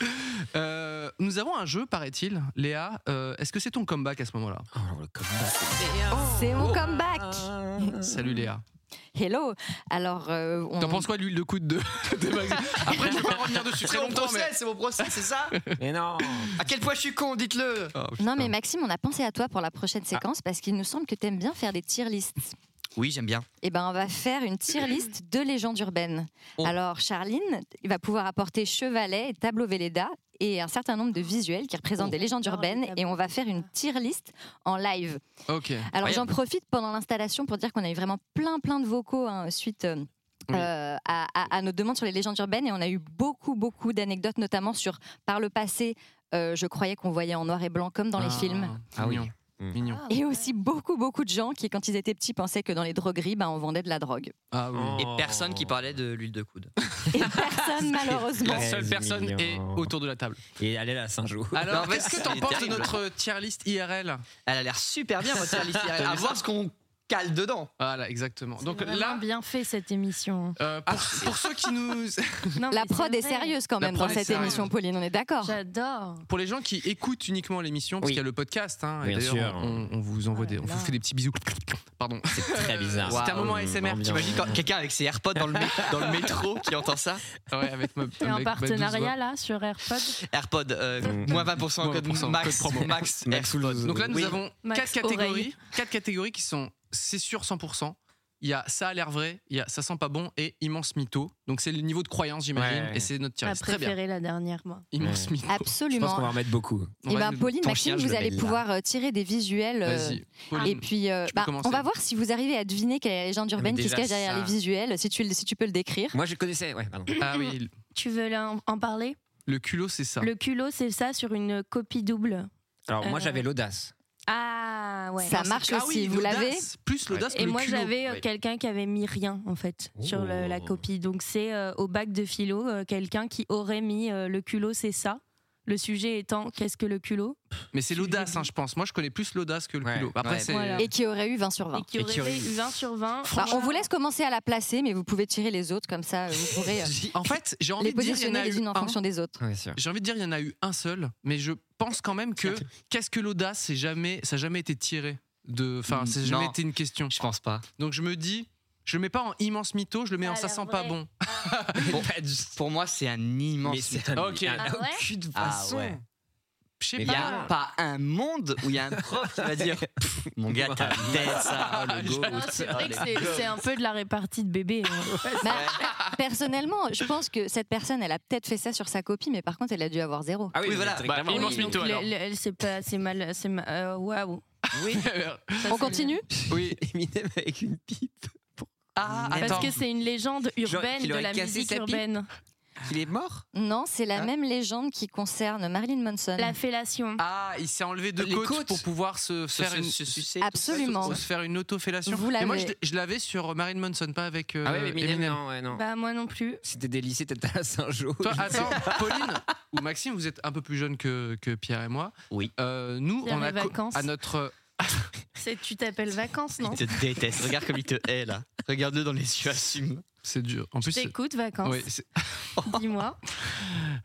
[SPEAKER 1] Euh, nous avons un jeu, paraît-il. Léa, euh, est-ce que c'est ton comeback à ce moment-là
[SPEAKER 2] Oh, le comeback.
[SPEAKER 10] C'est mon comeback.
[SPEAKER 1] Salut Léa.
[SPEAKER 10] Hello. Alors, euh, on-
[SPEAKER 1] T'en penses quoi de l'huile de coude de, de Maxime Après, je vais pas revenir dessus très
[SPEAKER 4] C'est mon
[SPEAKER 1] longtemps,
[SPEAKER 4] procès,
[SPEAKER 1] mais.
[SPEAKER 4] c'est mon procès, c'est ça
[SPEAKER 2] Mais non
[SPEAKER 4] À quel point je suis con, dites-le
[SPEAKER 1] Oh,
[SPEAKER 10] Non,
[SPEAKER 1] putain. Ah.
[SPEAKER 10] mais Maxime, on a pensé à toi pour la prochaine séquence parce qu'il nous semble que t'aimes bien faire des tier lists.
[SPEAKER 4] Oui, j'aime bien.
[SPEAKER 10] Eh ben, on va faire une tier list de légendes urbaines.
[SPEAKER 4] Oh.
[SPEAKER 10] Alors, Charline, il va pouvoir apporter chevalet et tableau Velleda et un certain nombre de visuels qui
[SPEAKER 1] Oh.
[SPEAKER 10] représentent des légendes
[SPEAKER 3] J'adore les
[SPEAKER 10] urbaines
[SPEAKER 3] tableaux.
[SPEAKER 10] et on va faire une tier list en live.
[SPEAKER 1] Ok.
[SPEAKER 10] Alors
[SPEAKER 4] Incroyable.
[SPEAKER 10] j'en profite pendant l'installation pour dire qu'on a eu vraiment plein plein de vocaux hein, suite euh,
[SPEAKER 1] Oui.
[SPEAKER 10] euh, à, à- à nos demandes sur les légendes urbaines et on a eu beaucoup beaucoup d'anecdotes notamment sur par le passé euh, je croyais qu'on voyait en noir et blanc comme dans les films
[SPEAKER 1] Ah
[SPEAKER 2] Ah oui.
[SPEAKER 1] mignon. Mignon.
[SPEAKER 10] et aussi beaucoup beaucoup de gens qui quand ils étaient petits pensaient que dans les drogueries bah, on vendait de la drogue
[SPEAKER 1] Ah oui.
[SPEAKER 4] Et personne qui parlait de l'huile de coude.
[SPEAKER 10] et personne malheureusement
[SPEAKER 1] La seule
[SPEAKER 2] 13
[SPEAKER 1] personne est
[SPEAKER 2] millions.
[SPEAKER 1] autour de la table.
[SPEAKER 2] Et aller à Saint-Jean.
[SPEAKER 4] Non,
[SPEAKER 1] Alors,
[SPEAKER 4] mais
[SPEAKER 1] qu'est-ce que
[SPEAKER 4] c'est
[SPEAKER 1] t'en penses de
[SPEAKER 4] terrible.
[SPEAKER 1] notre tier list IRL
[SPEAKER 4] Elle a l'air super bien, votre Alice. À voir ce qu'on cale dedans.
[SPEAKER 1] Voilà, exactement.
[SPEAKER 3] Donc
[SPEAKER 1] Donc
[SPEAKER 3] là,
[SPEAKER 1] là,
[SPEAKER 3] bien fait cette émission.
[SPEAKER 1] euh, pour, pour ceux qui nous,
[SPEAKER 10] la
[SPEAKER 3] Non, mais c'est
[SPEAKER 10] prod est
[SPEAKER 3] vrai.
[SPEAKER 10] sérieuse quand
[SPEAKER 1] La
[SPEAKER 10] même
[SPEAKER 1] prod
[SPEAKER 10] dans
[SPEAKER 1] est
[SPEAKER 10] cette
[SPEAKER 1] sérieuse.
[SPEAKER 10] émission Pauline on est d'accord
[SPEAKER 3] J'adore.
[SPEAKER 1] pour les gens qui écoutent uniquement l'émission, parce
[SPEAKER 2] Oui.
[SPEAKER 1] qu'il y a le podcast, hein, et
[SPEAKER 2] Bien sûr.
[SPEAKER 1] d'ailleurs, on, on vous envoie
[SPEAKER 3] Oh
[SPEAKER 1] des,
[SPEAKER 3] là
[SPEAKER 1] on vous
[SPEAKER 3] là.
[SPEAKER 1] fait des petits bisous. Pardon.
[SPEAKER 2] C'est très bizarre.
[SPEAKER 1] C'était un
[SPEAKER 4] Waouh,
[SPEAKER 1] moment ASMR.
[SPEAKER 2] ambiance.
[SPEAKER 4] T'imagines quand quelqu'un avec ses AirPods dans le, mé- dans le métro qui entend ça
[SPEAKER 1] Ouais, avec ma,
[SPEAKER 3] T'es en
[SPEAKER 1] avec ma douce
[SPEAKER 3] partenariat là sur AirPod.
[SPEAKER 4] AirPod, euh,
[SPEAKER 2] Mm.
[SPEAKER 4] moins 20% code
[SPEAKER 1] 20%,
[SPEAKER 4] max,
[SPEAKER 1] code promo.
[SPEAKER 4] max,
[SPEAKER 2] Max
[SPEAKER 4] AirPod.
[SPEAKER 1] voix. Donc là, nous
[SPEAKER 4] Oui.
[SPEAKER 1] avons
[SPEAKER 3] Max
[SPEAKER 1] quatre catégories,
[SPEAKER 3] Oreille.
[SPEAKER 1] quatre catégories qui sont c'est sûr 100%. Il y a ça a l'air vrai, il y a ça sent pas bon et immense mytho. Donc c'est le niveau de croyance, j'imagine,
[SPEAKER 2] Ouais.
[SPEAKER 1] et c'est notre tier
[SPEAKER 3] Ma
[SPEAKER 1] list. Très bien.
[SPEAKER 3] préférée la dernière, moi.
[SPEAKER 1] Immense
[SPEAKER 2] Ouais.
[SPEAKER 1] mytho.
[SPEAKER 2] Je pense qu'on
[SPEAKER 10] absolument
[SPEAKER 2] va en mettre beaucoup.
[SPEAKER 1] On
[SPEAKER 10] et
[SPEAKER 1] va-
[SPEAKER 10] ben Pauline
[SPEAKER 2] ton
[SPEAKER 10] Maxime
[SPEAKER 2] chien, je
[SPEAKER 10] vous
[SPEAKER 2] le
[SPEAKER 10] allez
[SPEAKER 2] mets là.
[SPEAKER 10] pouvoir euh, tirer des visuels euh,
[SPEAKER 1] Vas-y. Pauline.
[SPEAKER 10] Et puis, euh,
[SPEAKER 1] tu peux
[SPEAKER 10] bah,
[SPEAKER 1] commencer. Ah,
[SPEAKER 10] on va voir si vous arrivez à deviner quelle est la légende urbaine qui se
[SPEAKER 2] déjà
[SPEAKER 10] cache derrière
[SPEAKER 2] ça.
[SPEAKER 10] les visuels, si tu, le- si tu peux le décrire.
[SPEAKER 2] Ah. Moi, je connaissais. Ouais, pardon.
[SPEAKER 1] Ah oui,
[SPEAKER 3] Tu veux en, en parler
[SPEAKER 1] le culot, c'est ça.
[SPEAKER 3] Le culot, c'est ça sur une copie double.
[SPEAKER 2] Alors, moi,
[SPEAKER 3] Euh,
[SPEAKER 2] j'avais l'audace.
[SPEAKER 3] Ah ouais.
[SPEAKER 10] Ça marche
[SPEAKER 1] Ah
[SPEAKER 10] aussi,
[SPEAKER 1] oui,
[SPEAKER 10] vous
[SPEAKER 1] l'audace.
[SPEAKER 10] l'avez
[SPEAKER 1] Plus l'audace que
[SPEAKER 3] Et
[SPEAKER 1] le
[SPEAKER 3] moi
[SPEAKER 1] culot.
[SPEAKER 3] j'avais euh,
[SPEAKER 4] oui.
[SPEAKER 3] quelqu'un qui avait mis rien en fait sur le- la
[SPEAKER 2] Oh.
[SPEAKER 3] copie. Donc c'est euh, au bac de philo euh, quelqu'un qui aurait mis euh, le culot c'est ça. Le sujet étant qu'est-ce que le culot
[SPEAKER 1] Mais c'est l'audace, hein, je pense. Moi, je connais plus l'audace que le
[SPEAKER 2] Ouais,
[SPEAKER 1] culot. Après,
[SPEAKER 4] ouais.
[SPEAKER 1] c'est.
[SPEAKER 3] Voilà.
[SPEAKER 10] Et qui aurait eu 20 sur 20.
[SPEAKER 3] et qui
[SPEAKER 2] Et
[SPEAKER 3] aurait
[SPEAKER 2] qui aurait
[SPEAKER 3] eu
[SPEAKER 2] eu-
[SPEAKER 3] 20 sur 20.
[SPEAKER 10] Bah, on vous laisse commencer à la placer, mais vous pouvez tirer les autres, comme ça euh, vous pourrez euh,
[SPEAKER 1] En fait, j'ai envie
[SPEAKER 10] les
[SPEAKER 1] de dire, il y en
[SPEAKER 10] positionner
[SPEAKER 1] a
[SPEAKER 10] les
[SPEAKER 1] eu
[SPEAKER 10] unes en
[SPEAKER 1] un.
[SPEAKER 10] fonction des autres.
[SPEAKER 2] Ouais, sûr.
[SPEAKER 1] J'ai envie de dire, il y en a eu un seul, mais je pense quand même que qu'est-ce que l'audace, c'est jamais, ça n'a jamais été tiré de, enfin,
[SPEAKER 4] Mm,
[SPEAKER 1] ça n'a jamais
[SPEAKER 4] non.
[SPEAKER 1] été une question.
[SPEAKER 4] Je pense pas.
[SPEAKER 1] Donc je me dis, je le mets pas en immense mytho, je le mets en
[SPEAKER 3] Ah,
[SPEAKER 1] ça
[SPEAKER 3] la
[SPEAKER 1] sent pas
[SPEAKER 3] vraie.
[SPEAKER 1] bon.
[SPEAKER 4] Bon, pour moi, c'est un
[SPEAKER 2] Mais
[SPEAKER 4] immense.
[SPEAKER 2] c'est un-
[SPEAKER 1] Ok.
[SPEAKER 2] un-
[SPEAKER 3] Ah ouais
[SPEAKER 2] aucune
[SPEAKER 4] Ah
[SPEAKER 2] façon.
[SPEAKER 4] ouais.
[SPEAKER 1] Je sais
[SPEAKER 2] Eh
[SPEAKER 4] Il n'y a
[SPEAKER 10] Ah.
[SPEAKER 1] pas.
[SPEAKER 4] pas un monde où il y a un prof qui va dire Pff, Mon gars, t'as dead ça,
[SPEAKER 2] Ah,
[SPEAKER 4] oh, le go.
[SPEAKER 1] Ah,
[SPEAKER 3] Non, Ah, c'est vrai que c'est- c'est un peu de la répartie de bébé. hein.
[SPEAKER 10] Bah, personnellement, je pense que cette personne, elle a peut-être fait ça sur sa copie, mais par contre, elle a dû avoir zéro.
[SPEAKER 2] Ah oui,
[SPEAKER 4] Oui, voilà.
[SPEAKER 2] voilà.
[SPEAKER 1] Bah, immense mytho
[SPEAKER 3] Le-
[SPEAKER 1] alors.
[SPEAKER 3] le- Elle c'est pas c'est mal c'est ma- euh, waouh.
[SPEAKER 2] Oui.
[SPEAKER 3] Ça,
[SPEAKER 10] on
[SPEAKER 3] c'est-
[SPEAKER 10] continue
[SPEAKER 1] Oui.
[SPEAKER 2] Eminem avec une pipe.
[SPEAKER 1] Ah,
[SPEAKER 3] Parce
[SPEAKER 1] attends.
[SPEAKER 10] Ah.
[SPEAKER 3] Ah, que c'est une légende
[SPEAKER 2] Genre,
[SPEAKER 3] urbaine
[SPEAKER 2] qu'il
[SPEAKER 3] de
[SPEAKER 2] aurait
[SPEAKER 3] la
[SPEAKER 2] cassé
[SPEAKER 3] musique
[SPEAKER 2] sa pipe Hein
[SPEAKER 3] urbaine.
[SPEAKER 4] Qu'il est mort
[SPEAKER 10] Non, c'est la même légende qui concerne Marilyn Manson. La
[SPEAKER 3] fellation.
[SPEAKER 1] Ah, il s'est enlevé deux
[SPEAKER 10] Les
[SPEAKER 1] côtes,
[SPEAKER 10] côtes.
[SPEAKER 1] pour pouvoir se
[SPEAKER 10] Se-
[SPEAKER 1] faire
[SPEAKER 10] se-
[SPEAKER 1] une
[SPEAKER 10] se sucer,
[SPEAKER 1] se-
[SPEAKER 10] Absolument.
[SPEAKER 1] se faire une autofellation.
[SPEAKER 10] Vous
[SPEAKER 1] Et moi
[SPEAKER 10] l'avez.
[SPEAKER 1] je, je l'avais sur Marine Manson pas avec euh,
[SPEAKER 2] Ah ouais, Eminem, non, ouais, non.
[SPEAKER 3] Bah, moi non plus.
[SPEAKER 2] C'était des lycées, peut-être à Saint-Jean.
[SPEAKER 1] Toi, attends, Pauline ou Maxime, vous êtes un peu plus jeune que, que Pierre et moi. Euh,
[SPEAKER 4] Oui.
[SPEAKER 1] nous,
[SPEAKER 3] Pierre
[SPEAKER 1] on
[SPEAKER 3] et
[SPEAKER 1] a co-
[SPEAKER 3] vacances.
[SPEAKER 1] à notre
[SPEAKER 3] C'est tu t'appelles vacances, non
[SPEAKER 4] Il te déteste. Regarde comme il te hait là. Regarde-le dans les yeux, assume.
[SPEAKER 1] C'est dur. En
[SPEAKER 3] Je t'écoute, vacances.
[SPEAKER 1] Ouais, c'est-
[SPEAKER 3] Dis-moi.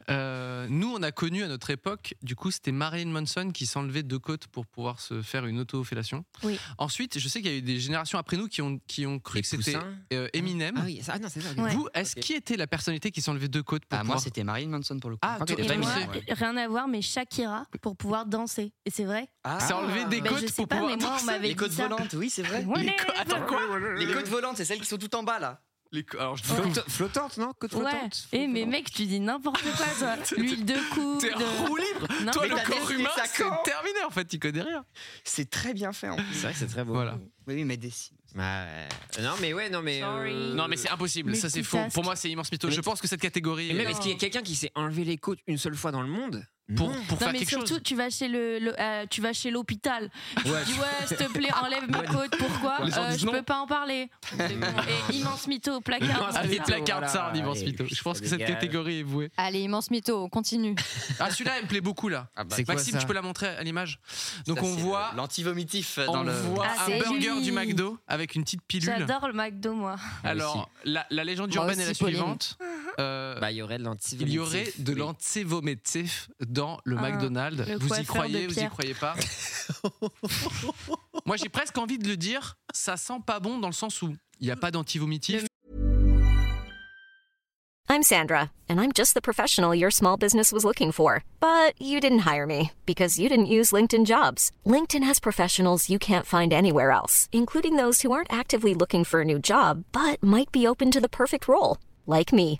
[SPEAKER 1] Euh, nous, on a connu à notre époque, du coup, c'était Marilyn Manson qui s'enlevait deux côtes pour pouvoir se faire une auto-fellation.
[SPEAKER 3] Oui.
[SPEAKER 1] Ensuite, je sais qu'il y a eu des générations après nous qui ont, qui ont cru
[SPEAKER 2] Les
[SPEAKER 1] que c'était
[SPEAKER 2] poussins.
[SPEAKER 1] euh, Eminem.
[SPEAKER 2] Ah oui, ça- ah non, c'est ça.
[SPEAKER 1] Vous, est-ce qui était la personnalité qui s'enlevait deux côtes pour
[SPEAKER 4] Ah, moi,
[SPEAKER 1] pouvoir...
[SPEAKER 4] c'était Marilyn Manson pour le coup.
[SPEAKER 1] Ah, toi,
[SPEAKER 3] Et
[SPEAKER 1] t'as
[SPEAKER 3] moi,
[SPEAKER 1] mixé.
[SPEAKER 3] rien à voir, mais Shakira pour pouvoir danser. Et c'est vrai.
[SPEAKER 4] Ah.
[SPEAKER 1] C'est enlever des
[SPEAKER 3] Bah,
[SPEAKER 1] côtes
[SPEAKER 3] je sais
[SPEAKER 1] pour
[SPEAKER 3] pas,
[SPEAKER 1] pouvoir
[SPEAKER 3] mais moi, on
[SPEAKER 1] danser.
[SPEAKER 3] m'avait
[SPEAKER 4] Les côtes
[SPEAKER 3] dit ça.
[SPEAKER 4] volantes, oui, c'est vrai.
[SPEAKER 3] Ouais.
[SPEAKER 4] Les co- Attends, quoi Les côtes volantes, c'est celles qui sont tout en bas là.
[SPEAKER 1] Les co- Alors, je dis-
[SPEAKER 2] Flotte- Flottante, non Côte
[SPEAKER 3] Oh. Ouais.
[SPEAKER 2] flottante
[SPEAKER 3] Eh, mais mec, tu dis n'importe quoi, toi. L'huile de coude.
[SPEAKER 1] T'es roue libre.
[SPEAKER 3] Non,
[SPEAKER 1] Toi,
[SPEAKER 3] mais
[SPEAKER 1] le
[SPEAKER 3] t'as
[SPEAKER 1] corps
[SPEAKER 3] testé
[SPEAKER 1] humain,
[SPEAKER 3] ça
[SPEAKER 1] c'est
[SPEAKER 3] quand
[SPEAKER 1] terminé en fait, tu connais rien.
[SPEAKER 4] C'est très bien fait en plus.
[SPEAKER 2] C'est vrai que c'est très beau.
[SPEAKER 1] Voilà.
[SPEAKER 4] Oui, mais dessine.
[SPEAKER 2] Non, mais ouais, non, mais. euh,
[SPEAKER 1] Non, mais c'est impossible, ça c'est faux.
[SPEAKER 2] Multitask.
[SPEAKER 1] Pour moi, c'est immense mytho.
[SPEAKER 2] Mais-
[SPEAKER 1] Je pense que cette catégorie.
[SPEAKER 2] Et même,
[SPEAKER 1] euh,
[SPEAKER 2] est-ce qu'il y a quelqu'un qui s'est enlevé les côtes une seule fois dans le monde
[SPEAKER 1] Pour-
[SPEAKER 2] Non.
[SPEAKER 3] Mmh. non mais surtout tu vas chez le, le- euh, tu vas chez l'hôpital.
[SPEAKER 2] Ouais.
[SPEAKER 3] Tu dis ouais s'il te plaît enlève mes côtes pourquoi
[SPEAKER 1] Les gens
[SPEAKER 3] Euh,
[SPEAKER 1] disent
[SPEAKER 3] je
[SPEAKER 1] non.
[SPEAKER 3] peux pas en parler. C'est bon. Et immense mytho placard. voilà.
[SPEAKER 1] Allez, Ah, placard
[SPEAKER 2] voilà,
[SPEAKER 1] ça, un immense
[SPEAKER 2] allez,
[SPEAKER 1] mytho. Je pense
[SPEAKER 2] ça
[SPEAKER 1] que cette
[SPEAKER 2] dégage.
[SPEAKER 1] catégorie est vouée.
[SPEAKER 10] Allez, immense mytho, on continue.
[SPEAKER 1] Ah, celui-là, elle me plaît beaucoup là.
[SPEAKER 4] bah,
[SPEAKER 1] C'est
[SPEAKER 4] quoi,
[SPEAKER 1] Maxime,
[SPEAKER 4] ça
[SPEAKER 1] tu peux la montrer à l'image. Donc on voit,
[SPEAKER 4] L'antivomitif dans
[SPEAKER 1] on
[SPEAKER 4] le.
[SPEAKER 1] voit
[SPEAKER 3] Ah,
[SPEAKER 1] un
[SPEAKER 3] c'est
[SPEAKER 1] burger
[SPEAKER 3] lui.
[SPEAKER 1] du McDo avec une petite pilule.
[SPEAKER 3] J'adore le McDo moi.
[SPEAKER 2] Ah,
[SPEAKER 1] Alors, la, la légende
[SPEAKER 3] Moi
[SPEAKER 1] urbaine est
[SPEAKER 3] aussi,
[SPEAKER 1] la
[SPEAKER 3] Pauline.
[SPEAKER 1] suivante. Euh,
[SPEAKER 2] Bah, il y aurait de l'anti
[SPEAKER 1] il y aurait de l'antivométif dans le
[SPEAKER 3] Ah,
[SPEAKER 1] McDonald's.
[SPEAKER 3] le
[SPEAKER 1] vous y
[SPEAKER 3] coiffeur
[SPEAKER 1] croyez,
[SPEAKER 3] de
[SPEAKER 1] vous y
[SPEAKER 3] Pierre.
[SPEAKER 1] croyez pas Moi, j'ai presque envie de le dire. Ça sent pas bon dans le sens où il n'y a pas d'antivomitif.
[SPEAKER 11] I'm Sandra, and I'm just the professional your small business was looking for. But you didn't hire me because you didn't use LinkedIn jobs. LinkedIn has professionals you can't find anywhere else, including those who aren't actively looking for a new job but might be open to the perfect role, like me.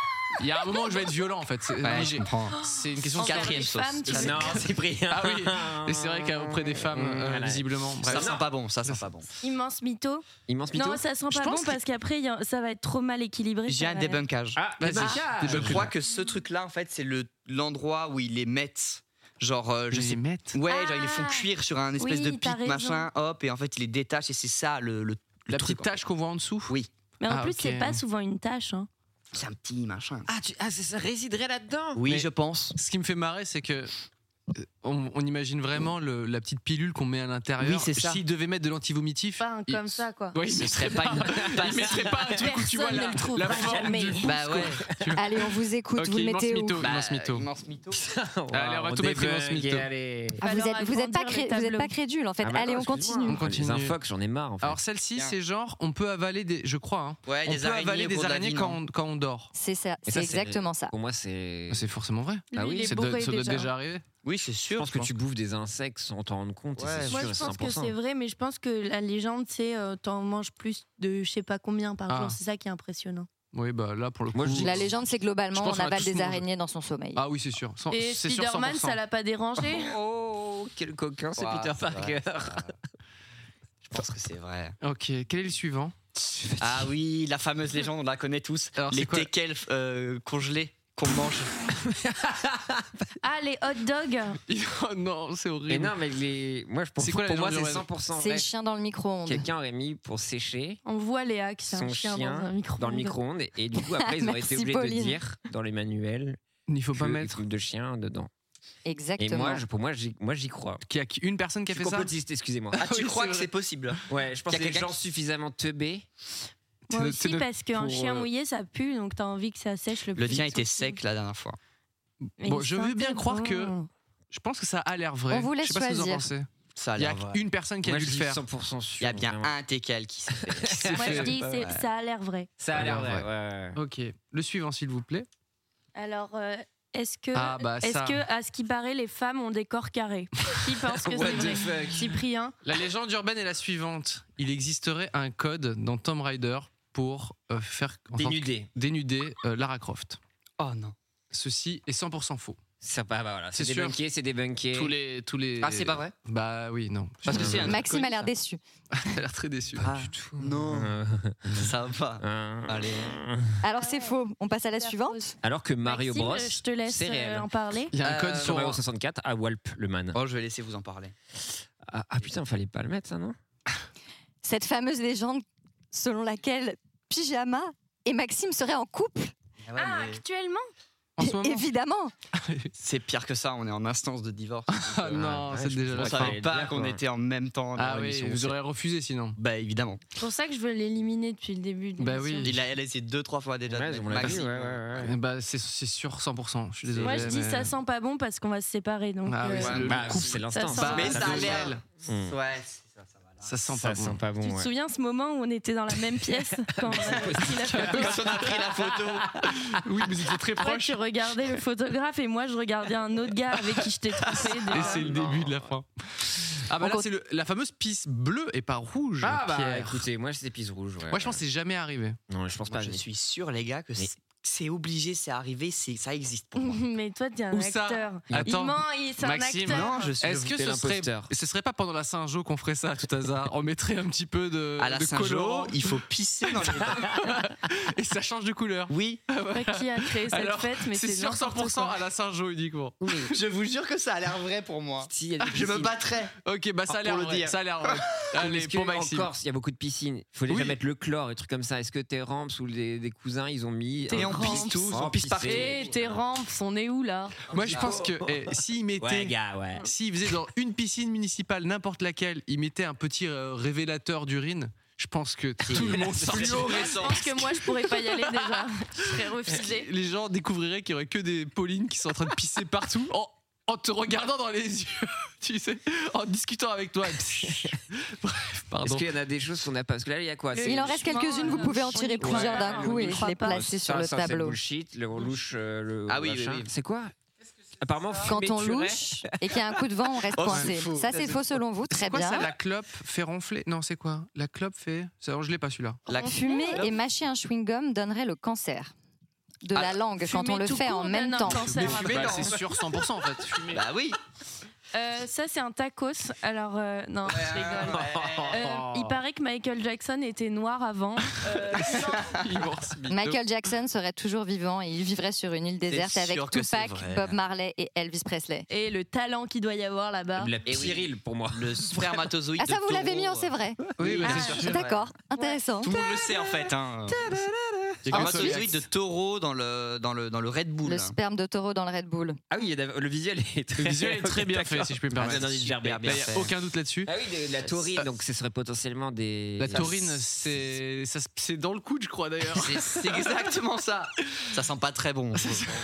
[SPEAKER 1] il y a un moment où je vais être violent en fait. C'est
[SPEAKER 4] Ouais,
[SPEAKER 1] obligé.
[SPEAKER 4] je comprends.
[SPEAKER 1] C'est une question de
[SPEAKER 4] Envers les Quatrième sauce. femmes, tu veux
[SPEAKER 1] Non,
[SPEAKER 4] dire.
[SPEAKER 1] c'est pris. Ah oui. Et c'est vrai qu'auprès des femmes, euh,
[SPEAKER 4] Voilà.
[SPEAKER 1] visiblement. bref.
[SPEAKER 4] Ça sent pas bon, ça sent pas bon.
[SPEAKER 3] Immense mytho.
[SPEAKER 2] Immense
[SPEAKER 3] Non ça sent
[SPEAKER 4] Je
[SPEAKER 3] pas
[SPEAKER 4] pense
[SPEAKER 3] bon parce qu'après il y a- ça va être trop mal équilibré.
[SPEAKER 4] J'ai
[SPEAKER 3] ça
[SPEAKER 4] un
[SPEAKER 3] va être-
[SPEAKER 4] débunkage.
[SPEAKER 2] Ah,
[SPEAKER 3] vas-y. débunkage.
[SPEAKER 4] Je
[SPEAKER 3] Débunkage.
[SPEAKER 4] crois que ce truc-là, en fait, c'est le l'endroit où ils les mettent. Genre, euh, je
[SPEAKER 1] Ils les
[SPEAKER 4] sais.
[SPEAKER 1] mettent
[SPEAKER 4] Ouais, genre, ils les font cuire sur un espèce
[SPEAKER 3] Ah. Oui,
[SPEAKER 4] de
[SPEAKER 3] t'as
[SPEAKER 4] pic, machin, hop, et en fait, ils les détachent, et c'est ça le. le
[SPEAKER 1] La petite tache qu'on voit en dessous
[SPEAKER 4] Oui.
[SPEAKER 3] Mais en
[SPEAKER 4] Ah,
[SPEAKER 3] plus
[SPEAKER 4] ok.
[SPEAKER 3] c'est pas souvent une tâche. hein.
[SPEAKER 4] C'est un petit machin.
[SPEAKER 2] Ah, tu- ah, ça, ça résiderait là-dedans
[SPEAKER 4] Oui, je pense.
[SPEAKER 1] Ce qui me fait marrer, c'est que. euh, On, on imagine vraiment le- la petite pilule qu'on met à l'intérieur.
[SPEAKER 4] Oui, c'est ça.
[SPEAKER 1] S'il devait mettre de l'antivomitif.
[SPEAKER 3] Pas un comme ça quoi.
[SPEAKER 1] Oui,
[SPEAKER 4] Ce serait pas une- pas
[SPEAKER 1] Il mettrait pas un truc où tu vois
[SPEAKER 3] Personne ne
[SPEAKER 1] la,
[SPEAKER 3] le trouvera
[SPEAKER 1] la forme
[SPEAKER 3] jamais.
[SPEAKER 1] du.
[SPEAKER 4] Bah ouais.
[SPEAKER 10] Allez, on vous écoute,
[SPEAKER 1] Ok,
[SPEAKER 10] vous le
[SPEAKER 1] immense
[SPEAKER 10] mettez où
[SPEAKER 1] mytho,
[SPEAKER 4] Bah,
[SPEAKER 1] immense mytho.
[SPEAKER 4] immense mytho. Ah,
[SPEAKER 1] Allez, on va tout mettre immense mytho.
[SPEAKER 10] Ah, Vous
[SPEAKER 3] Alors,
[SPEAKER 10] êtes, vous êtes pas,
[SPEAKER 3] agrandir
[SPEAKER 10] cré- vous
[SPEAKER 3] le
[SPEAKER 10] êtes pas
[SPEAKER 3] tableau.
[SPEAKER 10] crédule en fait.
[SPEAKER 2] Ah, mais
[SPEAKER 10] Allez, on
[SPEAKER 2] attends,
[SPEAKER 10] continue.
[SPEAKER 2] excuse-moi.
[SPEAKER 1] bah On continue.
[SPEAKER 2] Les infox, j'en ai marre en fait.
[SPEAKER 1] Alors celle-ci, c'est genre, on peut avaler des, je crois, hein.
[SPEAKER 4] Ouais,
[SPEAKER 1] on
[SPEAKER 4] des
[SPEAKER 1] peut
[SPEAKER 4] araignées hein.
[SPEAKER 1] avaler
[SPEAKER 4] au
[SPEAKER 1] des
[SPEAKER 4] bord de la
[SPEAKER 1] araignées
[SPEAKER 4] vie,
[SPEAKER 1] quand
[SPEAKER 4] non
[SPEAKER 1] on, quand on dort.
[SPEAKER 10] C'est ça,
[SPEAKER 2] Et ça,
[SPEAKER 10] c'est exactement ça.
[SPEAKER 2] Pour moi, c'est. Ah
[SPEAKER 1] C'est forcément vrai.
[SPEAKER 3] Lui, il est
[SPEAKER 1] ça doit,
[SPEAKER 3] bourré
[SPEAKER 1] ça doit
[SPEAKER 3] déjà.
[SPEAKER 1] déjà arriver.
[SPEAKER 4] Oui, c'est
[SPEAKER 2] Je
[SPEAKER 4] sûr.
[SPEAKER 2] pense que tu bouffes des insectes sans t'en rendre compte. et
[SPEAKER 4] Ouais.
[SPEAKER 2] c'est
[SPEAKER 3] Moi,
[SPEAKER 2] sûr,
[SPEAKER 3] je
[SPEAKER 2] c'est
[SPEAKER 3] pense que
[SPEAKER 2] 100%.
[SPEAKER 3] c'est vrai, mais je pense que la légende, c'est euh, t'en manges plus de je sais pas combien par
[SPEAKER 1] Ah.
[SPEAKER 3] jour. C'est ça qui est impressionnant.
[SPEAKER 1] Oui, bah là pour le coup.
[SPEAKER 2] Moi, je dis-
[SPEAKER 10] La légende, c'est globalement,
[SPEAKER 1] Je
[SPEAKER 10] on
[SPEAKER 1] pense qu'on a
[SPEAKER 10] avale
[SPEAKER 1] tous
[SPEAKER 10] des
[SPEAKER 1] mangé.
[SPEAKER 10] araignées dans son sommeil.
[SPEAKER 1] Ah oui, c'est sûr. Cent-
[SPEAKER 3] Et
[SPEAKER 1] C'est sûr
[SPEAKER 3] Spider-Man,
[SPEAKER 1] 100%.
[SPEAKER 3] ça l'a pas dérangé
[SPEAKER 2] Oh, quel coquin, c'est
[SPEAKER 4] Ouah,
[SPEAKER 2] Peter
[SPEAKER 4] c'est vrai,
[SPEAKER 2] Parker.
[SPEAKER 4] c'est vrai. Je pense que c'est vrai.
[SPEAKER 1] Ok, quel est le suivant
[SPEAKER 4] Ah oui, la fameuse légende, on la connaît tous.
[SPEAKER 1] Alors, c'est
[SPEAKER 4] les
[SPEAKER 1] quoi
[SPEAKER 4] teckels euh, congelés qu'on mange.
[SPEAKER 3] Ah, les hot dogs
[SPEAKER 1] Oh non, c'est
[SPEAKER 2] Et
[SPEAKER 1] horrible.
[SPEAKER 2] non, mais les... moi, je pense
[SPEAKER 1] C'est quoi la
[SPEAKER 2] pour moi, c'est
[SPEAKER 1] légende
[SPEAKER 2] 100%
[SPEAKER 10] C'est
[SPEAKER 2] vrai.
[SPEAKER 10] le chien dans le micro-ondes.
[SPEAKER 2] Quelqu'un aurait mis pour sécher
[SPEAKER 3] On voit les hacks, c'est un
[SPEAKER 2] son
[SPEAKER 3] chien,
[SPEAKER 2] chien,
[SPEAKER 3] dans un micro.
[SPEAKER 2] dans le micro-ondes. Et du coup, après, ils auraient été
[SPEAKER 10] Merci,
[SPEAKER 2] obligés
[SPEAKER 10] Pauline.
[SPEAKER 2] de dire dans les manuels
[SPEAKER 1] Il faut
[SPEAKER 2] que
[SPEAKER 1] pas mettre.
[SPEAKER 2] coupe de chien dedans. Et
[SPEAKER 10] Exactement.
[SPEAKER 2] moi, je- pour moi, j'y moi, j'y crois.
[SPEAKER 1] Qu'il y a une personne qui
[SPEAKER 2] Je
[SPEAKER 1] a
[SPEAKER 2] suis
[SPEAKER 1] fait ça
[SPEAKER 2] complotiste, excusez-moi.
[SPEAKER 4] Ah, tu
[SPEAKER 1] oui,
[SPEAKER 4] crois
[SPEAKER 1] c'est
[SPEAKER 4] que
[SPEAKER 1] vrai.
[SPEAKER 4] c'est possible
[SPEAKER 2] Ouais, je pense
[SPEAKER 4] Y a
[SPEAKER 2] que les
[SPEAKER 4] quelqu'un
[SPEAKER 2] gens
[SPEAKER 4] qui-
[SPEAKER 2] suffisamment teubés.
[SPEAKER 1] C'est
[SPEAKER 3] Moi
[SPEAKER 1] de-
[SPEAKER 3] aussi,
[SPEAKER 1] c'est de-
[SPEAKER 3] parce qu'un
[SPEAKER 2] pour,
[SPEAKER 3] chien
[SPEAKER 2] euh,
[SPEAKER 3] mouillé, ça pue, donc t'as envie que ça sèche le plus
[SPEAKER 4] Le tien
[SPEAKER 3] vite
[SPEAKER 4] était
[SPEAKER 3] possible.
[SPEAKER 4] sec la dernière fois.
[SPEAKER 3] Mais
[SPEAKER 1] Bon,
[SPEAKER 3] il
[SPEAKER 1] je veux bien
[SPEAKER 3] sentait
[SPEAKER 1] croire
[SPEAKER 3] bon.
[SPEAKER 1] que- Je pense que ça a l'air vrai.
[SPEAKER 10] On vous laisse
[SPEAKER 1] je sais pas ce que vous en
[SPEAKER 10] choisir.
[SPEAKER 1] pensez.
[SPEAKER 4] Ça a
[SPEAKER 1] Il y a
[SPEAKER 4] l'air vrai.
[SPEAKER 1] une personne qui a
[SPEAKER 2] Moi,
[SPEAKER 1] dû
[SPEAKER 2] je
[SPEAKER 1] le
[SPEAKER 2] suis
[SPEAKER 1] faire.
[SPEAKER 2] 100%
[SPEAKER 4] Il
[SPEAKER 2] sûr.
[SPEAKER 4] y a bien
[SPEAKER 2] vraiment.
[SPEAKER 4] un teckel qui s'est fait.
[SPEAKER 3] Moi, je
[SPEAKER 1] fait.
[SPEAKER 3] dis, c'est-
[SPEAKER 4] Ouais.
[SPEAKER 3] ça a l'air vrai.
[SPEAKER 2] Ça a l'air vrai. ouais, ouais.
[SPEAKER 1] Ok, le suivant s'il vous plaît.
[SPEAKER 3] Alors, euh, Est-ce que,
[SPEAKER 1] Ah, bah,
[SPEAKER 3] est-ce
[SPEAKER 1] ça.
[SPEAKER 3] que, à ce qui paraît, les femmes ont des corps carrés Qui pense que
[SPEAKER 1] What
[SPEAKER 3] c'est
[SPEAKER 1] the
[SPEAKER 3] vrai
[SPEAKER 1] fuck
[SPEAKER 3] Cyprien
[SPEAKER 1] La légende urbaine est la suivante. Il existerait un code dans Tomb Raider pour euh, faire en sorte que-
[SPEAKER 2] Dénuder.
[SPEAKER 1] dénuder euh, Lara Croft.
[SPEAKER 4] Oh non.
[SPEAKER 1] Ceci est 100% faux.
[SPEAKER 2] Ça va, bah voilà. Ah, C'est
[SPEAKER 1] C'est sûr.
[SPEAKER 2] débunké, c'est débunké.
[SPEAKER 1] Tous les, tous les.
[SPEAKER 2] Ah, c'est pas vrai
[SPEAKER 1] Bah oui, non.
[SPEAKER 2] Parce que c'est un
[SPEAKER 10] Maxime a l'air déçu.
[SPEAKER 1] T'as l'air très déçu.
[SPEAKER 2] Euh.
[SPEAKER 4] Non. ça va
[SPEAKER 2] pas.
[SPEAKER 4] Allez.
[SPEAKER 10] Alors c'est faux. On passe à la suivante.
[SPEAKER 2] Euh. Alors que Mario
[SPEAKER 10] Maxime,
[SPEAKER 2] Bros.
[SPEAKER 10] je te laisse,
[SPEAKER 2] c'est réel.
[SPEAKER 10] euh, en parler.
[SPEAKER 2] Il y a un code
[SPEAKER 4] Euh,
[SPEAKER 2] sur Mario 64 à Walp, le man.
[SPEAKER 4] Oh, je vais laisser vous en parler.
[SPEAKER 2] Ah, ah, putain, fallait pas le mettre, ça, non
[SPEAKER 10] Cette fameuse légende selon laquelle Pyjama et Maxime seraient en couple.
[SPEAKER 3] Ah, actuellement
[SPEAKER 10] Évidemment.
[SPEAKER 4] C'est pire que ça, on est en instance de divorce. euh,
[SPEAKER 1] Ah non, c'est déjà
[SPEAKER 4] On
[SPEAKER 1] la
[SPEAKER 4] savait
[SPEAKER 1] fin.
[SPEAKER 4] pas qu'on
[SPEAKER 1] Ouais.
[SPEAKER 4] était en même temps. dans
[SPEAKER 1] Ah oui,
[SPEAKER 4] l'émission.
[SPEAKER 1] vous auriez refusé sinon.
[SPEAKER 4] Bah évidemment.
[SPEAKER 3] C'est pour ça que je veux l'éliminer depuis le début.
[SPEAKER 4] Bah
[SPEAKER 3] de l'émission.
[SPEAKER 4] Il a, elle a essayé deux, trois fois déjà. de mettre Maxime.
[SPEAKER 1] Bah c'est c'est sûr 100%. Je suis désolé.
[SPEAKER 3] Moi, je dis
[SPEAKER 1] mais-
[SPEAKER 3] ça sent pas bon parce qu'on va se séparer. Donc,
[SPEAKER 1] Ah oui,
[SPEAKER 3] euh,
[SPEAKER 1] c'est le-
[SPEAKER 2] Bah,
[SPEAKER 1] le couple,
[SPEAKER 2] c'est
[SPEAKER 3] l'instant.
[SPEAKER 1] sent
[SPEAKER 3] Ça
[SPEAKER 1] pas
[SPEAKER 3] sent
[SPEAKER 1] bon.
[SPEAKER 3] pas
[SPEAKER 1] Ça
[SPEAKER 3] bon.
[SPEAKER 1] gèle.
[SPEAKER 4] Mm. Ouais, c'est-
[SPEAKER 1] Ça sent
[SPEAKER 2] Ça
[SPEAKER 1] pas
[SPEAKER 2] sent pas bon.
[SPEAKER 3] tu te
[SPEAKER 2] ouais.
[SPEAKER 3] souviens ce moment où on était dans la même pièce quand on a pris la photo
[SPEAKER 4] Quand on a pris la photo.
[SPEAKER 1] oui, mais c'était très
[SPEAKER 3] Toi, tu regardais le photographe et moi, je regardais un autre gars avec qui je t'ai trompé.
[SPEAKER 1] Et c'est le début de la fin. Ah bah là c'est le- la fameuse piste bleue et pas rouge.
[SPEAKER 2] Ah bah
[SPEAKER 1] Pierre.
[SPEAKER 2] écoutez, moi c'était pisse rouge. ouais,
[SPEAKER 1] Moi je pense
[SPEAKER 2] ouais.
[SPEAKER 1] que c'est jamais arrivé.
[SPEAKER 2] Non, je pense
[SPEAKER 4] Moi,
[SPEAKER 2] pas.
[SPEAKER 4] je
[SPEAKER 2] mais-
[SPEAKER 4] suis sûr, les gars, que c'est- c'est obligé, c'est arrivé, c'est- ça existe pour moi.
[SPEAKER 3] Mais toi, t'es un
[SPEAKER 1] Où ça
[SPEAKER 3] acteur.
[SPEAKER 1] Attends,
[SPEAKER 3] Il ment, il- c'est un
[SPEAKER 1] Maxime,
[SPEAKER 3] acteur.
[SPEAKER 1] est-ce que ce serait, ce serait pas pendant la Saint-Jean qu'on ferait ça à tout hasard On mettrait un petit peu de
[SPEAKER 4] À la
[SPEAKER 1] de
[SPEAKER 4] Saint-Jean,
[SPEAKER 1] colorant.
[SPEAKER 4] il faut pisser dans les
[SPEAKER 1] et ça change de couleur. Ah
[SPEAKER 4] Oui.
[SPEAKER 3] Pas qui a créé cette
[SPEAKER 1] Alors,
[SPEAKER 3] fête, mais
[SPEAKER 1] c'est
[SPEAKER 3] c'est
[SPEAKER 1] sûr
[SPEAKER 3] n'importe
[SPEAKER 1] 100%
[SPEAKER 3] quoi.
[SPEAKER 1] à la Saint-Jean uniquement.
[SPEAKER 4] Je vous jure que ça a l'air vrai pour moi. je me battrais.
[SPEAKER 1] Ok, bah ça a
[SPEAKER 4] Pour
[SPEAKER 1] l'air
[SPEAKER 4] le
[SPEAKER 1] vrai.
[SPEAKER 4] dire.
[SPEAKER 1] Ça a l'air vrai. Allez,
[SPEAKER 2] Est-ce que
[SPEAKER 1] pour
[SPEAKER 4] bah,
[SPEAKER 1] Maxime.
[SPEAKER 2] En Corse, il y a beaucoup de piscines. Faut déjà
[SPEAKER 1] Oui.
[SPEAKER 2] mettre le chlore et trucs comme ça. Est-ce que tes rampes ou des, des cousins, ils ont mis.
[SPEAKER 3] Tes
[SPEAKER 2] un-
[SPEAKER 3] rampes.
[SPEAKER 2] Oh, pisser.
[SPEAKER 3] Eh, tes rampes, on est où là
[SPEAKER 1] Moi, je pense que eh, s'il mettait,
[SPEAKER 2] Ouais, gars, ouais.
[SPEAKER 1] s'il faisait dans une piscine municipale n'importe laquelle, il mettait un petit euh, révélateur d'urine. Je pense que tout le monde sortirait.
[SPEAKER 3] Je pense que moi, je pourrais pas y aller déjà. Je serais refusée.
[SPEAKER 1] Les gens découvriraient qu'il y aurait que des Paulines qui sont en train de pisser partout en, en te regardant dans les yeux, tu sais, en discutant avec toi. Bref, pardon.
[SPEAKER 2] Est-ce qu'il y en a des choses qu'on n'a pas Parce que là, il y a quoi
[SPEAKER 10] Il en reste quelques-unes, vous pouvez en tirer plusieurs d'un coup et les placer sur le
[SPEAKER 2] C'est
[SPEAKER 10] tableau.
[SPEAKER 2] bullshit, le louche, euh, le.
[SPEAKER 4] Ah oui, oui,
[SPEAKER 2] machin.
[SPEAKER 4] oui.
[SPEAKER 2] C'est quoi Apparemment,
[SPEAKER 10] Quand
[SPEAKER 2] fumer
[SPEAKER 10] on
[SPEAKER 2] tuerait.
[SPEAKER 10] louche et qu'il y a un coup de vent, on reste
[SPEAKER 2] Oh,
[SPEAKER 10] coincé.
[SPEAKER 2] c'est faux.
[SPEAKER 10] Ça c'est faux selon vous, très
[SPEAKER 1] C'est quoi
[SPEAKER 10] bien.
[SPEAKER 1] ça La clope fait ronfler Non, c'est quoi La clope fait. Ça, je l'ai pas celui-là.
[SPEAKER 10] Fumer et mâcher un chewing-gum donnerait le cancer de la langue quand
[SPEAKER 3] fumer
[SPEAKER 10] on le
[SPEAKER 3] tout
[SPEAKER 10] fait
[SPEAKER 3] court
[SPEAKER 10] en même
[SPEAKER 3] donne un
[SPEAKER 10] temps.
[SPEAKER 3] cancer.
[SPEAKER 1] Bah,
[SPEAKER 3] Mais non.
[SPEAKER 1] c'est sûr 100% en fait. Fumer.
[SPEAKER 4] Bah oui.
[SPEAKER 3] Euh, ça, c'est un tacos. Alors, euh, non, je rigole.
[SPEAKER 2] Oh.
[SPEAKER 3] Euh, il paraît que Michael Jackson était noir avant. Euh,
[SPEAKER 10] Michael Jackson serait toujours vivant et il vivrait sur une île déserte avec
[SPEAKER 2] sûr que
[SPEAKER 10] Tupac,
[SPEAKER 2] c'est vrai.
[SPEAKER 10] Bob Marley et Elvis Presley.
[SPEAKER 3] Et le talent qu'il doit y avoir là-bas.
[SPEAKER 2] La
[SPEAKER 1] Eh
[SPEAKER 2] Cyril pour moi.
[SPEAKER 4] Le spermatozoïde.
[SPEAKER 10] Ah ça
[SPEAKER 4] de
[SPEAKER 10] vous l'avez
[SPEAKER 4] taureau.
[SPEAKER 10] mis en c'est vrai.
[SPEAKER 4] Oui, bah,
[SPEAKER 10] Ah,
[SPEAKER 4] c'est sûr, c'est vrai.
[SPEAKER 10] D'accord, intéressant.
[SPEAKER 4] Tout le monde le sait en fait. Hein. Spermatozoïde de taureau dans le, dans le, dans le Red Bull.
[SPEAKER 10] Le sperme de taureau dans le Red Bull.
[SPEAKER 2] Ah oui, il y a- le visuel est très,
[SPEAKER 1] Le visuel est très bien fait, si je peux me permettre.
[SPEAKER 2] Ah, non, non, il est
[SPEAKER 1] Super
[SPEAKER 2] bien
[SPEAKER 1] bien
[SPEAKER 2] fait.
[SPEAKER 1] fait. Aucun doute là-dessus.
[SPEAKER 2] Ah oui, de la taurine, donc ce serait potentiellement des.
[SPEAKER 1] La taurine, c'est ça- c'est dans le coude, je crois d'ailleurs.
[SPEAKER 4] C'est exactement ça. Ça sent pas très bon.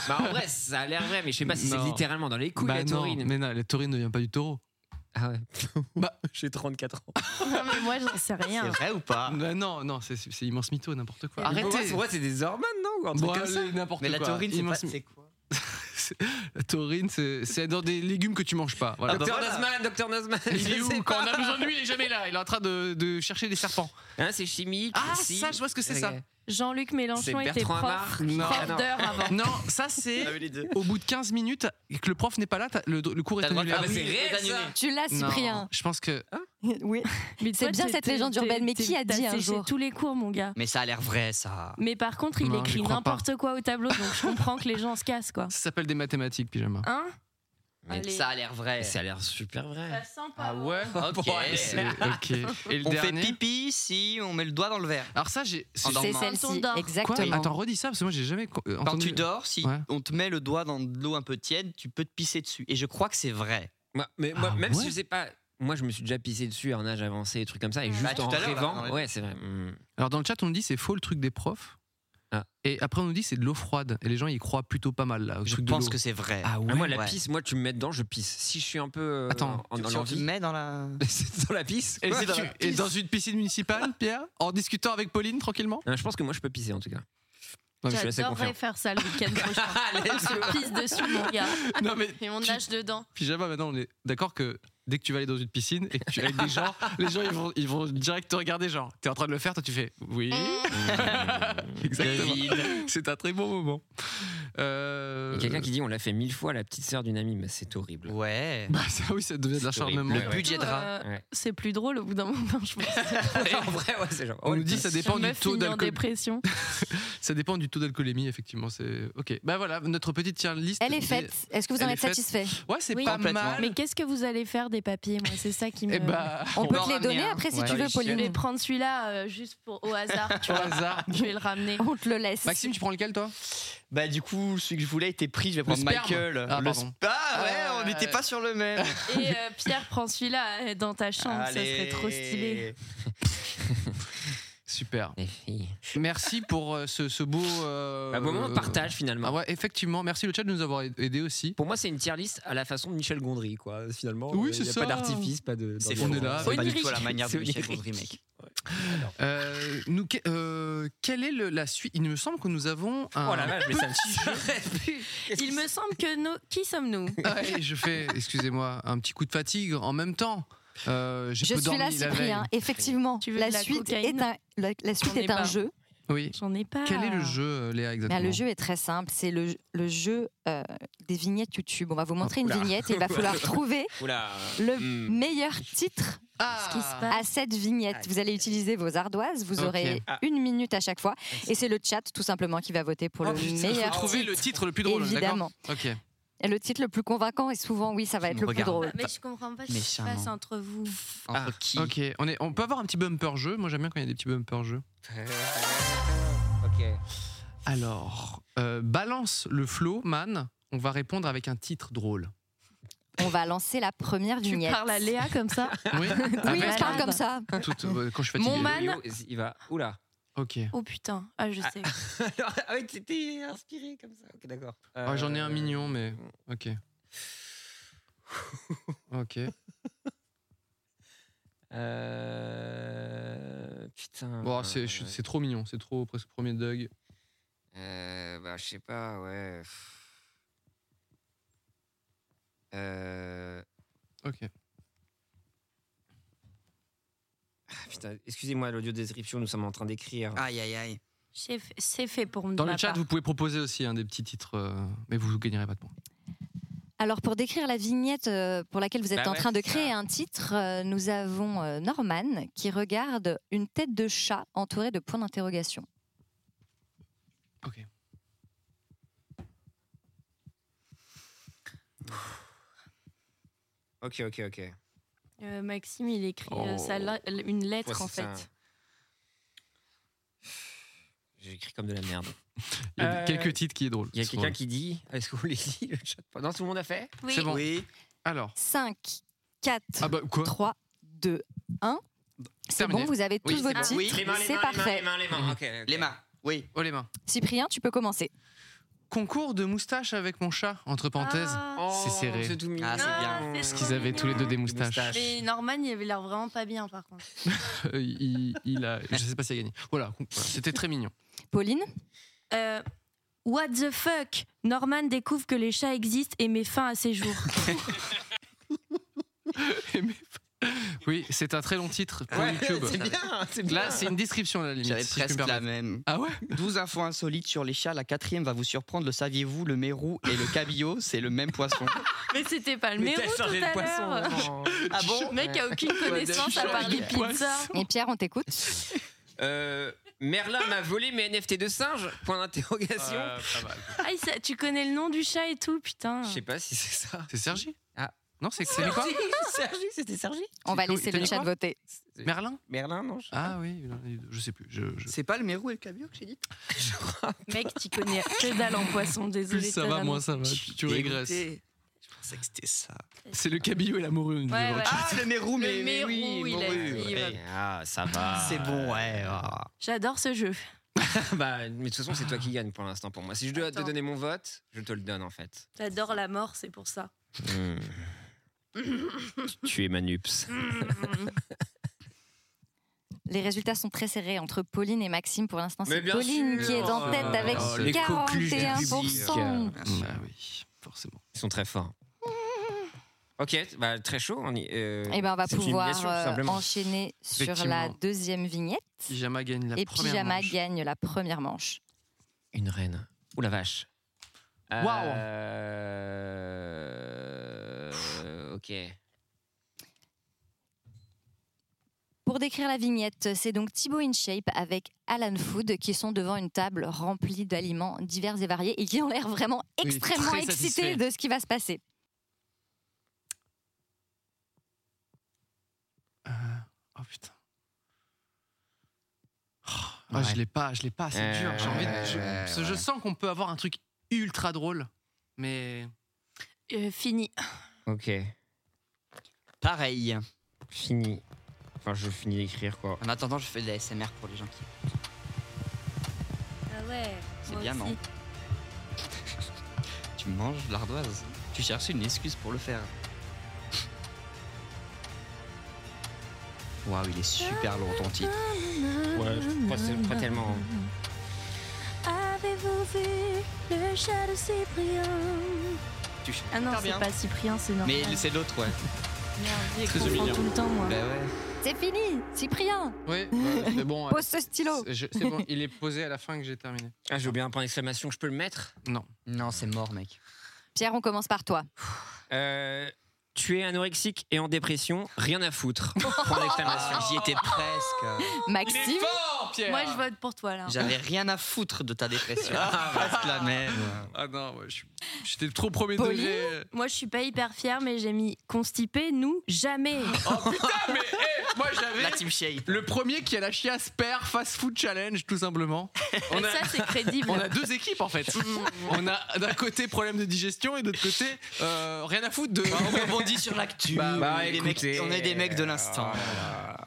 [SPEAKER 2] Bah en vrai, ça a l'air vrai, mais je sais pas si c'est
[SPEAKER 1] Non.
[SPEAKER 2] littéralement dans les couilles
[SPEAKER 1] Bah
[SPEAKER 2] la
[SPEAKER 1] non,
[SPEAKER 2] taurine.
[SPEAKER 1] Mais non, la taurine ne vient pas du taureau.
[SPEAKER 2] Ah ouais.
[SPEAKER 1] Bah,
[SPEAKER 2] j'ai 34 ans.
[SPEAKER 3] Non, mais moi, j'en sais rien.
[SPEAKER 4] ou pas
[SPEAKER 1] Non, Bah non, non, c'est c'est immense mytho, n'importe quoi.
[SPEAKER 2] Arrêtez.
[SPEAKER 1] Arrêtez.
[SPEAKER 2] Pour moi, c'est des hormones, non Ou un truc
[SPEAKER 1] Bon,
[SPEAKER 2] comme ça
[SPEAKER 1] allez, n'importe quoi. Immense mytho.
[SPEAKER 4] quoi
[SPEAKER 1] La taurine, c'est c'est dans des légumes que tu manges pas. Voilà.
[SPEAKER 2] Docteur Nazman, docteur Nazman.
[SPEAKER 1] Bah, Il est
[SPEAKER 2] je
[SPEAKER 1] où
[SPEAKER 2] sais
[SPEAKER 1] Quand on
[SPEAKER 2] pas.
[SPEAKER 1] a besoin de lui, il est jamais là. Il est en train de, de chercher des serpents.
[SPEAKER 2] Hein, c'est chimique.
[SPEAKER 1] Ah,
[SPEAKER 2] si.
[SPEAKER 1] ça, je vois ce que c'est ça.
[SPEAKER 2] Ok.
[SPEAKER 3] Jean-Luc Mélenchon
[SPEAKER 2] C'est
[SPEAKER 3] était
[SPEAKER 2] Bertrand
[SPEAKER 3] prof,
[SPEAKER 2] Amar Non.
[SPEAKER 3] prof
[SPEAKER 2] Ah, non.
[SPEAKER 3] d'heures avant.
[SPEAKER 1] Non, ça c'est
[SPEAKER 4] On avait les deux.
[SPEAKER 1] au bout de 15 minutes et que le prof n'est pas là, t'as- le, le cours
[SPEAKER 4] T'as
[SPEAKER 1] est
[SPEAKER 4] le droit de
[SPEAKER 1] annulé.
[SPEAKER 4] faire des séries, Ah oui, d'annuler.
[SPEAKER 10] Tu l'as,
[SPEAKER 1] Non,
[SPEAKER 10] Cyprien.
[SPEAKER 1] Je pense que
[SPEAKER 4] hein.
[SPEAKER 10] Oui.
[SPEAKER 3] Mais
[SPEAKER 10] C'est
[SPEAKER 3] toi,
[SPEAKER 10] bien
[SPEAKER 3] t'es-
[SPEAKER 10] cette
[SPEAKER 3] t'es-
[SPEAKER 10] légende
[SPEAKER 3] t'es-
[SPEAKER 10] urbaine, mais qui
[SPEAKER 3] t'es-
[SPEAKER 10] a
[SPEAKER 3] t'as
[SPEAKER 10] dit un
[SPEAKER 3] séché
[SPEAKER 10] jour
[SPEAKER 3] tous les cours, mon gars.
[SPEAKER 4] Mais ça a l'air vrai, ça.
[SPEAKER 3] Mais par contre, il
[SPEAKER 1] Non, j'y
[SPEAKER 3] écrit
[SPEAKER 1] crois pas.
[SPEAKER 3] n'importe quoi au tableau, donc je comprends que les gens se cassent, quoi.
[SPEAKER 1] ça s'appelle des mathématiques, pyjama.
[SPEAKER 3] Hein
[SPEAKER 4] Mais
[SPEAKER 3] Allez.
[SPEAKER 4] ça a l'air vrai.
[SPEAKER 2] Ça a l'air super vrai.
[SPEAKER 3] Ça sent pas bon.
[SPEAKER 1] Ah ouais
[SPEAKER 4] Ah Ok.
[SPEAKER 1] C'est- Ok. Et le
[SPEAKER 4] on
[SPEAKER 1] dernier.
[SPEAKER 4] fait pipi si on met le doigt dans le verre.
[SPEAKER 1] Alors ça, j'ai.
[SPEAKER 4] En
[SPEAKER 10] C'est
[SPEAKER 4] dormant.
[SPEAKER 10] celle-ci,
[SPEAKER 1] Quoi
[SPEAKER 10] exactement.
[SPEAKER 1] Attends, redis ça parce que moi j'ai jamais co- euh,
[SPEAKER 4] Quand
[SPEAKER 1] entendu.
[SPEAKER 4] tu dors, si
[SPEAKER 1] Ouais.
[SPEAKER 4] on te met le doigt dans de l'eau un peu tiède, tu peux te pisser dessus. Et je crois que c'est vrai.
[SPEAKER 2] Moi- mais moi,
[SPEAKER 1] Ah
[SPEAKER 2] même
[SPEAKER 1] ouais
[SPEAKER 2] si je sais pas. Moi, je me suis déjà pissé dessus à un âge avancé, des trucs comme ça, et
[SPEAKER 4] Bah,
[SPEAKER 2] juste
[SPEAKER 4] tout
[SPEAKER 2] en
[SPEAKER 4] à l'heure, là,
[SPEAKER 2] rêvant.
[SPEAKER 4] non, mais-
[SPEAKER 2] ouais, c'est vrai. Hmm.
[SPEAKER 1] Alors dans le chat, on nous dit c'est faux le truc des profs.
[SPEAKER 2] Ah.
[SPEAKER 1] Et après on nous dit c'est de l'eau froide et les gens y croient plutôt pas mal là. au
[SPEAKER 4] Je
[SPEAKER 1] truc de
[SPEAKER 4] pense
[SPEAKER 1] l'eau.
[SPEAKER 4] que c'est vrai.
[SPEAKER 1] Ah ouais.
[SPEAKER 2] Ah, moi, la
[SPEAKER 4] ouais.
[SPEAKER 2] pisse, moi, tu me mets dedans, je pisse. Si je suis un peu euh,
[SPEAKER 1] Attends,
[SPEAKER 2] en, en
[SPEAKER 4] si on te
[SPEAKER 2] envie,
[SPEAKER 4] met dans la.
[SPEAKER 2] c'est dans la pisse.
[SPEAKER 1] Et,
[SPEAKER 2] quoi.
[SPEAKER 1] si tu- et dans une piscine municipale, Pierre, en discutant avec Pauline tranquillement.
[SPEAKER 2] Euh, Ah, je pense que moi, je peux pisser en tout cas. Non, mais je suis assez
[SPEAKER 3] J'adorerais
[SPEAKER 2] confiant.
[SPEAKER 3] faire ça le week-end prochain. On se pisse dessus, mon gars.
[SPEAKER 1] Non, mais
[SPEAKER 3] Et on
[SPEAKER 1] tu-
[SPEAKER 3] nage dedans.
[SPEAKER 1] Pyjama, maintenant, on est d'accord que dès que tu vas aller dans une piscine et que tu es avec des gens, les gens, ils vont, ils vont direct te regarder, genre, t'es en train de le faire, toi, tu fais oui. Exactement. C'est un très bon moment. Euh,
[SPEAKER 2] Il y a quelqu'un qui dit on l'a fait mille fois la petite sœur d'une amie, mais c'est horrible.
[SPEAKER 4] Ouais.
[SPEAKER 1] Bah ça oui, ça devient de l'acharnement. Le budget de rat.
[SPEAKER 3] Euh, C'est plus drôle au bout d'un moment, je pense.
[SPEAKER 2] en vrai, ouais, c'est genre.
[SPEAKER 1] On nous dit
[SPEAKER 3] La
[SPEAKER 1] ça dépend du
[SPEAKER 3] meuf
[SPEAKER 1] taux
[SPEAKER 3] finit en
[SPEAKER 1] d'alcool.
[SPEAKER 3] dépression.
[SPEAKER 1] Ça dépend du taux d'alcoolémie, effectivement. C'est ok. Bah voilà, notre petite tier list.
[SPEAKER 10] Elle est
[SPEAKER 1] des-
[SPEAKER 10] faite. Est-ce que vous en
[SPEAKER 1] Elle
[SPEAKER 10] êtes
[SPEAKER 1] est faite.
[SPEAKER 10] satisfait
[SPEAKER 1] Ouais, c'est
[SPEAKER 3] Oui.
[SPEAKER 1] pas mal.
[SPEAKER 3] Mais qu'est-ce que vous allez faire des papiers Moi, c'est ça qui me.
[SPEAKER 1] Eh bah,
[SPEAKER 10] On
[SPEAKER 1] on
[SPEAKER 10] peut
[SPEAKER 1] va
[SPEAKER 10] te les
[SPEAKER 1] ramener
[SPEAKER 10] donner
[SPEAKER 1] un.
[SPEAKER 10] après si
[SPEAKER 1] Ouais.
[SPEAKER 10] tu veux,
[SPEAKER 1] Sur le
[SPEAKER 10] Pauline.
[SPEAKER 3] Je vais prendre celui-là euh, juste pour au hasard. Tu
[SPEAKER 1] Au
[SPEAKER 3] vois.
[SPEAKER 1] hasard.
[SPEAKER 3] Je vais le ramener.
[SPEAKER 10] On te le laisse.
[SPEAKER 1] Maxime, tu prends lequel toi
[SPEAKER 4] Bah du coup, celui que je voulais était pris, je vais prendre
[SPEAKER 1] sperme.
[SPEAKER 4] Michael.
[SPEAKER 1] Ah,
[SPEAKER 4] Le
[SPEAKER 1] pardon.
[SPEAKER 4] sp- Ah, ouais, on n'était pas sur le même.
[SPEAKER 3] Et euh, Pierre prend celui-là euh, dans ta chambre. Ça serait trop stylé.
[SPEAKER 1] Super. Merci pour euh, ce, ce beau. euh,
[SPEAKER 2] Un beau Bah, moment de partage, finalement.
[SPEAKER 1] Ah ouais, effectivement. Merci le chat de nous avoir aidé aussi.
[SPEAKER 2] Pour moi, c'est une tier list à la façon de Michel Gondry, quoi. Finalement,
[SPEAKER 1] Oui,
[SPEAKER 2] euh,
[SPEAKER 1] c'est
[SPEAKER 2] y a
[SPEAKER 1] ça.
[SPEAKER 2] Pas d'artifice, pas de.
[SPEAKER 1] C'est
[SPEAKER 2] d'ambiance.
[SPEAKER 1] faux. On est là.
[SPEAKER 4] C'est pas du
[SPEAKER 1] Onirique.
[SPEAKER 4] tout à la manière
[SPEAKER 1] C'est
[SPEAKER 4] de Michel
[SPEAKER 1] onirique.
[SPEAKER 4] Gondry, mec.
[SPEAKER 1] Euh, nous, que- euh, quelle est le- la suite Il me semble que nous avons un.
[SPEAKER 2] Oh la vache, mais c'est un petit jeu.
[SPEAKER 3] Il me semble que nous. Qui sommes-nous
[SPEAKER 1] Ah Ouais, je fais, excusez-moi, un petit coup de fatigue en même temps. Euh, j'ai
[SPEAKER 10] Je
[SPEAKER 1] peu
[SPEAKER 10] suis là,
[SPEAKER 1] dormi la veille.
[SPEAKER 10] Cyprien. Effectivement,
[SPEAKER 3] veux
[SPEAKER 10] la,
[SPEAKER 3] de la
[SPEAKER 10] suite
[SPEAKER 3] cocaïne
[SPEAKER 10] est un, la, la suite
[SPEAKER 3] J'en ai
[SPEAKER 10] est un
[SPEAKER 3] pas.
[SPEAKER 10] jeu.
[SPEAKER 1] Oui.
[SPEAKER 3] J'en ai pas.
[SPEAKER 1] Quel est le jeu, euh, Léa, exactement
[SPEAKER 10] Ben, le jeu est très simple, c'est le, le jeu euh, des vignettes YouTube. On va vous montrer une
[SPEAKER 2] Ah, Oula.
[SPEAKER 10] vignette et il va falloir trouver
[SPEAKER 2] Oula.
[SPEAKER 10] le
[SPEAKER 2] Hmm.
[SPEAKER 10] meilleur titre Euh,
[SPEAKER 1] Ah.
[SPEAKER 10] à cette vignette. Vous allez utiliser vos ardoises, vous
[SPEAKER 1] Ok.
[SPEAKER 10] aurez
[SPEAKER 1] Ah.
[SPEAKER 10] une minute à chaque fois et c'est le chat tout simplement qui va voter pour
[SPEAKER 1] Oh,
[SPEAKER 10] le
[SPEAKER 1] putain, il faut
[SPEAKER 10] meilleur
[SPEAKER 1] trouver
[SPEAKER 10] titre.
[SPEAKER 1] le titre le plus drôle, d'accord
[SPEAKER 10] évidemment.
[SPEAKER 1] Ok.
[SPEAKER 10] Et le titre le plus convaincant et souvent, oui, ça va être le plus drôle.
[SPEAKER 3] Mais je comprends pas ce
[SPEAKER 1] Mais
[SPEAKER 3] qui se passe
[SPEAKER 1] charmant.
[SPEAKER 3] entre vous.
[SPEAKER 1] Ah, Ok, on, est, on peut avoir un petit bumper jeu. Moi, j'aime bien quand il y a des petits bumper jeux.
[SPEAKER 2] Ok.
[SPEAKER 1] Alors, euh, balance le flow, man. On va répondre avec un titre drôle.
[SPEAKER 10] On va lancer la première
[SPEAKER 3] Tu
[SPEAKER 10] vignette.
[SPEAKER 3] parles à Léa comme ça
[SPEAKER 1] Oui, Ah,
[SPEAKER 10] Oui,
[SPEAKER 1] Avec-
[SPEAKER 10] je parle comme ça.
[SPEAKER 1] Tout- euh, quand je suis fatigué.
[SPEAKER 3] Mon man-
[SPEAKER 2] Il va. Oula.
[SPEAKER 1] Ok.
[SPEAKER 3] Oh putain, ah je sais.
[SPEAKER 2] Alors, ah oui, t'étais inspiré comme ça. Ok, d'accord.
[SPEAKER 1] Ah, J'en ai
[SPEAKER 2] Euh,
[SPEAKER 1] un mignon, mais ok. Ok.
[SPEAKER 2] Euh... Putain.
[SPEAKER 1] Bon, c'est je suis- c'est trop mignon, c'est trop presque premier Doug.
[SPEAKER 2] Euh, bah, je sais pas, ouais. pff. Euh...
[SPEAKER 1] Ok.
[SPEAKER 2] Ah, Putain, excusez-moi, l'audio description, nous sommes en train d'écrire.
[SPEAKER 4] Aïe, aïe, aïe.
[SPEAKER 3] C'est f- C'est fait pour me
[SPEAKER 1] Dans le chat, vous pouvez proposer aussi hein, des petits titres, euh, mais vous ne gagnerez pas de points.
[SPEAKER 10] Alors pour décrire la vignette euh, pour laquelle vous êtes
[SPEAKER 1] Bah
[SPEAKER 10] en
[SPEAKER 1] ouais,
[SPEAKER 10] train de
[SPEAKER 1] c'est
[SPEAKER 10] créer un titre, euh, nous avons euh, Norman qui regarde une tête de chat entourée de points d'interrogation.
[SPEAKER 2] Ok, ok, ok.
[SPEAKER 3] Euh, Maxime, il écrit euh,
[SPEAKER 2] Oh.
[SPEAKER 3] sa la- une lettre
[SPEAKER 2] Ouais,
[SPEAKER 3] en
[SPEAKER 2] c'est
[SPEAKER 3] fait.
[SPEAKER 2] ça. J'écris comme de la merde.
[SPEAKER 1] Il
[SPEAKER 2] Euh,
[SPEAKER 1] y a quelques titres qui est drôle.
[SPEAKER 2] Il y a
[SPEAKER 1] sont
[SPEAKER 2] quelqu'un
[SPEAKER 1] drôles.
[SPEAKER 2] qui dit. Est-ce qu'on les lit le chat Non, tout le monde a fait
[SPEAKER 3] Oui.
[SPEAKER 1] C'est bon. Alors.
[SPEAKER 10] 5, 4,
[SPEAKER 1] Ah bah quoi
[SPEAKER 10] 3, 2, 1. C'est bon,
[SPEAKER 1] Terminé.
[SPEAKER 10] vous avez tous
[SPEAKER 1] Oui,
[SPEAKER 10] vos
[SPEAKER 1] c'est bon.
[SPEAKER 10] titres.
[SPEAKER 1] Oui. Les mains, les
[SPEAKER 10] C'est
[SPEAKER 1] mains,
[SPEAKER 10] parfait.
[SPEAKER 2] les mains, ok.
[SPEAKER 4] Les mains, oui.
[SPEAKER 1] Oh, les mains.
[SPEAKER 10] Cyprien, tu peux commencer.
[SPEAKER 1] Concours de moustache avec mon chat, entre parenthèses.
[SPEAKER 2] Oh,
[SPEAKER 1] c'est serré.
[SPEAKER 2] c'est tout mignon.
[SPEAKER 4] Ah, c'est bien.
[SPEAKER 1] Parce qu'ils avaient tous les deux des moustaches.
[SPEAKER 3] Mais Norman, il avait l'air vraiment pas bien par contre.
[SPEAKER 1] il, il a, je sais pas si il a gagné. Voilà, con- voilà, c'était très mignon.
[SPEAKER 10] Pauline
[SPEAKER 3] Euh, What the fuck Norman découvre que les chats existent et met fin à ses jours.
[SPEAKER 1] Oui, c'est un très long titre pour
[SPEAKER 4] Ouais,
[SPEAKER 1] YouTube.
[SPEAKER 4] c'est bien, c'est bien.
[SPEAKER 1] Là, c'est une description à la limite.
[SPEAKER 4] J'avais
[SPEAKER 1] si je puis me
[SPEAKER 4] presque la
[SPEAKER 1] permettre.
[SPEAKER 4] même.
[SPEAKER 1] Ah ouais
[SPEAKER 4] 12 infos insolites sur les chats. La quatrième va vous surprendre. Le saviez-vous Le mérou et le cabillaud, c'est le même poisson.
[SPEAKER 3] Mais c'était pas le
[SPEAKER 4] Mais
[SPEAKER 3] mérou
[SPEAKER 4] t'as
[SPEAKER 3] tout à
[SPEAKER 4] changé de poisson,
[SPEAKER 3] l'heure.
[SPEAKER 4] vraiment. Ah bon
[SPEAKER 3] Le mec a aucune connaissance à part les pizzas.
[SPEAKER 10] Et Pierre, on t'écoute.
[SPEAKER 2] Euh, Merlin m'a volé mes NFT de singe Point d'interrogation.
[SPEAKER 1] Euh, pas mal.
[SPEAKER 3] Ah, il sa- tu connais le nom du chat et tout, putain.
[SPEAKER 10] Ah.
[SPEAKER 2] Je sais pas si c'est ça.
[SPEAKER 1] C'est Sergi
[SPEAKER 2] Ah.
[SPEAKER 1] Non, c'est c'est quoi
[SPEAKER 2] Sergi, c'était Sergi
[SPEAKER 10] On va
[SPEAKER 1] C'est-
[SPEAKER 10] laisser
[SPEAKER 1] t'as
[SPEAKER 10] le
[SPEAKER 1] dit
[SPEAKER 10] chat
[SPEAKER 1] quoi
[SPEAKER 10] voter.
[SPEAKER 1] Merlin
[SPEAKER 2] Merlin, non je-
[SPEAKER 1] Ah oui, il en a eu deux, je sais plus. Je, je-
[SPEAKER 4] C'est pas le mérou et le cabillaud que j'ai dit
[SPEAKER 3] Mec, tu connais que dalle en poisson, désolé.
[SPEAKER 1] Plus ça
[SPEAKER 3] de
[SPEAKER 1] va,
[SPEAKER 3] t'annoncer.
[SPEAKER 1] moins ça va. Tu, tu
[SPEAKER 4] Dégoûté.
[SPEAKER 1] régresses.
[SPEAKER 4] Je pensais que c'était ça.
[SPEAKER 1] C'est le cabillaud et la morue. nous
[SPEAKER 3] Ouais,
[SPEAKER 1] disons.
[SPEAKER 3] ouais.
[SPEAKER 4] Ah, le mérou, mais,
[SPEAKER 3] Le
[SPEAKER 4] mais oui,
[SPEAKER 3] mérou, il a
[SPEAKER 4] morue,
[SPEAKER 3] dit,
[SPEAKER 4] ouais.
[SPEAKER 2] Ah, ça va.
[SPEAKER 4] C'est bon, ouais. ah.
[SPEAKER 3] J'adore ce jeu.
[SPEAKER 2] bah, mais de toute façon, c'est toi qui gagne pour l'instant pour moi. Si je dois te
[SPEAKER 3] Attends.
[SPEAKER 2] donner mon vote, je te le donne en fait.
[SPEAKER 3] J'adore la mort, c'est pour ça.
[SPEAKER 4] Hmm.
[SPEAKER 10] Euh,
[SPEAKER 2] tu es Manups.
[SPEAKER 10] Les résultats sont très serrés entre Pauline et Maxime. Pour l'instant,
[SPEAKER 2] Mais
[SPEAKER 10] c'est
[SPEAKER 2] bien
[SPEAKER 10] Pauline
[SPEAKER 2] sûr.
[SPEAKER 10] qui est en tête avec
[SPEAKER 2] Oh, les coqueluches du
[SPEAKER 10] 41%.
[SPEAKER 2] public. forcément. Ils sont très forts. Ok, bah, très chaud. On y- euh,
[SPEAKER 10] Et ben on va
[SPEAKER 2] c'est une
[SPEAKER 10] pouvoir
[SPEAKER 2] humiliation, tout
[SPEAKER 10] euh,
[SPEAKER 2] simplement.
[SPEAKER 10] enchaîner sur la
[SPEAKER 2] Effectivement.
[SPEAKER 10] deuxième vignette.
[SPEAKER 1] Pyjama gagne la
[SPEAKER 10] et
[SPEAKER 1] première.
[SPEAKER 10] Pyjama
[SPEAKER 1] manche.
[SPEAKER 10] gagne la première manche.
[SPEAKER 2] Une reine. Ouh la vache.
[SPEAKER 10] Waouh.
[SPEAKER 2] Euh, Ok.
[SPEAKER 10] Pour décrire la vignette, c'est donc Thibaut InShape avec Alan Food qui sont devant une table remplie d'aliments divers et variés et qui ont l'air vraiment
[SPEAKER 2] Oui,
[SPEAKER 10] extrêmement
[SPEAKER 2] très
[SPEAKER 10] excités
[SPEAKER 2] satisfaits.
[SPEAKER 10] de ce qui va se passer.
[SPEAKER 1] Oh putain. Ah, je l'ai pas, je l'ai pas, c'est
[SPEAKER 2] Euh,
[SPEAKER 1] dur. J'ai envie de-
[SPEAKER 2] ouais,
[SPEAKER 1] je,
[SPEAKER 2] ouais,
[SPEAKER 1] parce que je
[SPEAKER 2] ouais.
[SPEAKER 1] sens qu'on peut avoir un truc ultra drôle, mais.
[SPEAKER 3] fini.
[SPEAKER 2] Ok.
[SPEAKER 4] Pareil.
[SPEAKER 2] Fini. Enfin, je finis d'écrire quoi.
[SPEAKER 4] En attendant, je fais de la SMR pour les gens qui.
[SPEAKER 3] Ah ouais.
[SPEAKER 4] C'est bien, non Tu manges de l'ardoise. Tu cherchais une excuse pour le faire. Waouh, il est super long ton titre.
[SPEAKER 2] Ouais, je crois que c'est pas tellement.
[SPEAKER 3] Avez-vous vu le chat de Cyprien
[SPEAKER 4] Tu chantes
[SPEAKER 3] Ah non,
[SPEAKER 4] super
[SPEAKER 3] c'est
[SPEAKER 4] bien.
[SPEAKER 3] pas Cyprien, c'est normal.
[SPEAKER 4] Mais c'est l'autre, ouais.
[SPEAKER 3] il
[SPEAKER 4] Très
[SPEAKER 3] comprend
[SPEAKER 4] humiliant.
[SPEAKER 3] tout le temps, moi.
[SPEAKER 4] Bah ouais.
[SPEAKER 10] C'est fini, Cyprien.
[SPEAKER 1] Oui, ouais, c'est bon.
[SPEAKER 10] Pose ce stylo.
[SPEAKER 1] C'est je- c'est bon, il est posé à la fin que j'ai terminé.
[SPEAKER 2] Ah, j'ai oublié un point d'exclamation, je peux le mettre
[SPEAKER 1] Non.
[SPEAKER 4] Non, c'est mort, mec.
[SPEAKER 10] Pierre, on commence par toi.
[SPEAKER 2] Euh, tu es anorexique et en dépression, rien à foutre. Point d'exclamation.
[SPEAKER 4] J'y étais presque.
[SPEAKER 10] Maxime.
[SPEAKER 4] Il est fort, Pierre
[SPEAKER 3] Moi, je vote pour toi, là.
[SPEAKER 4] J'avais rien à foutre de ta dépression. Reste la même.
[SPEAKER 1] Ah non, ouais, je suis- j'étais trop premier
[SPEAKER 3] Pauline
[SPEAKER 1] degré.
[SPEAKER 3] Moi, je suis pas hyper fière, mais j'ai mis constipé, nous, jamais.
[SPEAKER 1] Oh putain, mais hé, Eh, moi j'avais.
[SPEAKER 4] La team Shade.
[SPEAKER 1] Le premier qui a la chiasse perd Fast Food Challenge, tout simplement.
[SPEAKER 3] Ça, c'est crédible.
[SPEAKER 1] On a deux équipes en fait. on a d'un côté problème de digestion et d'autre côté euh, rien à foutre de.
[SPEAKER 4] Bah, on rebondit sur l'actu.
[SPEAKER 1] Bah,
[SPEAKER 4] Bah,
[SPEAKER 1] on est des mecs-
[SPEAKER 4] écoutez,
[SPEAKER 1] on est des mecs de
[SPEAKER 4] l'instant.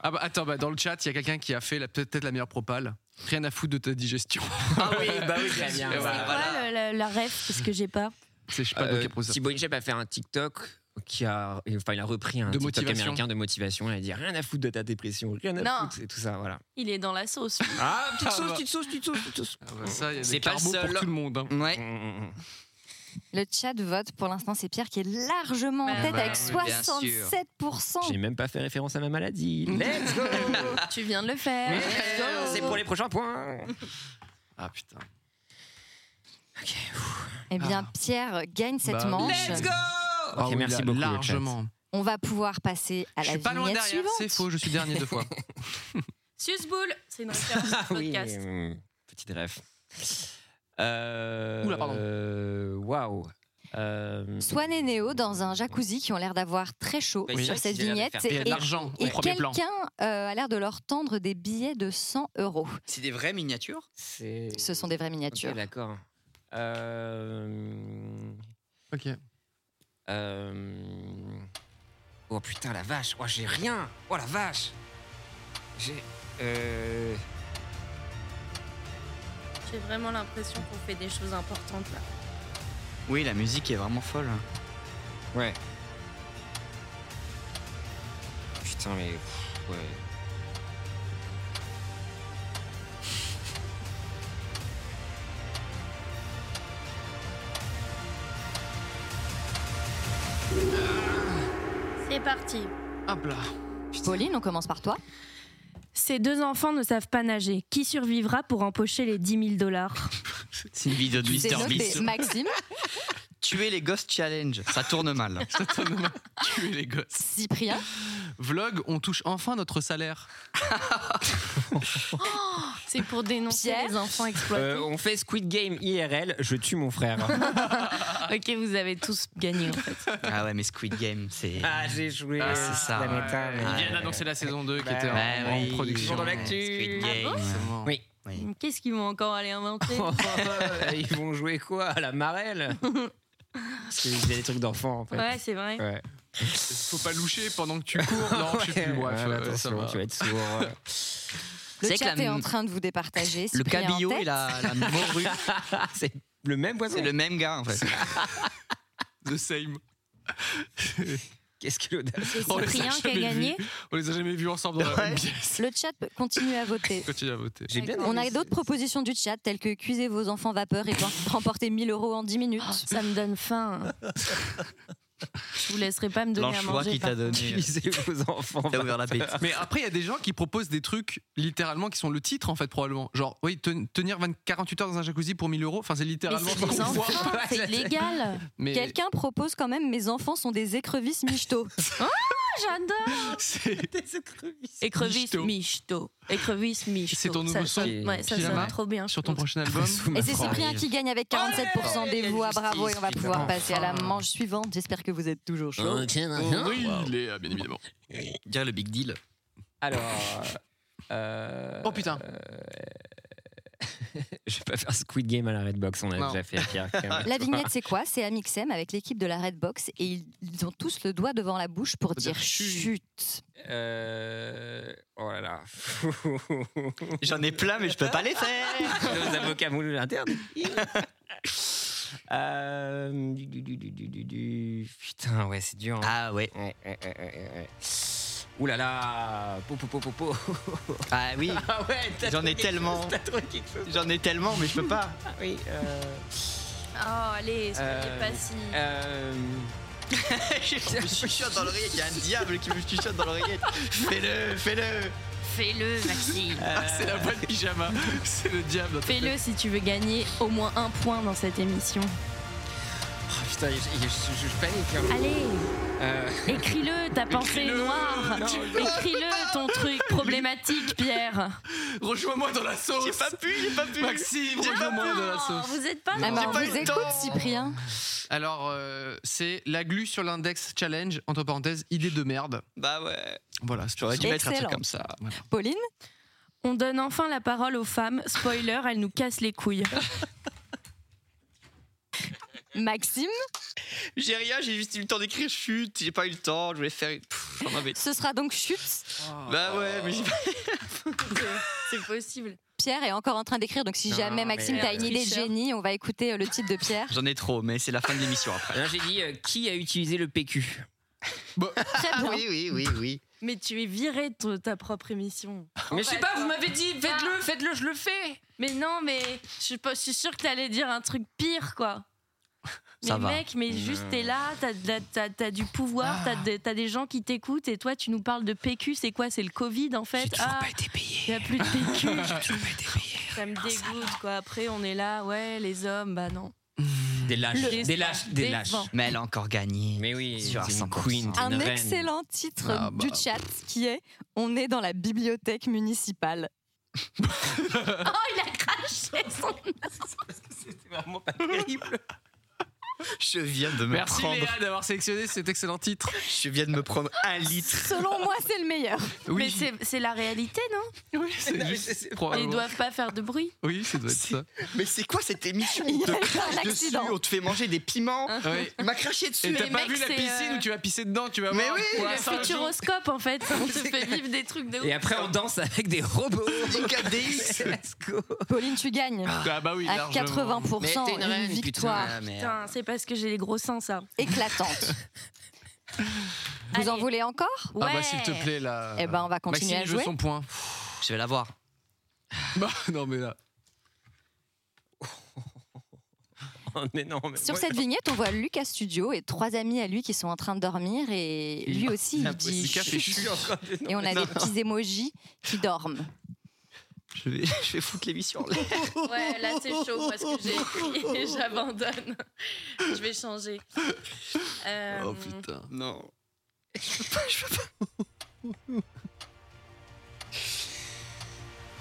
[SPEAKER 1] Ah bah, attends, bah, dans le chat, il y a quelqu'un qui a fait la- peut-être la meilleure propale. Rien à foutre de ta digestion.
[SPEAKER 2] Ah oui, bah oui, très bien.
[SPEAKER 1] Et
[SPEAKER 2] bah,
[SPEAKER 1] voilà.
[SPEAKER 3] Quoi, le- la, la ref, parce que j'ai pas.
[SPEAKER 1] C'est je sais pas de
[SPEAKER 2] Euh,
[SPEAKER 1] quel process.
[SPEAKER 2] Thibaut Inchep a fait un TikTok qui a, enfin, il a repris un
[SPEAKER 1] De
[SPEAKER 2] TikTok
[SPEAKER 1] motivation.
[SPEAKER 2] américain de motivation. Il a dit rien à foutre de ta dépression, rien à
[SPEAKER 3] Non.
[SPEAKER 2] foutre et tout ça, voilà.
[SPEAKER 3] Il est dans la sauce.
[SPEAKER 2] Ah, petite
[SPEAKER 1] sauce,
[SPEAKER 2] petite sauce, petite sauce, petite sauce.
[SPEAKER 1] ça, il y a
[SPEAKER 4] C'est
[SPEAKER 1] des
[SPEAKER 4] pas le
[SPEAKER 1] carbos
[SPEAKER 4] seul.
[SPEAKER 1] pour tout le monde. hein.
[SPEAKER 10] Le chat vote. Pour l'instant, c'est Pierre qui est largement en
[SPEAKER 2] Bah,
[SPEAKER 10] tête
[SPEAKER 2] bah,
[SPEAKER 10] avec
[SPEAKER 2] oui, bien sûr.
[SPEAKER 10] 67%.
[SPEAKER 2] J'ai même pas fait référence à ma maladie. Let's go.
[SPEAKER 3] tu viens de le faire. Let's go.
[SPEAKER 2] C'est pour les prochains points.
[SPEAKER 1] Ah putain.
[SPEAKER 10] Eh bien,
[SPEAKER 2] Ah.
[SPEAKER 10] Pierre gagne cette
[SPEAKER 1] Bah,
[SPEAKER 10] manche.
[SPEAKER 1] let's go Ah oui,
[SPEAKER 2] merci
[SPEAKER 1] là,
[SPEAKER 2] beaucoup, le chat.
[SPEAKER 1] Largement.
[SPEAKER 10] On va pouvoir passer à
[SPEAKER 1] Je
[SPEAKER 10] la
[SPEAKER 1] suis pas loin
[SPEAKER 10] vignette
[SPEAKER 1] derrière,
[SPEAKER 10] suivante.
[SPEAKER 1] c'est faux, je suis dernier deux fois.
[SPEAKER 3] Susboule, c'est une référence
[SPEAKER 2] Ah
[SPEAKER 3] au
[SPEAKER 2] oui,
[SPEAKER 3] podcast.
[SPEAKER 2] hum, petite ref. Euh,
[SPEAKER 10] Oula, pardon.
[SPEAKER 2] euh, Waouh. Euh,
[SPEAKER 10] Swan et Néo dans un jacuzzi qui ont l'air d'avoir très chaud
[SPEAKER 2] Bah, ils
[SPEAKER 10] sur
[SPEAKER 2] savent
[SPEAKER 10] cette
[SPEAKER 2] qu'ils ont l'air de
[SPEAKER 10] vignette.
[SPEAKER 2] faire payer de l'argent au
[SPEAKER 10] et
[SPEAKER 2] premier plan.
[SPEAKER 10] quelqu'un euh, a l'air de leur tendre des billets de 100 euros.
[SPEAKER 4] C'est des vraies miniatures
[SPEAKER 2] C'est.
[SPEAKER 10] Ce sont des vraies miniatures.
[SPEAKER 2] Ok, d'accord. Euh,
[SPEAKER 1] Ok.
[SPEAKER 2] euh, Oh putain, la vache. Oh, j'ai rien. Oh la vache. J'ai. euh,
[SPEAKER 3] J'ai vraiment l'impression qu'on fait des choses importantes là.
[SPEAKER 4] Oui, la musique est vraiment folle. hein.
[SPEAKER 2] Ouais. Putain, mais. pff, Ouais.
[SPEAKER 3] C'est parti.
[SPEAKER 1] Hop là.
[SPEAKER 10] Pauline, on commence par toi.
[SPEAKER 3] Ces deux enfants ne savent pas nager. Qui survivra pour empocher les 10 000 dollars
[SPEAKER 4] C'est une vidéo de
[SPEAKER 3] Tu sais
[SPEAKER 4] Mr.
[SPEAKER 3] noter,
[SPEAKER 4] Beast.
[SPEAKER 10] Maxime.
[SPEAKER 4] Tuer les Ghost Challenge. Ça tourne mal.
[SPEAKER 1] Ça tourne mal. Tuer les gosses.
[SPEAKER 10] Cyprien.
[SPEAKER 1] Vlog, on touche enfin notre salaire.
[SPEAKER 3] C'est pour dénoncer les enfants exploités.
[SPEAKER 2] Euh, on fait Squid Game IRL, je tue mon frère.
[SPEAKER 3] ok, vous avez tous gagné en fait.
[SPEAKER 4] Ah ouais, mais Squid Game, c'est.
[SPEAKER 2] Ah, j'ai joué.
[SPEAKER 4] Ah, c'est ça.
[SPEAKER 2] la méta, mais-
[SPEAKER 4] Ah,
[SPEAKER 1] Il vient d'annoncer la saison 2 qui
[SPEAKER 2] Bah,
[SPEAKER 1] était en,
[SPEAKER 4] bah
[SPEAKER 1] en
[SPEAKER 4] oui.
[SPEAKER 1] production.
[SPEAKER 4] Toujours dans l'actu. Squid Game.
[SPEAKER 1] Forcément.
[SPEAKER 2] Oui.
[SPEAKER 3] Qu'est-ce qu'ils vont encore aller inventer
[SPEAKER 2] Ils vont jouer quoi à La marelle Parce qu'il y a des trucs d'enfants en fait.
[SPEAKER 3] Ouais, c'est vrai.
[SPEAKER 2] Ouais.
[SPEAKER 1] Faut pas loucher pendant que tu cours. Non, je sais plus.
[SPEAKER 2] Ouais,
[SPEAKER 1] Bref,
[SPEAKER 2] ouais,
[SPEAKER 1] euh, ça
[SPEAKER 2] attention,
[SPEAKER 1] va.
[SPEAKER 2] tu vas être sourd. euh,
[SPEAKER 10] Le
[SPEAKER 4] C'est que
[SPEAKER 10] chat
[SPEAKER 4] la-
[SPEAKER 10] est en train de vous départager.
[SPEAKER 4] Le
[SPEAKER 10] Cyprien en
[SPEAKER 4] cabillaud et
[SPEAKER 10] tête.
[SPEAKER 4] la, la morue.
[SPEAKER 2] c'est le même poisson.
[SPEAKER 4] C'est le même gars, en fait.
[SPEAKER 1] The same.
[SPEAKER 2] Qu'est-ce que l'audace
[SPEAKER 3] C'est
[SPEAKER 4] Oh,
[SPEAKER 3] Cyprien qui a gagné.
[SPEAKER 1] On les a jamais vus ensemble dans la même pièce.
[SPEAKER 10] Le chat peut- continue à voter.
[SPEAKER 1] Continue à voter.
[SPEAKER 10] On a d'autres propositions du chat, telles que cuisez vos enfants vapeur et pen- remportez 1000 euros en 10 minutes.
[SPEAKER 3] Oh, ça me donne faim. Je vous laisserai pas me donner à
[SPEAKER 4] Blanche-Foire
[SPEAKER 3] manger.
[SPEAKER 4] qui t'a
[SPEAKER 3] par
[SPEAKER 4] donné.
[SPEAKER 3] contre.
[SPEAKER 1] euh,
[SPEAKER 2] Cuisez vos enfants.
[SPEAKER 4] T'as ouvert la paix.
[SPEAKER 1] Mais après, il y a des gens qui proposent des trucs littéralement qui sont le titre en fait, probablement. Genre, oui, ten- tenir 20 48 heures dans un jacuzzi pour 1000 euros. Enfin, c'est
[SPEAKER 10] Mais
[SPEAKER 1] littéralement
[SPEAKER 10] c'est
[SPEAKER 1] ce
[SPEAKER 10] des
[SPEAKER 1] qu'on voit.
[SPEAKER 10] enfants, c'est illégal.
[SPEAKER 1] Mais-
[SPEAKER 10] Quelqu'un propose quand même mes enfants sont des écrevisses michto. Hein
[SPEAKER 3] J'adore Écrevisses michto. Écrevisses michto.
[SPEAKER 1] C'est ton nouveau
[SPEAKER 3] ça
[SPEAKER 1] son,
[SPEAKER 3] sonne- ouais, ça
[SPEAKER 1] Pyjama,
[SPEAKER 3] sonne trop bien.
[SPEAKER 1] Sur ton prochain album.
[SPEAKER 10] Et c'est Cyprien qui gagne avec
[SPEAKER 1] Ah,
[SPEAKER 10] 47% des voix. Bravo, et on va pouvoir
[SPEAKER 1] Enfin.
[SPEAKER 10] passer à la manche suivante. J'espère que vous êtes toujours chaud.
[SPEAKER 1] Oh, Oui, Léa, bien évidemment.
[SPEAKER 4] hein. Dire le big deal.
[SPEAKER 2] Alors. euh,
[SPEAKER 1] Oh putain.
[SPEAKER 2] Je vais pas faire Squid Game à la Redbox, on a
[SPEAKER 1] Non.
[SPEAKER 2] déjà fait Pierre. quand même.
[SPEAKER 10] La vignette, c'est quoi C'est Amixem avec l'équipe de la Redbox et ils- ils ont tous le doigt devant la bouche pour dire chut.
[SPEAKER 2] Euh, Oh là là.
[SPEAKER 4] J'en ai plein, mais je peux pas les faire.
[SPEAKER 2] Nos avocats moulous internes. Euh, du- du- du- du- du- du- du- Putain, ouais, c'est dur.
[SPEAKER 4] Ah ouais.
[SPEAKER 2] Ouh là là. Po, po, po, po, po.
[SPEAKER 4] Ah oui.
[SPEAKER 2] Ah ouais, t'as
[SPEAKER 4] J'en
[SPEAKER 2] trouvé
[SPEAKER 4] ai
[SPEAKER 2] quelque
[SPEAKER 4] tellement.
[SPEAKER 2] chose, t'as trouvé quelque chose.
[SPEAKER 4] J'en ai tellement, mais je peux pas.
[SPEAKER 2] Ah oui. euh,
[SPEAKER 3] Oh, allez, soyez
[SPEAKER 2] euh,
[SPEAKER 3] pas si.
[SPEAKER 2] euh,
[SPEAKER 4] je me chuchote dans l'oreillette, il y a un diable qui me chuchote dans l'oreillette. Fais-le, fais-le.
[SPEAKER 3] Fais-le, Euh, Maxime.
[SPEAKER 4] Euh.
[SPEAKER 1] Ah, c'est la boîte pyjama. C'est le diable. dans ta
[SPEAKER 3] Fais-le si tu veux gagner au moins un point dans cette émission.
[SPEAKER 2] oh, putain, je, je- je- je panique. hein.
[SPEAKER 3] Allez,
[SPEAKER 2] Euh,
[SPEAKER 3] écris-le, ta pensée
[SPEAKER 2] Écris-le.
[SPEAKER 3] noire.
[SPEAKER 2] Non,
[SPEAKER 3] Écris-le, ton truc problématique, Pierre.
[SPEAKER 1] tête. Rejoins-moi dans la sauce. J'ai pas pu, j'ai pas pu. Maxime, rejoins-moi dans la
[SPEAKER 3] Non,
[SPEAKER 1] sauce.
[SPEAKER 3] vous êtes pas.
[SPEAKER 10] Ah, bah, on
[SPEAKER 3] drôle.
[SPEAKER 10] vous écoute, Cyprien.
[SPEAKER 1] Alors, euh, c'est la glu sur l'index challenge, entre parenthèses, idée de merde.
[SPEAKER 4] Bah ouais.
[SPEAKER 1] Voilà, c'est
[SPEAKER 4] J'aurais dû mettre un truc
[SPEAKER 10] Excellent.
[SPEAKER 4] comme ça.
[SPEAKER 10] Pauline
[SPEAKER 3] On donne enfin la parole aux femmes. Spoiler, elles nous cassent les couilles.
[SPEAKER 10] Maxime
[SPEAKER 4] J'ai rien, j'ai juste eu le temps d'écrire chute, j'ai pas eu le temps, je voulais faire. une- Pff, j'en avais-
[SPEAKER 10] Ce sera donc chut.
[SPEAKER 4] Bah ouais, mais j'ai pas.
[SPEAKER 3] C'est possible.
[SPEAKER 10] Pierre est encore en train d'écrire, donc si
[SPEAKER 4] Non,
[SPEAKER 10] jamais Maxime
[SPEAKER 4] mais-
[SPEAKER 10] t'as une idée de
[SPEAKER 3] Tricheur.
[SPEAKER 10] génie, on va écouter euh, le titre de Pierre.
[SPEAKER 4] J'en ai trop, mais c'est la fin de l'émission après.
[SPEAKER 2] non, J'ai dit euh, qui a utilisé le PQ
[SPEAKER 10] Très bien.
[SPEAKER 4] oui, oui, oui, oui.
[SPEAKER 3] Mais tu es viré de ton- ta propre émission.
[SPEAKER 2] Mais je sais pas, vous m'avez dit faites-le, faites-le, je le fais.
[SPEAKER 3] Bah. Mais non, mais je suis pas- je suis sûre que t'allais dire un truc pire, quoi.
[SPEAKER 4] Ça
[SPEAKER 3] mais
[SPEAKER 4] va.
[SPEAKER 3] mec, mais juste
[SPEAKER 2] Non.
[SPEAKER 3] t'es là, t'as de la- t'as- t'as du pouvoir,
[SPEAKER 2] Ah.
[SPEAKER 3] t'as des- t'as des gens qui t'écoutent et toi tu nous parles de PQ, c'est quoi C'est le Covid en fait Ah, y a plus de PQ, ça me dégoûte quoi. Après on est là, ouais, les hommes, bah non.
[SPEAKER 2] Des lâches,
[SPEAKER 3] Le-
[SPEAKER 2] des lâches, des lâches.
[SPEAKER 3] Défend.
[SPEAKER 4] Mais elle a encore gagné.
[SPEAKER 2] Mais oui,
[SPEAKER 4] Sur
[SPEAKER 2] c'est une
[SPEAKER 4] 100%.
[SPEAKER 2] queen, t'es
[SPEAKER 10] Un
[SPEAKER 2] une reine.
[SPEAKER 10] excellent titre
[SPEAKER 1] Ah, bah.
[SPEAKER 10] du chat qui est On est dans la bibliothèque municipale.
[SPEAKER 3] Oh, il a craché son.
[SPEAKER 2] C'était vraiment pas terrible.
[SPEAKER 4] Je viens de me
[SPEAKER 1] Merci
[SPEAKER 4] prendre.
[SPEAKER 1] Léa d'avoir sélectionné cet excellent titre.
[SPEAKER 4] Je viens de me prendre un litre.
[SPEAKER 10] Selon moi, c'est le meilleur.
[SPEAKER 3] Mais c'est- c'est la réalité, non
[SPEAKER 1] Oui, c'est juste. probablement.
[SPEAKER 3] Ils doivent pas faire de bruit.
[SPEAKER 1] Oui, ça doit être
[SPEAKER 4] C'est-
[SPEAKER 1] ça.
[SPEAKER 4] Mais c'est quoi cette émission
[SPEAKER 10] Il
[SPEAKER 4] On
[SPEAKER 10] y
[SPEAKER 4] te
[SPEAKER 10] a eu
[SPEAKER 4] crache
[SPEAKER 10] un
[SPEAKER 4] dessus,
[SPEAKER 10] accident.
[SPEAKER 4] on te fait manger des piments.
[SPEAKER 1] Ouais.
[SPEAKER 4] Il m'a craché
[SPEAKER 1] Ah. Et
[SPEAKER 4] dessus.
[SPEAKER 1] t'as
[SPEAKER 3] les
[SPEAKER 1] pas
[SPEAKER 3] mecs,
[SPEAKER 1] vu la
[SPEAKER 3] c'est,
[SPEAKER 1] piscine
[SPEAKER 3] euh,
[SPEAKER 1] où tu vas pisser dedans, tu vas
[SPEAKER 4] Mais
[SPEAKER 1] voir.
[SPEAKER 4] oui,
[SPEAKER 1] quoi,
[SPEAKER 3] Le
[SPEAKER 1] ça-
[SPEAKER 3] futuroscope en fait, on te fait vivre des trucs de ouf.
[SPEAKER 2] Et après, on danse avec des robots.
[SPEAKER 4] Des KDX.
[SPEAKER 2] Let's go.
[SPEAKER 10] Pauline, tu gagnes.
[SPEAKER 1] Ah bah oui,
[SPEAKER 10] à
[SPEAKER 1] largement.
[SPEAKER 10] 80%,
[SPEAKER 2] Mais t'es
[SPEAKER 10] une,
[SPEAKER 2] une reine, putain.
[SPEAKER 10] victoire
[SPEAKER 4] Ah, merde.
[SPEAKER 3] Putain, c'est parce que j'ai les gros seins, ça.
[SPEAKER 10] éclatante. Vous en
[SPEAKER 3] Allez.
[SPEAKER 10] voulez encore
[SPEAKER 1] Ah bah s'il te plaît là.
[SPEAKER 10] Eh ben, on va continuer
[SPEAKER 1] Maxime,
[SPEAKER 10] à
[SPEAKER 1] il veut
[SPEAKER 10] jouer.
[SPEAKER 1] son point.
[SPEAKER 4] Je vais la voir.
[SPEAKER 1] Bah non mais là.
[SPEAKER 2] Oh, mais non, mais
[SPEAKER 10] Sur
[SPEAKER 2] moi,
[SPEAKER 10] cette vignette, on voit Lucas Studio et trois amis à lui qui sont en train de dormir et lui aussi il dit
[SPEAKER 1] Lucas fait
[SPEAKER 10] chut.
[SPEAKER 1] chut.
[SPEAKER 10] et on a des petits émojis qui dorment.
[SPEAKER 4] Je vais, je vais foutre l'émission. en l'air.
[SPEAKER 3] Ouais, là c'est chaud parce que j'ai écrit et j'abandonne. Je vais changer. Euh,
[SPEAKER 1] Oh putain.
[SPEAKER 4] Non.
[SPEAKER 2] Euh.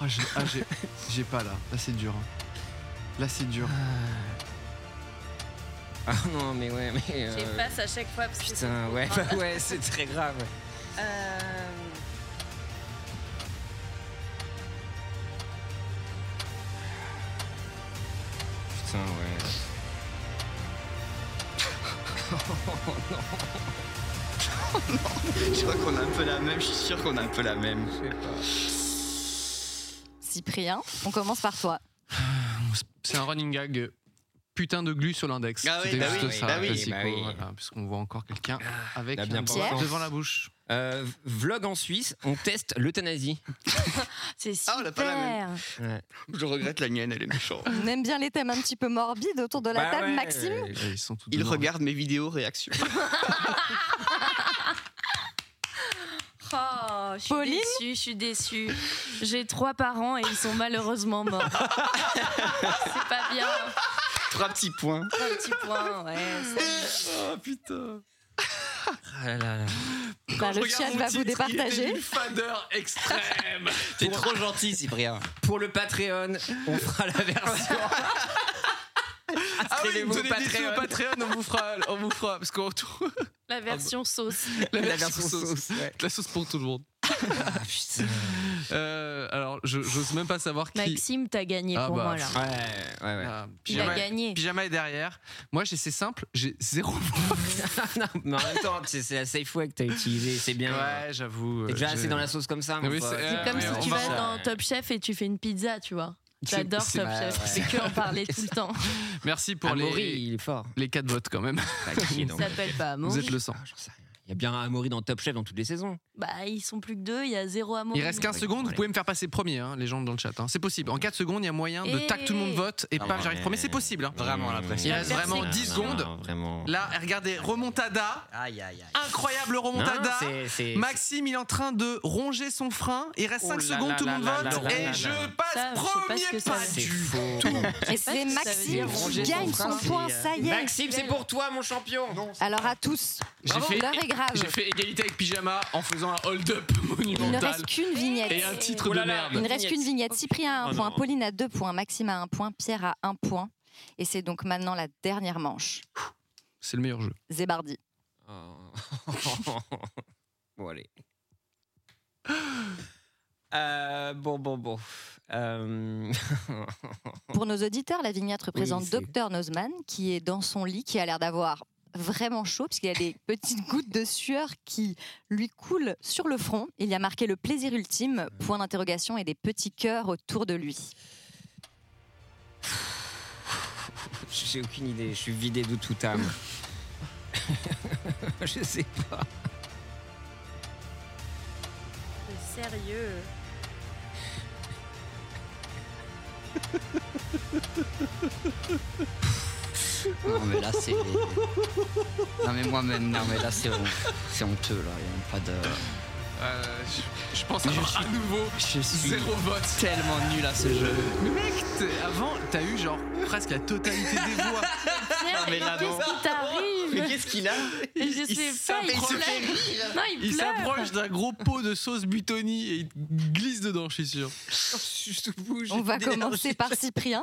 [SPEAKER 1] Ah, j'ai- ah, j'ai j'ai pas là. Là c'est dur. hein. Là c'est dur. Euh,
[SPEAKER 2] Ah non, mais ouais, mais. euh,
[SPEAKER 3] J'efface à chaque fois parce que c'est
[SPEAKER 2] Putain,
[SPEAKER 3] trop
[SPEAKER 2] ouais,
[SPEAKER 3] grave.
[SPEAKER 2] bah ouais, c'est très grave.
[SPEAKER 3] Euh,
[SPEAKER 2] Putain, ouais.
[SPEAKER 4] Je crois qu'on a un peu la même. Je suis sûr qu'on a un peu la même.
[SPEAKER 2] Je sais pas.
[SPEAKER 10] Cyprien, on commence par toi.
[SPEAKER 1] C'est un running gag. putain de glu sur l'index.
[SPEAKER 4] Ah oui,
[SPEAKER 1] C'était
[SPEAKER 4] bah
[SPEAKER 1] juste
[SPEAKER 4] oui,
[SPEAKER 1] ça,
[SPEAKER 4] bah oui,
[SPEAKER 1] classico,
[SPEAKER 4] bah oui.
[SPEAKER 1] voilà, puisqu'on voit encore quelqu'un avec
[SPEAKER 2] Là, Ah, bien
[SPEAKER 1] un
[SPEAKER 2] pensé.
[SPEAKER 1] doigt devant la bouche.
[SPEAKER 2] Euh, vlog en Suisse, on teste l'euthanasie.
[SPEAKER 3] C'est
[SPEAKER 4] Ah, on l'a pas la même. Je regrette la mienne, elle est méchante.
[SPEAKER 10] On aime bien les thèmes un petit peu morbides autour de la
[SPEAKER 1] Bah
[SPEAKER 10] table, Maxime.
[SPEAKER 1] Ils,
[SPEAKER 10] dedans.
[SPEAKER 4] Bah regardent mes vidéos réactions.
[SPEAKER 3] Oh, je suis déçue, je suis déçue. J'ai trois parents et ils sont malheureusement morts. c'est pas bien.
[SPEAKER 4] Trois petits points.
[SPEAKER 3] Un petit point, ouais. c'est-
[SPEAKER 1] Ah,
[SPEAKER 4] Oh putain.
[SPEAKER 10] Bah, le chat va vous départager.
[SPEAKER 1] fadeur extrême.
[SPEAKER 4] T'es trop gentil, Cyprien.
[SPEAKER 2] Pour le Patreon, on fera la version.
[SPEAKER 1] Ah oui,
[SPEAKER 2] Inscrivez-vous
[SPEAKER 1] donnez
[SPEAKER 2] au
[SPEAKER 1] des sous au
[SPEAKER 2] Patreon.
[SPEAKER 1] Patreon, on vous fera, on vous fera, parce qu'on retrouve
[SPEAKER 3] La version sauce.
[SPEAKER 1] Ah bah. la, version sauce. La sauce pour tout le monde. Euh, alors, je- j'ose même pas savoir qui.
[SPEAKER 3] Maxime, t'as gagné
[SPEAKER 1] Ah
[SPEAKER 3] pour
[SPEAKER 1] bah,
[SPEAKER 3] moi là.
[SPEAKER 1] Ouais, ouais, ouais.
[SPEAKER 3] Il a
[SPEAKER 1] Pyjama-
[SPEAKER 3] gagné.
[SPEAKER 1] Pyjama est derrière. Moi, j'ai- c'est simple, j'ai zéro
[SPEAKER 2] non, mais en même temps, c'est c'est la safe way que t'as utilisée, c'est bien.
[SPEAKER 1] Ouais, j'avoue. euh,
[SPEAKER 2] T'es déjà
[SPEAKER 1] je-
[SPEAKER 2] assez dans la sauce comme ça. mon
[SPEAKER 1] Oui,
[SPEAKER 2] pote.
[SPEAKER 1] c'est- C'est euh,
[SPEAKER 3] Comme si tu vas dans Top Chef et tu fais une pizza, tu vois.
[SPEAKER 1] C'est-
[SPEAKER 3] J'adore
[SPEAKER 1] c'est-
[SPEAKER 3] Top
[SPEAKER 1] bah,
[SPEAKER 3] Chef.
[SPEAKER 1] ouais.
[SPEAKER 3] C'est que en parler tout le temps.
[SPEAKER 1] Merci pour
[SPEAKER 2] Amaury,
[SPEAKER 1] les.
[SPEAKER 2] Ah, il est fort. Ah,
[SPEAKER 1] Les 4 votes quand même.
[SPEAKER 2] qui est
[SPEAKER 3] Il s'appelle pas Amaury.
[SPEAKER 2] Vous êtes le sang. Il y a bien un Amaury dans Top Chef dans toutes les saisons.
[SPEAKER 3] Bah, ils sont plus que deux, il y a zéro amour.
[SPEAKER 1] Il reste 15 secondes, vous pouvez me faire passer premier, hein, les gens dans le chat. hein. C'est possible. En 4 secondes, il y a moyen de
[SPEAKER 3] Et-
[SPEAKER 1] tac, tout le monde vote et
[SPEAKER 4] Ah
[SPEAKER 1] paf,
[SPEAKER 4] ouais.
[SPEAKER 1] j'arrive premier. C'est possible. hein.
[SPEAKER 4] Vraiment, la pression. Ah,
[SPEAKER 1] Il reste
[SPEAKER 4] La
[SPEAKER 1] vraiment
[SPEAKER 4] persécution.
[SPEAKER 1] 10 secondes.
[SPEAKER 4] Non,
[SPEAKER 2] vraiment.
[SPEAKER 1] Là, regardez, remontada.
[SPEAKER 4] Aïe, aïe, aïe.
[SPEAKER 1] Incroyable remontada.
[SPEAKER 4] Non, c'est- c'est-
[SPEAKER 1] Maxime, il est en train de ronger son frein. Il reste
[SPEAKER 4] Oh
[SPEAKER 1] 5
[SPEAKER 4] là
[SPEAKER 1] secondes,
[SPEAKER 4] là
[SPEAKER 1] tout le
[SPEAKER 4] là
[SPEAKER 1] monde
[SPEAKER 4] là
[SPEAKER 1] vote.
[SPEAKER 4] là
[SPEAKER 1] Et
[SPEAKER 4] là
[SPEAKER 1] je
[SPEAKER 4] là.
[SPEAKER 1] passe
[SPEAKER 4] Ça, je sais pas
[SPEAKER 1] premier
[SPEAKER 4] ce que ça
[SPEAKER 1] pas
[SPEAKER 4] veut
[SPEAKER 1] du
[SPEAKER 4] dire. C'est
[SPEAKER 1] tout.
[SPEAKER 10] Et c'est Maxime qui gagne son point,
[SPEAKER 1] euh,
[SPEAKER 10] ça y est.
[SPEAKER 2] Maxime, c'est pour toi, mon champion.
[SPEAKER 10] Alors à tous,
[SPEAKER 1] J'ai fait,
[SPEAKER 10] l'heure est grave.
[SPEAKER 1] j'ai fait égalité avec Pyjama en faisant un hold-up
[SPEAKER 10] Il ne
[SPEAKER 1] monumental.
[SPEAKER 10] reste qu'une vignette.
[SPEAKER 1] Et un titre
[SPEAKER 4] Oh
[SPEAKER 1] de merde.
[SPEAKER 10] Il ne reste qu'une vignette. Cyprien a un
[SPEAKER 1] Oh
[SPEAKER 10] point,
[SPEAKER 1] non.
[SPEAKER 10] Pauline a deux points, Maxime a un point, Pierre a un point. Et c'est donc maintenant la dernière manche.
[SPEAKER 1] C'est le meilleur jeu.
[SPEAKER 10] Zébardi.
[SPEAKER 2] Ah. bon, allez. Euh, bon, bon, bon. Euh,
[SPEAKER 10] Pour nos auditeurs, la vignette représente
[SPEAKER 2] c'est-
[SPEAKER 10] Dr Nozman qui est dans son lit, qui a l'air d'avoir vraiment chaud parce qu'il a des petites gouttes de sueur qui lui coulent sur le front. Il y a marqué le plaisir ultime, point d'interrogation et des petits cœurs autour de lui.
[SPEAKER 2] J'ai aucune idée, je suis vidé de toute âme. je sais pas.
[SPEAKER 3] Sérieux.
[SPEAKER 4] Non, mais là, c'est. Non, mais moi-même, non, mais là, c'est hon- c'est honteux, là. Il n'y a pas de.
[SPEAKER 1] Euh, je, je pense avoir à nouveau zéro vote.
[SPEAKER 4] Tellement nul à ce jeu.
[SPEAKER 1] Mais mec, t'es- avant, t'as eu genre presque la totalité des voix.
[SPEAKER 3] Pierre,
[SPEAKER 1] mais là, non.
[SPEAKER 3] qu'est-ce qui t'arrive
[SPEAKER 1] Mais qu'est-ce qu'il a
[SPEAKER 3] Mais Je
[SPEAKER 1] Il
[SPEAKER 3] sais pas, il
[SPEAKER 1] s'approche-
[SPEAKER 3] pleure. Non, il
[SPEAKER 1] Il
[SPEAKER 3] pleure.
[SPEAKER 1] s'approche d'un gros pot de sauce butoni et il glisse dedans, je suis sûr.
[SPEAKER 10] On va commencer par Cyprien.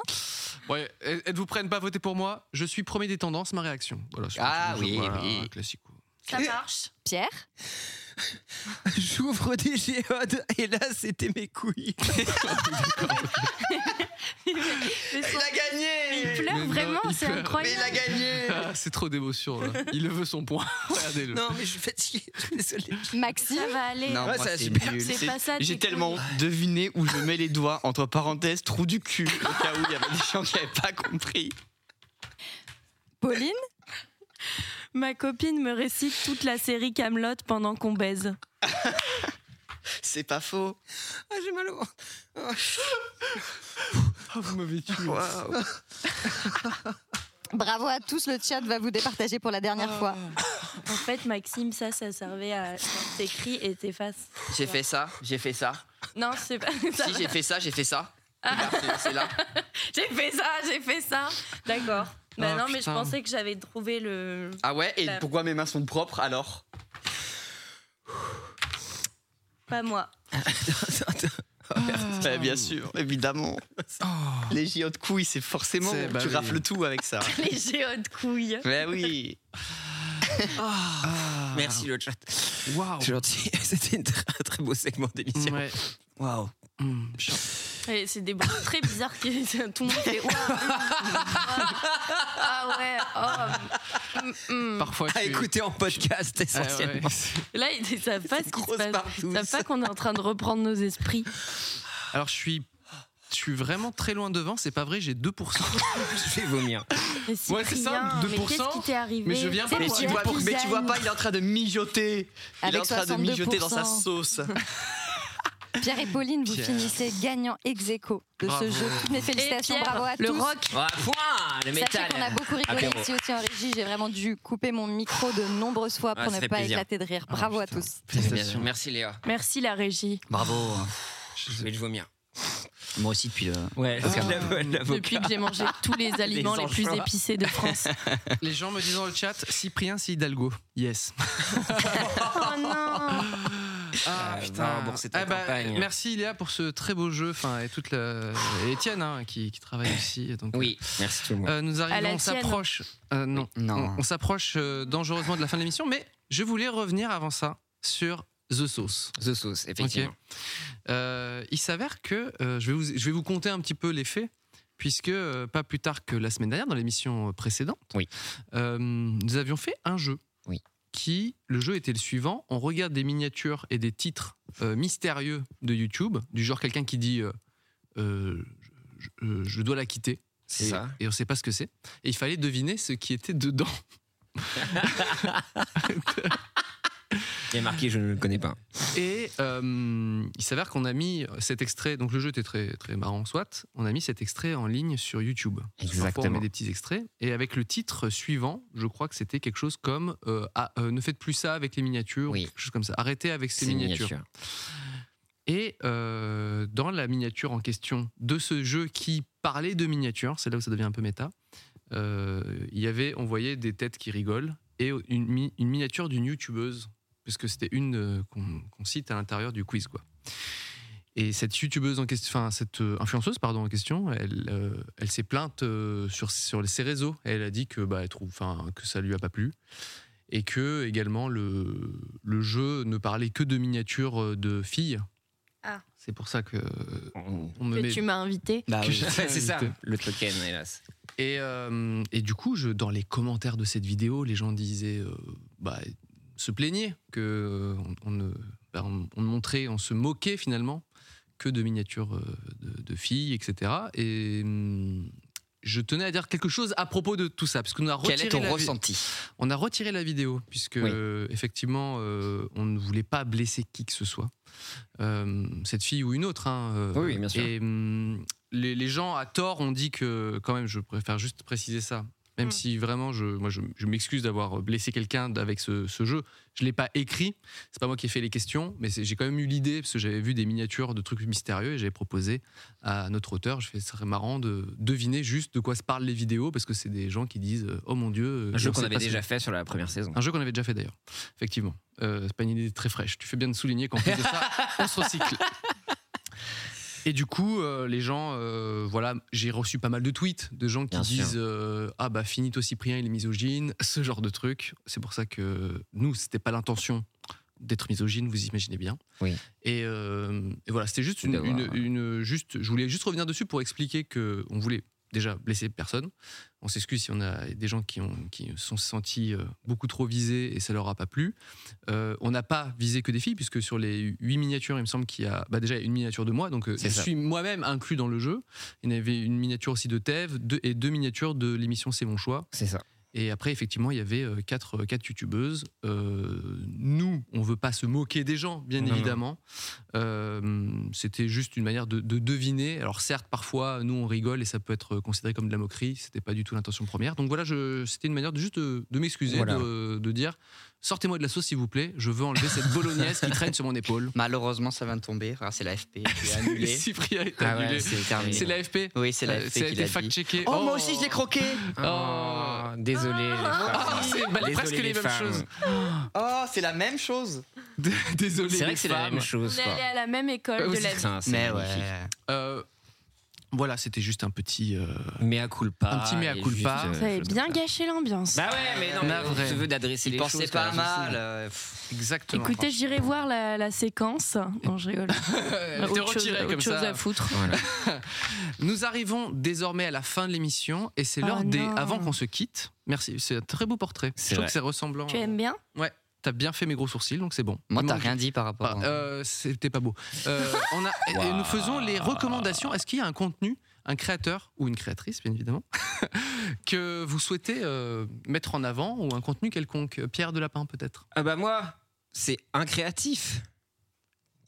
[SPEAKER 1] Ouais, êtes-vous prêts à ne pas voter pour moi Je suis premier des tendances, ma réaction. Voilà, c'est
[SPEAKER 4] Ah
[SPEAKER 1] un truc,
[SPEAKER 4] oui,
[SPEAKER 1] voilà,
[SPEAKER 4] oui.
[SPEAKER 1] classique.
[SPEAKER 3] Ça marche.
[SPEAKER 10] Pierre
[SPEAKER 2] J'ouvre des géodes et là, c'était mes couilles.
[SPEAKER 3] Il
[SPEAKER 4] a gagné
[SPEAKER 3] Il pleure
[SPEAKER 1] Mais non,
[SPEAKER 3] vraiment,
[SPEAKER 1] il
[SPEAKER 3] c'est
[SPEAKER 1] pleure.
[SPEAKER 3] incroyable.
[SPEAKER 1] Ah, c'est trop d'émotion là. Il le veut son point. Regardez-le.
[SPEAKER 2] Non, mais je suis fatigué, je suis désolé.
[SPEAKER 10] Maxime
[SPEAKER 3] Ça va aller.
[SPEAKER 4] Non, moi,
[SPEAKER 3] c'est
[SPEAKER 4] c'est nul.
[SPEAKER 3] C'est
[SPEAKER 4] C'est-
[SPEAKER 3] pas ça.
[SPEAKER 4] J'ai
[SPEAKER 3] tes
[SPEAKER 4] tellement
[SPEAKER 3] couilles.
[SPEAKER 4] deviné où je mets les doigts, entre parenthèses, trou du cul, au cas où il y avait des gens qui n'avaient pas compris.
[SPEAKER 10] Pauline
[SPEAKER 3] Ma copine me récite toute la série Camelot pendant qu'on baise.
[SPEAKER 4] C'est pas faux.
[SPEAKER 2] Ah, j'ai mal au ventre. Ah.
[SPEAKER 4] Oh,
[SPEAKER 1] vous m'avez tué.
[SPEAKER 10] Bravo à tous, le chat va vous départager pour la dernière fois.
[SPEAKER 3] Oh. En fait, Maxime, ça, ça servait à quand t'écris et t'effaces.
[SPEAKER 4] J'ai fait ça, j'ai fait ça.
[SPEAKER 3] Non, c'est pas.
[SPEAKER 4] Si, j'ai fait ça, j'ai fait ça. Regarde, c'est- C'est là.
[SPEAKER 3] J'ai fait ça, j'ai fait ça. D'accord. Bah
[SPEAKER 4] Ah,
[SPEAKER 3] non, mais je
[SPEAKER 4] putain.
[SPEAKER 3] pensais que j'avais trouvé le.
[SPEAKER 4] Ah ouais, et
[SPEAKER 3] Bah,
[SPEAKER 4] pourquoi mes mains sont propres alors
[SPEAKER 3] Pas moi.
[SPEAKER 1] Ah.
[SPEAKER 4] Bah, Bien sûr, évidemment. Les JO de couilles, c'est forcément.
[SPEAKER 1] Oh. C'est- bah
[SPEAKER 4] tu
[SPEAKER 1] oui.
[SPEAKER 4] rafles tout avec ça.
[SPEAKER 3] Les géos de couilles.
[SPEAKER 4] Mais Bah oui.
[SPEAKER 2] Ben
[SPEAKER 4] Ah.
[SPEAKER 2] Merci le chat.
[SPEAKER 1] Waouh.
[SPEAKER 2] C'est gentil. C'était un très, très beau segment d'émission.
[SPEAKER 1] Ouais.
[SPEAKER 2] Waouh.
[SPEAKER 3] Et C'est des bruits très bizarres qui tout le monde fait. Ouah, ah ouais. Oh. mm, mm.
[SPEAKER 1] Parfois,
[SPEAKER 2] à
[SPEAKER 1] tu-
[SPEAKER 2] écouter en podcast
[SPEAKER 1] Ah, ouais.
[SPEAKER 2] essentiellement.
[SPEAKER 3] Là, ils ne savent pas ce qui se passe. Ils savent pas qu'on est en train de reprendre nos esprits.
[SPEAKER 1] Alors je suis, je suis vraiment très loin devant. C'est pas vrai. J'ai 2%.
[SPEAKER 2] Je vais vomir.
[SPEAKER 1] Ouais, c'est ça, 2%.
[SPEAKER 3] mais qu'est-ce qui t'est arrivé
[SPEAKER 1] mais je viens
[SPEAKER 3] C'est
[SPEAKER 4] mais
[SPEAKER 3] quoi
[SPEAKER 4] tu, vois,
[SPEAKER 3] la
[SPEAKER 4] mais tu vois
[SPEAKER 3] tisane
[SPEAKER 4] pas, il est en train de mijoter. Il est
[SPEAKER 10] Avec
[SPEAKER 4] en train de mijoter dans sa
[SPEAKER 10] 62%.
[SPEAKER 4] sauce.
[SPEAKER 10] Pierre et Pauline, vous
[SPEAKER 4] Pierre.
[SPEAKER 10] finissez gagnant ex aequo de
[SPEAKER 4] Bravo.
[SPEAKER 10] ce jeu. Toutes mes félicitations,
[SPEAKER 3] Et Pierre,
[SPEAKER 10] bravo à
[SPEAKER 3] le
[SPEAKER 10] tous.
[SPEAKER 3] rock.
[SPEAKER 2] Ah, point, le métal.
[SPEAKER 10] Sachez qu'on a beaucoup rigolé
[SPEAKER 2] Apéro.
[SPEAKER 10] ici aussi en régie. J'ai vraiment dû couper mon micro de nombreuses fois
[SPEAKER 2] Ah,
[SPEAKER 10] pour
[SPEAKER 2] ça
[SPEAKER 10] ne
[SPEAKER 2] fait
[SPEAKER 10] pas
[SPEAKER 2] plaisir. Ah,
[SPEAKER 10] éclater de rire. Bravo à tous.
[SPEAKER 2] Félicitations. Merci Léa.
[SPEAKER 3] Merci la régie.
[SPEAKER 4] Bravo.
[SPEAKER 2] Je vais le vomir.
[SPEAKER 4] Moi aussi depuis euh, le.
[SPEAKER 2] Ouais,
[SPEAKER 4] Avocat.
[SPEAKER 3] Depuis que j'ai mangé tous les aliments les plus
[SPEAKER 1] anchois.
[SPEAKER 3] épicés de France.
[SPEAKER 1] Les gens me disent dans le chat Cyprien, c'est Hidalgo. Yes.
[SPEAKER 3] Oh non
[SPEAKER 1] Ah,
[SPEAKER 2] putain, bon, c'est ta
[SPEAKER 1] bah,
[SPEAKER 2] campagne.
[SPEAKER 1] Merci Léa pour ce très beau jeu. Enfin, et toute la. Et Étienne hein, qui, qui travaille aussi. Donc, euh,
[SPEAKER 2] oui, merci tout le monde.
[SPEAKER 1] nous
[SPEAKER 3] Ah,
[SPEAKER 2] À la
[SPEAKER 1] arrivons, on
[SPEAKER 2] tienne.
[SPEAKER 1] s'approche. euh, non, on, on s'approche euh, dangereusement de la fin de l'émission, mais je voulais revenir avant ça sur The Sauce.
[SPEAKER 2] The Sauce, effectivement.
[SPEAKER 1] Ok. Euh, il s'avère que euh, je, vais vous, je vais vous conter un petit peu les faits, puisque euh, pas plus tard que la semaine dernière, dans l'émission précédente, euh, nous avions fait un jeu. Qui, le jeu était le suivant on regarde des miniatures et des titres euh, mystérieux de YouTube, du genre quelqu'un qui dit euh, Euh, je, je- je dois la quitter.
[SPEAKER 2] C'est
[SPEAKER 1] Et-
[SPEAKER 2] ça.
[SPEAKER 1] Et on sait pas ce que c'est. Et il fallait deviner ce qui était dedans.
[SPEAKER 2] Il y a marqué, je ne le connais pas.
[SPEAKER 1] Et euh, il s'avère qu'on a mis cet extrait. Donc le jeu était très très marrant, soit. On a mis cet extrait en ligne sur YouTube. Parce que Parfois, on
[SPEAKER 2] Exactement.
[SPEAKER 1] met des petits extraits. Et avec le titre suivant, je crois que c'était quelque chose comme euh, Ah, euh, Ne faites plus ça avec les miniatures. ou Quelque chose comme ça. Arrêtez avec ces
[SPEAKER 2] Ces
[SPEAKER 1] miniatures.
[SPEAKER 2] miniatures.
[SPEAKER 1] Et euh, dans la miniature en question de ce jeu qui parlait de miniatures, c'est là où ça devient un peu méta, euh, il y avait, on voyait des têtes qui rigolent et une, mi- une miniature d'une youtubeuse, puisque c'était une euh, qu'on qu'on cite à l'intérieur du quiz. Quoi. Et cette youtubeuse en question, enfin cette euh, influenceuse pardon en question, elle, euh, elle s'est plainte euh, sur, sur ses réseaux. Elle a dit que bah elle trouve, enfin que ça lui a pas plu et que également le, le jeu ne parlait que de miniatures euh, de filles.
[SPEAKER 3] Ah.
[SPEAKER 1] C'est pour ça que euh, on me
[SPEAKER 3] Que
[SPEAKER 1] met-
[SPEAKER 3] tu m'as invité.
[SPEAKER 1] Que je t'ai
[SPEAKER 2] c'est ça,
[SPEAKER 1] invité.
[SPEAKER 2] le token, hélas.
[SPEAKER 1] Et, euh, et du coup, je, dans les commentaires de cette vidéo, les gens disaient, euh, bah, se plaignaient que euh, on, on ne bah, on- on ne montrait, on se moquait finalement que de miniatures euh, de, de filles, etc. Et hum, je tenais à dire quelque chose à propos de tout ça, parce qu'on a
[SPEAKER 4] Quel est
[SPEAKER 1] retiré
[SPEAKER 4] ton
[SPEAKER 1] la vi-
[SPEAKER 4] ressenti
[SPEAKER 1] On a retiré la vidéo puisque euh, effectivement, euh, on ne voulait pas blesser qui que ce soit, Euh, cette fille ou une autre. hein, euh,
[SPEAKER 2] Oui, oui, bien sûr.
[SPEAKER 1] Et hum, les, les gens à tort ont dit que, quand même, je préfère juste préciser ça. Même
[SPEAKER 2] Mm.
[SPEAKER 1] si vraiment, je, moi, je, je m'excuse d'avoir euh, blessé quelqu'un avec ce, ce jeu. Je l'ai pas écrit. C'est pas moi qui ai fait les questions, mais c'est- j'ai quand même eu l'idée parce que j'avais vu des miniatures de trucs mystérieux et j'avais proposé à notre auteur. Je fais, ce serait marrant de deviner juste de quoi se parlent les vidéos parce que c'est des gens qui disent, euh, oh mon dieu, euh,
[SPEAKER 2] Un jeu
[SPEAKER 1] on
[SPEAKER 2] qu'on
[SPEAKER 1] sait
[SPEAKER 2] avait
[SPEAKER 1] pas ce
[SPEAKER 2] déjà
[SPEAKER 1] que-
[SPEAKER 2] fait sur la première saison.
[SPEAKER 1] Un jeu qu'on avait déjà fait d'ailleurs, effectivement. Euh, c'est pas une idée très fraîche. Tu fais bien de souligner qu'en plus de ça, on se recycle. Et du coup, euh, les gens, euh, voilà, j'ai reçu pas mal de tweets de gens qui
[SPEAKER 2] Bien sûr.
[SPEAKER 1] disent euh, ah bah finito Cyprien il est misogyne, ce genre de truc. C'est pour ça que nous c'était pas l'intention d'être misogyne, vous imaginez bien.
[SPEAKER 2] Oui.
[SPEAKER 1] Et, euh, et voilà, c'était juste une,
[SPEAKER 2] D'avoir-
[SPEAKER 1] une- une- juste, je voulais juste revenir dessus pour expliquer que on voulait déjà blesser personne. On s'excuse si on a des gens qui ont qui se sont sentis euh, beaucoup trop visés et ça leur a pas plu. Euh, on n'a pas visé que des filles puisque sur les huit miniatures, il me semble qu'il y a bah déjà il y a une miniature de moi, donc euh, je
[SPEAKER 2] ça.
[SPEAKER 1] suis moi-même inclus dans le jeu. Il y en avait une miniature aussi de Thèves deux- et deux miniatures de l'émission C'est mon choix.
[SPEAKER 2] C'est ça.
[SPEAKER 1] Et après, effectivement, il y avait euh, quatre, quatre youtubeuses. Euh, nous, on veut pas se moquer des gens, bien
[SPEAKER 2] Non, non.
[SPEAKER 1] évidemment. Euh, C'était juste une manière de, de deviner. Alors certes, parfois, nous, on rigole et ça peut être considéré comme de la moquerie. C'était pas du tout l'intention première. Donc voilà, je- c'était une manière de juste de, de m'excuser,
[SPEAKER 4] Voilà.
[SPEAKER 1] de, de dire, sortez-moi de la sauce, s'il vous plaît. Je veux enlever cette bolognaise qui traîne sur mon épaule.
[SPEAKER 4] Malheureusement, ça vient de tomber. Ah, C'est la FP qui a annulé.
[SPEAKER 1] Cyprien est
[SPEAKER 4] Ah ouais,
[SPEAKER 1] annulé.
[SPEAKER 4] c'est terminé.
[SPEAKER 1] C'est l'AFP
[SPEAKER 4] Oui, c'est l'AFP
[SPEAKER 1] Ça a
[SPEAKER 4] qui
[SPEAKER 1] été
[SPEAKER 4] l'a dit.
[SPEAKER 1] fact-checké.
[SPEAKER 4] Oh, moi aussi, je l'ai croqué.
[SPEAKER 1] Oh.
[SPEAKER 2] Désolé. les
[SPEAKER 4] Ah,
[SPEAKER 2] femmes.
[SPEAKER 4] c'est- bah,
[SPEAKER 2] Désolé,
[SPEAKER 4] presque les,
[SPEAKER 2] les
[SPEAKER 4] mêmes
[SPEAKER 2] femmes.
[SPEAKER 4] choses. Oh, c'est la même chose.
[SPEAKER 1] Désolé.
[SPEAKER 2] C'est vrai
[SPEAKER 1] les
[SPEAKER 2] que c'est la
[SPEAKER 1] femmes.
[SPEAKER 2] même chose.
[SPEAKER 3] On est allé à la même école de la vie.
[SPEAKER 4] Mais
[SPEAKER 1] Euh, voilà, c'était juste un petit. euh,
[SPEAKER 2] mais à culpa.
[SPEAKER 1] Un petit mea
[SPEAKER 2] et
[SPEAKER 1] culpa.
[SPEAKER 2] juste, euh,
[SPEAKER 3] Vous avez bien gâché l'ambiance.
[SPEAKER 2] Bah ouais, mais non, mais on
[SPEAKER 1] Navré.
[SPEAKER 2] se veut d'adresser
[SPEAKER 1] Il
[SPEAKER 2] les choses.
[SPEAKER 1] pensait pas
[SPEAKER 2] quand même,
[SPEAKER 1] mal, Euh,
[SPEAKER 2] aussi.
[SPEAKER 1] Exactement.
[SPEAKER 3] Écoutez, j'irai voir la, la séquence. Non, je rigole.
[SPEAKER 1] Elle t'est
[SPEAKER 3] Autre chose-
[SPEAKER 1] retirée
[SPEAKER 3] autre
[SPEAKER 1] comme
[SPEAKER 3] chose
[SPEAKER 1] ça.
[SPEAKER 3] à foutre.
[SPEAKER 1] Nous arrivons désormais à la fin de l'émission et c'est
[SPEAKER 3] Oh
[SPEAKER 1] l'heure des.
[SPEAKER 3] non.
[SPEAKER 1] Avant qu'on se quitte, merci, c'est un très beau portrait. Je trouve
[SPEAKER 4] vrai.
[SPEAKER 1] que c'est ressemblant.
[SPEAKER 3] Tu aimes bien
[SPEAKER 1] Ouais, t'as bien fait mes gros sourcils donc c'est bon.
[SPEAKER 4] Moi,
[SPEAKER 1] Il
[SPEAKER 4] t'as
[SPEAKER 1] manque-
[SPEAKER 4] rien dit par rapport.
[SPEAKER 1] Bah, euh, C'était pas beau. Euh, on a, et- et nous faisons les recommandations. Est-ce qu'il y a un contenu, un créateur ou une créatrice, bien évidemment, que vous souhaitez euh, mettre en avant ou un contenu quelconque Pierre de Lapin, peut-être
[SPEAKER 2] Ah bah moi, c'est un créatif.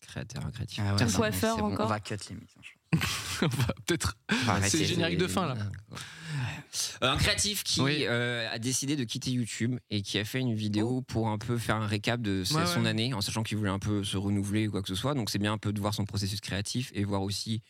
[SPEAKER 2] Créateur, un créatif.
[SPEAKER 1] Ah ouais, Un non, coiffeur
[SPEAKER 4] c'est bon, encore. on va
[SPEAKER 2] cut les mises. hein,
[SPEAKER 1] Peut-être. C'est le générique de fin, là.
[SPEAKER 2] hein, Un créatif qui euh, a décidé de quitter YouTube et qui a fait une vidéo pour un peu faire un récap de sa-
[SPEAKER 1] Oh. Ouais,
[SPEAKER 2] son
[SPEAKER 1] ouais.
[SPEAKER 2] année, en sachant qu'il voulait un peu se renouveler ou quoi que ce soit. Donc c'est bien un peu de voir son processus créatif et voir aussi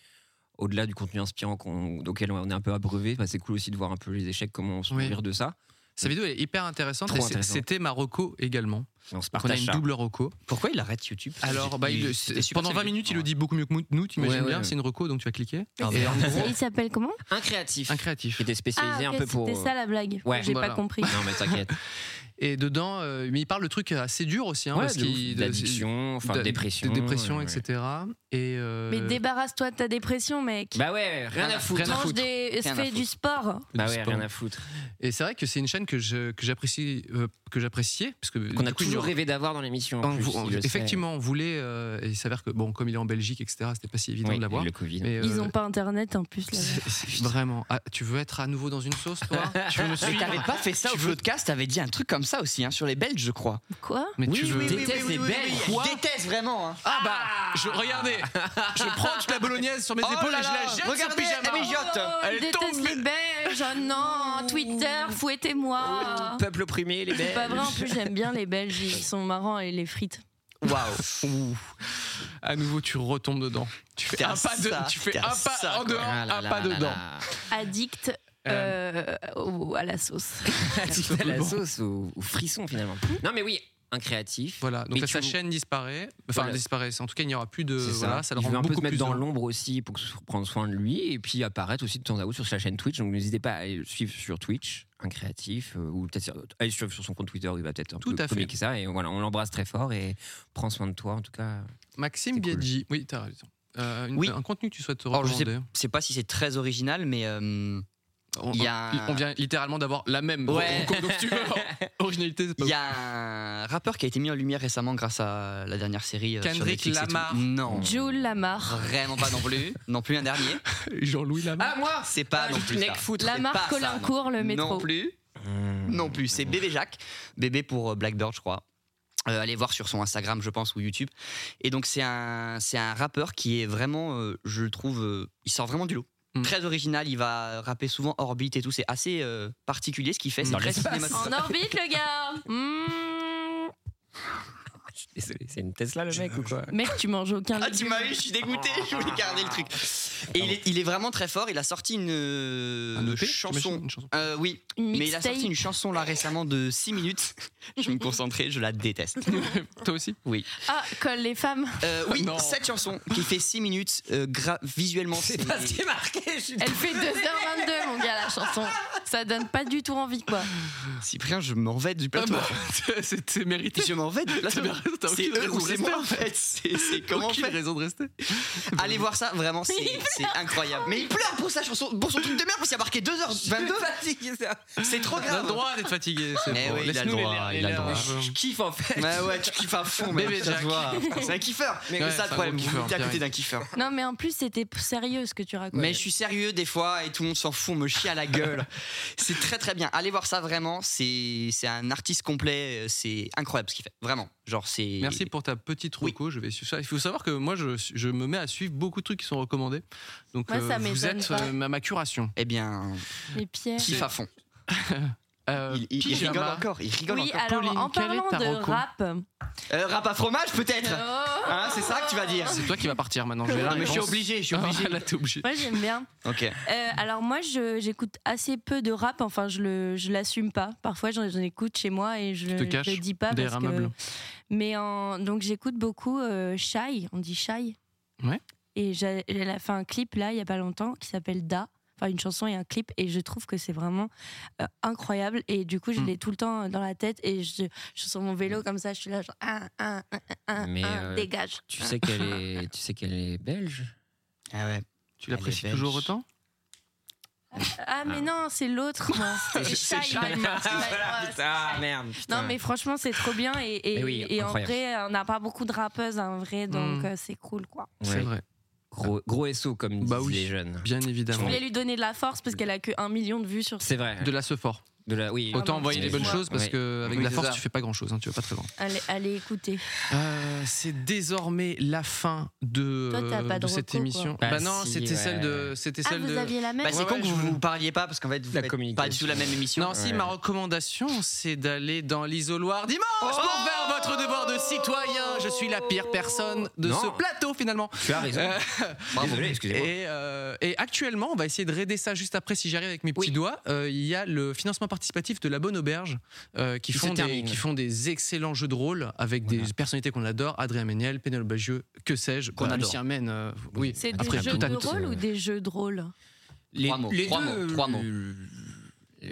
[SPEAKER 2] au-delà du contenu inspirant qu'on- auquel on est un peu abreuvé. Bah, c'est cool aussi de voir un peu les échecs, comment on se
[SPEAKER 1] Oui.
[SPEAKER 2] nourrir de ça.
[SPEAKER 1] Sa vidéo est hyper intéressante.
[SPEAKER 2] Trop
[SPEAKER 1] et c'est-
[SPEAKER 2] intéressante.
[SPEAKER 1] C'était ma reco également.
[SPEAKER 2] On, se
[SPEAKER 1] Donc on a
[SPEAKER 2] partage
[SPEAKER 1] une
[SPEAKER 2] ça.
[SPEAKER 1] double reco.
[SPEAKER 4] Pourquoi il arrête YouTube
[SPEAKER 1] Alors, bah, il-
[SPEAKER 4] C'était super
[SPEAKER 1] pendant 20
[SPEAKER 4] sérieux.
[SPEAKER 1] minutes, il le dit beaucoup mieux que nous. T'imagines
[SPEAKER 2] Ouais, ouais,
[SPEAKER 1] bien,
[SPEAKER 2] ouais.
[SPEAKER 1] c'est une reco, donc tu vas cliquer.
[SPEAKER 2] Ah,
[SPEAKER 1] Et
[SPEAKER 2] merde.
[SPEAKER 1] en gros,
[SPEAKER 3] Il s'appelle comment
[SPEAKER 2] Un créatif.
[SPEAKER 1] un créatif.
[SPEAKER 2] Qui était spécialisé
[SPEAKER 3] Ah, ok,
[SPEAKER 2] un peu pour. euh,
[SPEAKER 3] c'était ça, la blague. J'ai pas compris. Non,
[SPEAKER 2] mais t'inquiète.
[SPEAKER 1] Et dedans, euh, mais il parle de trucs assez durs aussi, hein,
[SPEAKER 2] Ouais,
[SPEAKER 1] parce
[SPEAKER 2] de
[SPEAKER 1] qu'il-
[SPEAKER 2] ouf.
[SPEAKER 1] de-
[SPEAKER 2] D'addiction, enfin, de
[SPEAKER 1] d'a-
[SPEAKER 2] dépression,
[SPEAKER 1] de dépression,
[SPEAKER 2] ouais, ouais.
[SPEAKER 1] etc. Et euh,
[SPEAKER 3] Mais débarrasse-toi de ta dépression, mec.
[SPEAKER 2] Bah ouais, rien à foutre. Rien à
[SPEAKER 3] Mange
[SPEAKER 2] foutre.
[SPEAKER 3] des.
[SPEAKER 2] Rien à
[SPEAKER 3] Fais
[SPEAKER 2] foutre.
[SPEAKER 3] du sport.
[SPEAKER 2] Bah
[SPEAKER 1] du
[SPEAKER 2] ouais,
[SPEAKER 1] sport.
[SPEAKER 2] rien à foutre.
[SPEAKER 1] Et c'est vrai que c'est une chaîne que je- que j'apprécie, euh, que j'appréciais, parce que
[SPEAKER 2] Qu'on
[SPEAKER 1] Ah. du
[SPEAKER 2] a
[SPEAKER 1] coup, il
[SPEAKER 2] toujours
[SPEAKER 1] y aura-
[SPEAKER 2] rêvé d'avoir dans l'émission. en
[SPEAKER 1] On
[SPEAKER 2] plus,
[SPEAKER 1] vou-
[SPEAKER 2] si
[SPEAKER 1] on-
[SPEAKER 2] je sais.
[SPEAKER 1] effectivement, on voulait, euh, et il s'avère que, bon, comme il est en Belgique, etc., c'était pas si évident
[SPEAKER 2] Oui,
[SPEAKER 1] de l'avoir.
[SPEAKER 2] le Covid.
[SPEAKER 1] Mais,
[SPEAKER 3] Ils
[SPEAKER 1] euh,
[SPEAKER 3] ont pas internet en plus. là.
[SPEAKER 1] Vraiment. Ah, tu veux être à nouveau dans une sauce, toi Tu veux me
[SPEAKER 4] Mais
[SPEAKER 1] suivre
[SPEAKER 4] t'avais pas fait ça au podcast, t'avais dit un truc comme ça aussi, hein, sur les Belges, je crois.
[SPEAKER 3] Quoi
[SPEAKER 1] Mais tu veux-
[SPEAKER 4] déteste les Belges
[SPEAKER 1] Quoi
[SPEAKER 4] Je déteste vraiment. Hein.
[SPEAKER 1] Ah bah, je, regardez, je prends toute la bolognaise sur mes
[SPEAKER 4] Oh
[SPEAKER 1] épaules
[SPEAKER 4] là
[SPEAKER 1] et je
[SPEAKER 4] là,
[SPEAKER 1] la jette sur
[SPEAKER 4] regardez,
[SPEAKER 1] pyjama.
[SPEAKER 4] elle est jotte.
[SPEAKER 3] Oh, il déteste les Belges. Oh non, Twitter, fouettez-moi.
[SPEAKER 2] Peuple opprimé, les
[SPEAKER 3] C'est
[SPEAKER 2] Belges.
[SPEAKER 3] pas vrai, en plus j'aime bien les Belges, ils sont marrants et les frites.
[SPEAKER 1] Waouh. Ouh. À nouveau, tu retombes dedans. Tu fais
[SPEAKER 4] T'as
[SPEAKER 1] un pas, de-
[SPEAKER 4] ça,
[SPEAKER 1] tu fais
[SPEAKER 4] t'as
[SPEAKER 1] un pas
[SPEAKER 4] ça,
[SPEAKER 1] en
[SPEAKER 4] quoi.
[SPEAKER 1] dehors,
[SPEAKER 4] Ah là
[SPEAKER 1] un
[SPEAKER 4] là
[SPEAKER 1] pas
[SPEAKER 4] là là
[SPEAKER 1] dedans.
[SPEAKER 4] là.
[SPEAKER 3] Addict euh, au- à la sauce.
[SPEAKER 2] Addict à la sauce ou, ou frisson finalement.
[SPEAKER 1] Euh,
[SPEAKER 2] Non mais oui, un créatif.
[SPEAKER 1] Voilà, donc
[SPEAKER 2] Mais
[SPEAKER 1] là,
[SPEAKER 2] tu-
[SPEAKER 1] sa chaîne disparaît. Enfin,
[SPEAKER 2] Voilà.
[SPEAKER 1] disparaît. En tout cas, il n'y aura plus de.
[SPEAKER 2] C'est ça.
[SPEAKER 1] Voilà, ça le
[SPEAKER 2] il
[SPEAKER 1] rend
[SPEAKER 2] veut un peu
[SPEAKER 1] beaucoup
[SPEAKER 2] se mettre
[SPEAKER 1] plus
[SPEAKER 2] dans
[SPEAKER 1] heureux.
[SPEAKER 2] l'ombre aussi pour se- prendre soin de lui et puis apparaître aussi de temps à autre sur sa chaîne Twitch. Donc n'hésitez pas à aller le suivre sur Twitch, un créatif, euh, ou peut-être sur- à aller suivre sur son compte Twitter, il va peut-être un
[SPEAKER 1] Tout
[SPEAKER 2] peu
[SPEAKER 1] à fait.
[SPEAKER 2] communiquer ça. Et voilà, on l'embrasse très fort et prends soin de toi en tout cas.
[SPEAKER 1] Maxime Biaggi. Oui, t'as raison. Euh, une-
[SPEAKER 4] Oui.
[SPEAKER 1] Un contenu que tu souhaites te
[SPEAKER 4] Alors, je
[SPEAKER 1] recommander
[SPEAKER 4] sais, sais pas si c'est très original, mais euh, il y a.
[SPEAKER 1] on vient littéralement d'avoir la même.
[SPEAKER 4] Ouais.
[SPEAKER 1] Donc, si tu veux, originalité, c'est pas
[SPEAKER 4] Il y a un rappeur qui a été mis en lumière récemment grâce à la dernière série euh, sur
[SPEAKER 1] Kendrick
[SPEAKER 4] Netflix. et tout.
[SPEAKER 1] Lamar.
[SPEAKER 4] Non.
[SPEAKER 3] Jules Lamar.
[SPEAKER 4] Vraiment pas non plus. Non plus un dernier.
[SPEAKER 1] Jean-Louis Lamar.
[SPEAKER 4] Ah moi C'est pas non plus.
[SPEAKER 2] Neck
[SPEAKER 4] ça.
[SPEAKER 2] foot.
[SPEAKER 4] C'est
[SPEAKER 3] Lamar
[SPEAKER 4] pas ça,
[SPEAKER 3] Colincourt,
[SPEAKER 4] non.
[SPEAKER 3] le métro.
[SPEAKER 4] Non plus.
[SPEAKER 2] Hmm.
[SPEAKER 4] Non plus. C'est bébé Jacques. Bébé pour euh, Blackbird, je crois. Euh, allez voir sur son Instagram, je pense, ou YouTube. Et donc, c'est un, c'est un rappeur qui est vraiment, euh, je le trouve, euh, il sort vraiment du lot.
[SPEAKER 3] Hmm.
[SPEAKER 4] Très original, il va rapper souvent orbite et tout. C'est assez euh, particulier ce qu'il fait. C'est
[SPEAKER 2] Dans
[SPEAKER 4] très
[SPEAKER 2] l'espace.
[SPEAKER 4] cinématographique.
[SPEAKER 3] En orbite le gars Mm.
[SPEAKER 2] Désolé, c'est une Tesla le mec ou quoi
[SPEAKER 3] Mec, tu manges aucun
[SPEAKER 4] Ah, tu m'as eu, je suis dégoûté, je voulais garder le truc. Et il est, il est vraiment très fort, il a sorti une euh,
[SPEAKER 1] EP,
[SPEAKER 4] chanson.
[SPEAKER 1] j'imagine, E une chanson.
[SPEAKER 4] Euh, oui,
[SPEAKER 3] Une
[SPEAKER 4] mais il a
[SPEAKER 3] mixtape.
[SPEAKER 4] sorti une chanson là récemment de 6 minutes. je vais me concentrer, je la déteste.
[SPEAKER 1] Toi aussi
[SPEAKER 4] Oui.
[SPEAKER 3] Ah, colle les femmes.
[SPEAKER 4] Euh, oui,
[SPEAKER 1] Non.
[SPEAKER 4] cette chanson qui fait 6 minutes, euh, gra- visuellement, c'est.
[SPEAKER 2] est
[SPEAKER 4] Euh,
[SPEAKER 2] marqué, je suis
[SPEAKER 3] Elle fait 2h22, mon gars, la chanson. Ça donne pas du tout envie, quoi.
[SPEAKER 4] Cyprien, je m'en vais du plateau.
[SPEAKER 1] Ah bah, C'est c'est mérité.
[SPEAKER 4] Je m'en vais du plateau.
[SPEAKER 1] bien raison, t'as
[SPEAKER 4] C'est
[SPEAKER 1] aucune
[SPEAKER 4] eux
[SPEAKER 1] raison
[SPEAKER 4] ou
[SPEAKER 1] de
[SPEAKER 4] c'est
[SPEAKER 1] rester,
[SPEAKER 4] moi
[SPEAKER 1] en
[SPEAKER 4] en fait. C'est c'est comment
[SPEAKER 1] Aucune
[SPEAKER 4] faire
[SPEAKER 1] raison de rester.
[SPEAKER 4] Allez voir ça, vraiment, c'est c'est incroyable. Mais il pleure pour sa chanson, pour son truc de merde, parce qu'il a marqué 2h22. C'est trop
[SPEAKER 1] Il a
[SPEAKER 4] grave.
[SPEAKER 1] le droit d'être fatigué. c'est
[SPEAKER 4] Eh
[SPEAKER 1] bon.
[SPEAKER 4] oui, il a le
[SPEAKER 1] Laisse-nous les
[SPEAKER 4] droit,
[SPEAKER 1] ler- les
[SPEAKER 4] il a le
[SPEAKER 1] lire.
[SPEAKER 4] droit.
[SPEAKER 2] Je kiffe en fait.
[SPEAKER 4] Ouais, Bah ouais, tu kiffes à fond, mais
[SPEAKER 1] Bébé
[SPEAKER 4] ça se
[SPEAKER 1] Jack.
[SPEAKER 4] voit. C'est un kiffeur. Mais
[SPEAKER 1] Ouais,
[SPEAKER 4] c'est ça
[SPEAKER 1] c'est un
[SPEAKER 4] le problème,
[SPEAKER 1] gros
[SPEAKER 4] vous vous mettez à
[SPEAKER 1] kiffeur,
[SPEAKER 4] côté
[SPEAKER 1] Pierre.
[SPEAKER 4] d'un kiffeur.
[SPEAKER 3] Non, mais en plus, c'était sérieux ce que tu racontes.
[SPEAKER 4] Mais je suis sérieux des fois et tout le monde s'en fout, on me chie à la gueule. c'est très très bien. Allez voir ça vraiment, c'est c'est un artiste complet, euh, c'est incroyable ce qu'il fait. Vraiment. Genre c'est
[SPEAKER 1] Merci pour ta petite reco, je vais suivre ça. Il faut savoir que moi, je, je me mets à suivre beaucoup de trucs qui sont recommandés. Donc,
[SPEAKER 3] Moi, ça
[SPEAKER 1] euh, vous
[SPEAKER 3] m'étonne
[SPEAKER 1] êtes
[SPEAKER 3] pas.
[SPEAKER 1] euh, ma, ma curation.
[SPEAKER 4] Eh bien,
[SPEAKER 3] Mais Pierre.
[SPEAKER 4] kiffe à fond.
[SPEAKER 1] Euh,
[SPEAKER 4] Il, il- il
[SPEAKER 1] pyjama.
[SPEAKER 4] rigole encore, il rigole
[SPEAKER 3] Oui,
[SPEAKER 4] encore.
[SPEAKER 3] alors
[SPEAKER 1] Pauline,
[SPEAKER 3] en
[SPEAKER 1] quelle est
[SPEAKER 3] parlant
[SPEAKER 1] ta
[SPEAKER 3] de
[SPEAKER 1] reco
[SPEAKER 3] rap.
[SPEAKER 4] Euh, rap à fromage peut-être
[SPEAKER 3] Oh.
[SPEAKER 4] Hein, c'est ça que tu vas dire.
[SPEAKER 1] C'est toi qui vas partir maintenant. j'ai la
[SPEAKER 4] Ah, mais je suis
[SPEAKER 1] réponse.
[SPEAKER 4] obligé, je suis obligé.
[SPEAKER 1] Ah, là, t'es obligé.
[SPEAKER 3] Moi, j'aime bien.
[SPEAKER 4] OK.
[SPEAKER 3] Euh, alors moi, je- j'écoute assez peu de rap. Enfin, je le, je l'assume pas. Parfois, j'en j'en écoute chez moi et je,
[SPEAKER 1] te caches
[SPEAKER 3] je le dis pas parce
[SPEAKER 1] derrière un
[SPEAKER 3] que.
[SPEAKER 1] meuble.
[SPEAKER 3] Mais en, donc j'écoute beaucoup euh, Shy. On dit Shy.
[SPEAKER 1] Ouais.
[SPEAKER 3] Et j'a- elle a fait un clip là il y a pas longtemps qui s'appelle Da. Enfin, une chanson et un clip, et je trouve que c'est vraiment euh, incroyable. Et du
[SPEAKER 2] Mm.
[SPEAKER 3] coup, je l'ai tout le temps euh, dans la tête, et je, je suis sur mon vélo comme ça, je suis là, genre, un, un, un, un,
[SPEAKER 2] Mais,
[SPEAKER 3] un,
[SPEAKER 2] euh,
[SPEAKER 3] dégage.
[SPEAKER 2] Tu sais qu'elle est, tu sais qu'elle est belge.
[SPEAKER 4] Ah ouais.
[SPEAKER 1] Tu l'apprécies toujours autant
[SPEAKER 3] Ah, mais non, c'est l'autre, moi. C'est Shy. maintenant. Ouais, ouais,
[SPEAKER 2] Ah merde.
[SPEAKER 3] Non, mais franchement, c'est trop bien. Et, et,
[SPEAKER 2] Mais oui,
[SPEAKER 3] et en
[SPEAKER 2] incroyable.
[SPEAKER 3] vrai, on n'a pas beaucoup de rappeuses hein, en vrai, donc
[SPEAKER 1] Mm.
[SPEAKER 3] euh, c'est cool, quoi.
[SPEAKER 1] C'est vrai. Bah
[SPEAKER 2] Gros, gros SO, comme disent les jeunes.
[SPEAKER 1] Bien
[SPEAKER 3] Je
[SPEAKER 1] évidemment.
[SPEAKER 3] voulais lui donner de la force parce qu'elle a que 1 million de vues sur
[SPEAKER 2] C'est vrai.
[SPEAKER 1] De la ce fort.
[SPEAKER 2] De la, oui.
[SPEAKER 1] Autant
[SPEAKER 3] Vraiment,
[SPEAKER 1] envoyer
[SPEAKER 3] Ah, c'est
[SPEAKER 1] les bonnes
[SPEAKER 3] vrai.
[SPEAKER 1] choses parce
[SPEAKER 3] Oui.
[SPEAKER 1] que avec
[SPEAKER 2] Oui,
[SPEAKER 1] la
[SPEAKER 2] c'est
[SPEAKER 1] force
[SPEAKER 2] ça.
[SPEAKER 1] tu fais pas grand chose, tu vas pas très loin.
[SPEAKER 3] Allez, allez écouter.
[SPEAKER 1] Euh, c'est désormais la fin de,
[SPEAKER 3] Toi, t'as
[SPEAKER 4] euh,
[SPEAKER 3] pas de
[SPEAKER 1] de cette
[SPEAKER 3] reco,
[SPEAKER 1] émission.
[SPEAKER 4] quoi.
[SPEAKER 1] Bah
[SPEAKER 4] Bah
[SPEAKER 1] non,
[SPEAKER 4] si,
[SPEAKER 1] c'était
[SPEAKER 4] ouais.
[SPEAKER 1] celle de, c'était
[SPEAKER 3] Ah,
[SPEAKER 1] celle
[SPEAKER 3] vous
[SPEAKER 1] de.
[SPEAKER 3] aviez la même
[SPEAKER 4] Bah, c'est
[SPEAKER 3] Ouais,
[SPEAKER 4] con
[SPEAKER 3] ouais,
[SPEAKER 4] que
[SPEAKER 3] je
[SPEAKER 4] vous
[SPEAKER 3] vous-
[SPEAKER 4] ne parliez pas parce qu'en fait vous faites pas du tout la même émission.
[SPEAKER 1] Non, si ma recommandation, c'est d'aller dans l'isoloir dimanche
[SPEAKER 2] Oh
[SPEAKER 1] pour faire votre devoir de citoyen. Je suis la pire personne de
[SPEAKER 2] Non.
[SPEAKER 1] ce plateau finalement. Euh,
[SPEAKER 2] Tu as raison. Bravo, excusez-moi.
[SPEAKER 1] Et, euh, et actuellement, on va essayer de raider ça juste après si j'arrive avec mes petits doigts. Euh, Il y a le financement participatif de la Bonne Auberge euh, qui,
[SPEAKER 2] Il se
[SPEAKER 1] font des,
[SPEAKER 2] termine.
[SPEAKER 1] qui font des excellents jeux de rôle avec des personnalités qu'on adore Adrien Méniel, Pénélope Bagieux, que sais-je,
[SPEAKER 4] Qu'on adore.
[SPEAKER 1] Lucien Mène. euh, oui,
[SPEAKER 3] C'est des
[SPEAKER 1] après
[SPEAKER 3] jeux
[SPEAKER 1] tout un
[SPEAKER 3] de
[SPEAKER 1] tout-
[SPEAKER 3] rôle ou des jeux de rôle
[SPEAKER 1] Les-
[SPEAKER 4] trois mots,
[SPEAKER 1] les
[SPEAKER 4] trois
[SPEAKER 1] deux,
[SPEAKER 4] mots, trois
[SPEAKER 1] euh,
[SPEAKER 4] mots.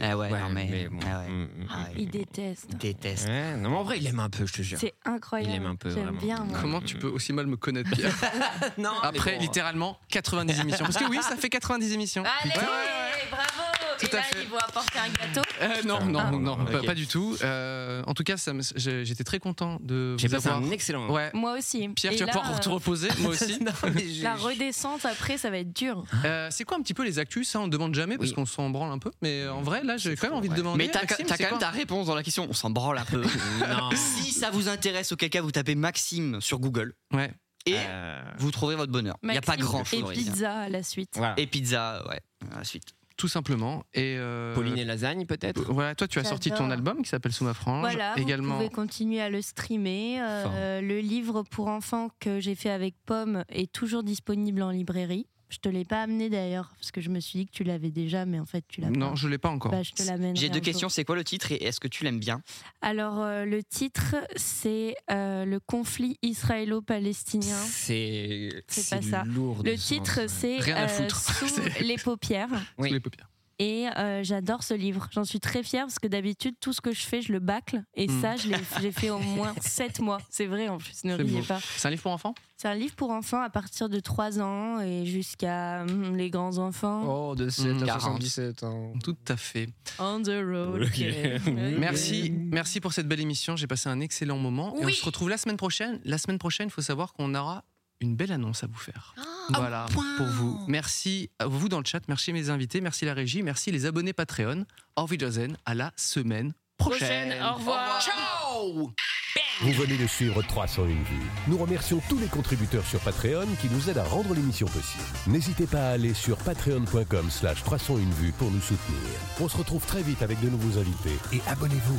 [SPEAKER 4] Ah ouais, non, mais, ah
[SPEAKER 2] Mm,
[SPEAKER 4] ouais.
[SPEAKER 3] Il déteste.
[SPEAKER 4] déteste.
[SPEAKER 2] non, mais en vrai, il aime un peu, je te jure.
[SPEAKER 3] C'est incroyable.
[SPEAKER 2] Il aime un peu,
[SPEAKER 3] J'aime
[SPEAKER 2] vraiment.
[SPEAKER 3] bien. moi.
[SPEAKER 1] Comment tu peux aussi mal me connaître, Pierre
[SPEAKER 2] non,
[SPEAKER 4] Ah,
[SPEAKER 1] Après,
[SPEAKER 2] bon.
[SPEAKER 1] littéralement, 90 émissions. Parce que oui, ça fait 90 émissions.
[SPEAKER 3] Allez,
[SPEAKER 1] Putain.
[SPEAKER 3] bravo Et là, ils vont apporter un gâteau.
[SPEAKER 1] Euh, non, non,
[SPEAKER 3] Ah.
[SPEAKER 1] non, pas,
[SPEAKER 2] ok.
[SPEAKER 1] pas du tout. Euh, en tout cas, ça me- j'ai- j'étais très content de vous
[SPEAKER 2] J'ai passé
[SPEAKER 1] avoir.
[SPEAKER 2] un excellent moment.
[SPEAKER 1] Ouais.
[SPEAKER 3] Moi aussi.
[SPEAKER 1] Pierre,
[SPEAKER 3] Et
[SPEAKER 1] tu vas
[SPEAKER 3] là,
[SPEAKER 1] pouvoir te
[SPEAKER 3] euh,
[SPEAKER 1] reposer, moi aussi.
[SPEAKER 3] La redescente après, ça va être dur.
[SPEAKER 1] Euh, c'est quoi un petit peu les actus Ça, on demande jamais parce qu'on s'en branle un peu. Mais
[SPEAKER 4] Mm.
[SPEAKER 1] euh, en vrai, là, j'ai quand même envie de demander.
[SPEAKER 4] Mais t'as
[SPEAKER 1] Maxime,
[SPEAKER 4] t'as
[SPEAKER 1] c'est
[SPEAKER 4] quand même
[SPEAKER 1] quoi
[SPEAKER 4] ta réponse dans Oh, la question, on s'en branle un peu.
[SPEAKER 2] Non.
[SPEAKER 4] Si ça vous intéresse, auquel cas vous tapez Maxime sur Google.
[SPEAKER 1] Ouais. Euh.
[SPEAKER 4] Et vous trouverez votre bonheur. Il n'y a pas
[SPEAKER 3] Maxime
[SPEAKER 4] grand chose.
[SPEAKER 3] Et pizza à la suite.
[SPEAKER 4] Et pizza, ouais, à la suite.
[SPEAKER 1] Tout simplement. Et euh,
[SPEAKER 2] Pauline et Lasagne, peut-être
[SPEAKER 1] Voilà, toi, tu as sorti
[SPEAKER 3] J'adore.
[SPEAKER 1] ton album qui s'appelle Sous ma frange.
[SPEAKER 3] Voilà,
[SPEAKER 1] également.
[SPEAKER 3] vous pouvez continuer à le streamer. Euh, le livre pour enfants que j'ai fait avec Pomme est toujours disponible en librairie. Je te l'ai pas amené d'ailleurs, parce que je me suis dit que tu l'avais déjà, mais en fait tu l'as pas.
[SPEAKER 1] Non, je l'ai pas encore.
[SPEAKER 3] Bah, je te l'amènerai
[SPEAKER 4] J'ai
[SPEAKER 3] un
[SPEAKER 4] deux
[SPEAKER 3] jour.
[SPEAKER 4] questions, c'est quoi le titre et est-ce que tu l'aimes bien
[SPEAKER 3] Alors euh, le titre, c'est euh, Le conflit israélo-palestinien.
[SPEAKER 2] C'est
[SPEAKER 3] C'est pas ça.
[SPEAKER 2] lourd de
[SPEAKER 3] Le
[SPEAKER 2] sens,
[SPEAKER 3] titre,
[SPEAKER 2] ouais.
[SPEAKER 3] c'est euh, Sous les paupières.
[SPEAKER 2] Oui.
[SPEAKER 3] Et euh, j'adore ce livre. J'en suis très fière parce que d'habitude, tout ce que je fais, je le bâcle. Et
[SPEAKER 1] Mm.
[SPEAKER 3] ça, je l'ai- j'ai fait au moins 7 mois. C'est vrai en plus, ne
[SPEAKER 1] C'est
[SPEAKER 3] riez
[SPEAKER 1] beau.
[SPEAKER 3] pas.
[SPEAKER 1] C'est un livre pour enfants
[SPEAKER 3] C'est un livre pour enfants à partir de 3 ans et jusqu'à hum, les grands-enfants.
[SPEAKER 2] Oh, de 7
[SPEAKER 1] à
[SPEAKER 2] 77 ans.
[SPEAKER 1] Mm, Tout à fait.
[SPEAKER 3] On the road.
[SPEAKER 1] Ok.
[SPEAKER 3] trip. Oui.
[SPEAKER 1] Merci, merci pour cette belle émission. J'ai passé un excellent moment. Et on
[SPEAKER 3] Oui.
[SPEAKER 1] se retrouve la semaine prochaine. La semaine prochaine, il faut savoir qu'on aura une belle annonce à vous faire.
[SPEAKER 3] Ah,
[SPEAKER 1] voilà, pour vous. Merci à vous dans le chat, merci mes invités, merci la régie, merci les abonnés Patreon. Au revoir, à la semaine prochaine.
[SPEAKER 3] Prochaine, au revoir.
[SPEAKER 1] Ciao
[SPEAKER 5] Vous venez de suivre 301 vues. Nous remercions tous les contributeurs sur Patreon qui nous aident à rendre l'émission possible. N'hésitez pas à aller sur patreon.com slash 301 vues pour nous soutenir. On se retrouve très vite avec de nouveaux invités et abonnez-vous.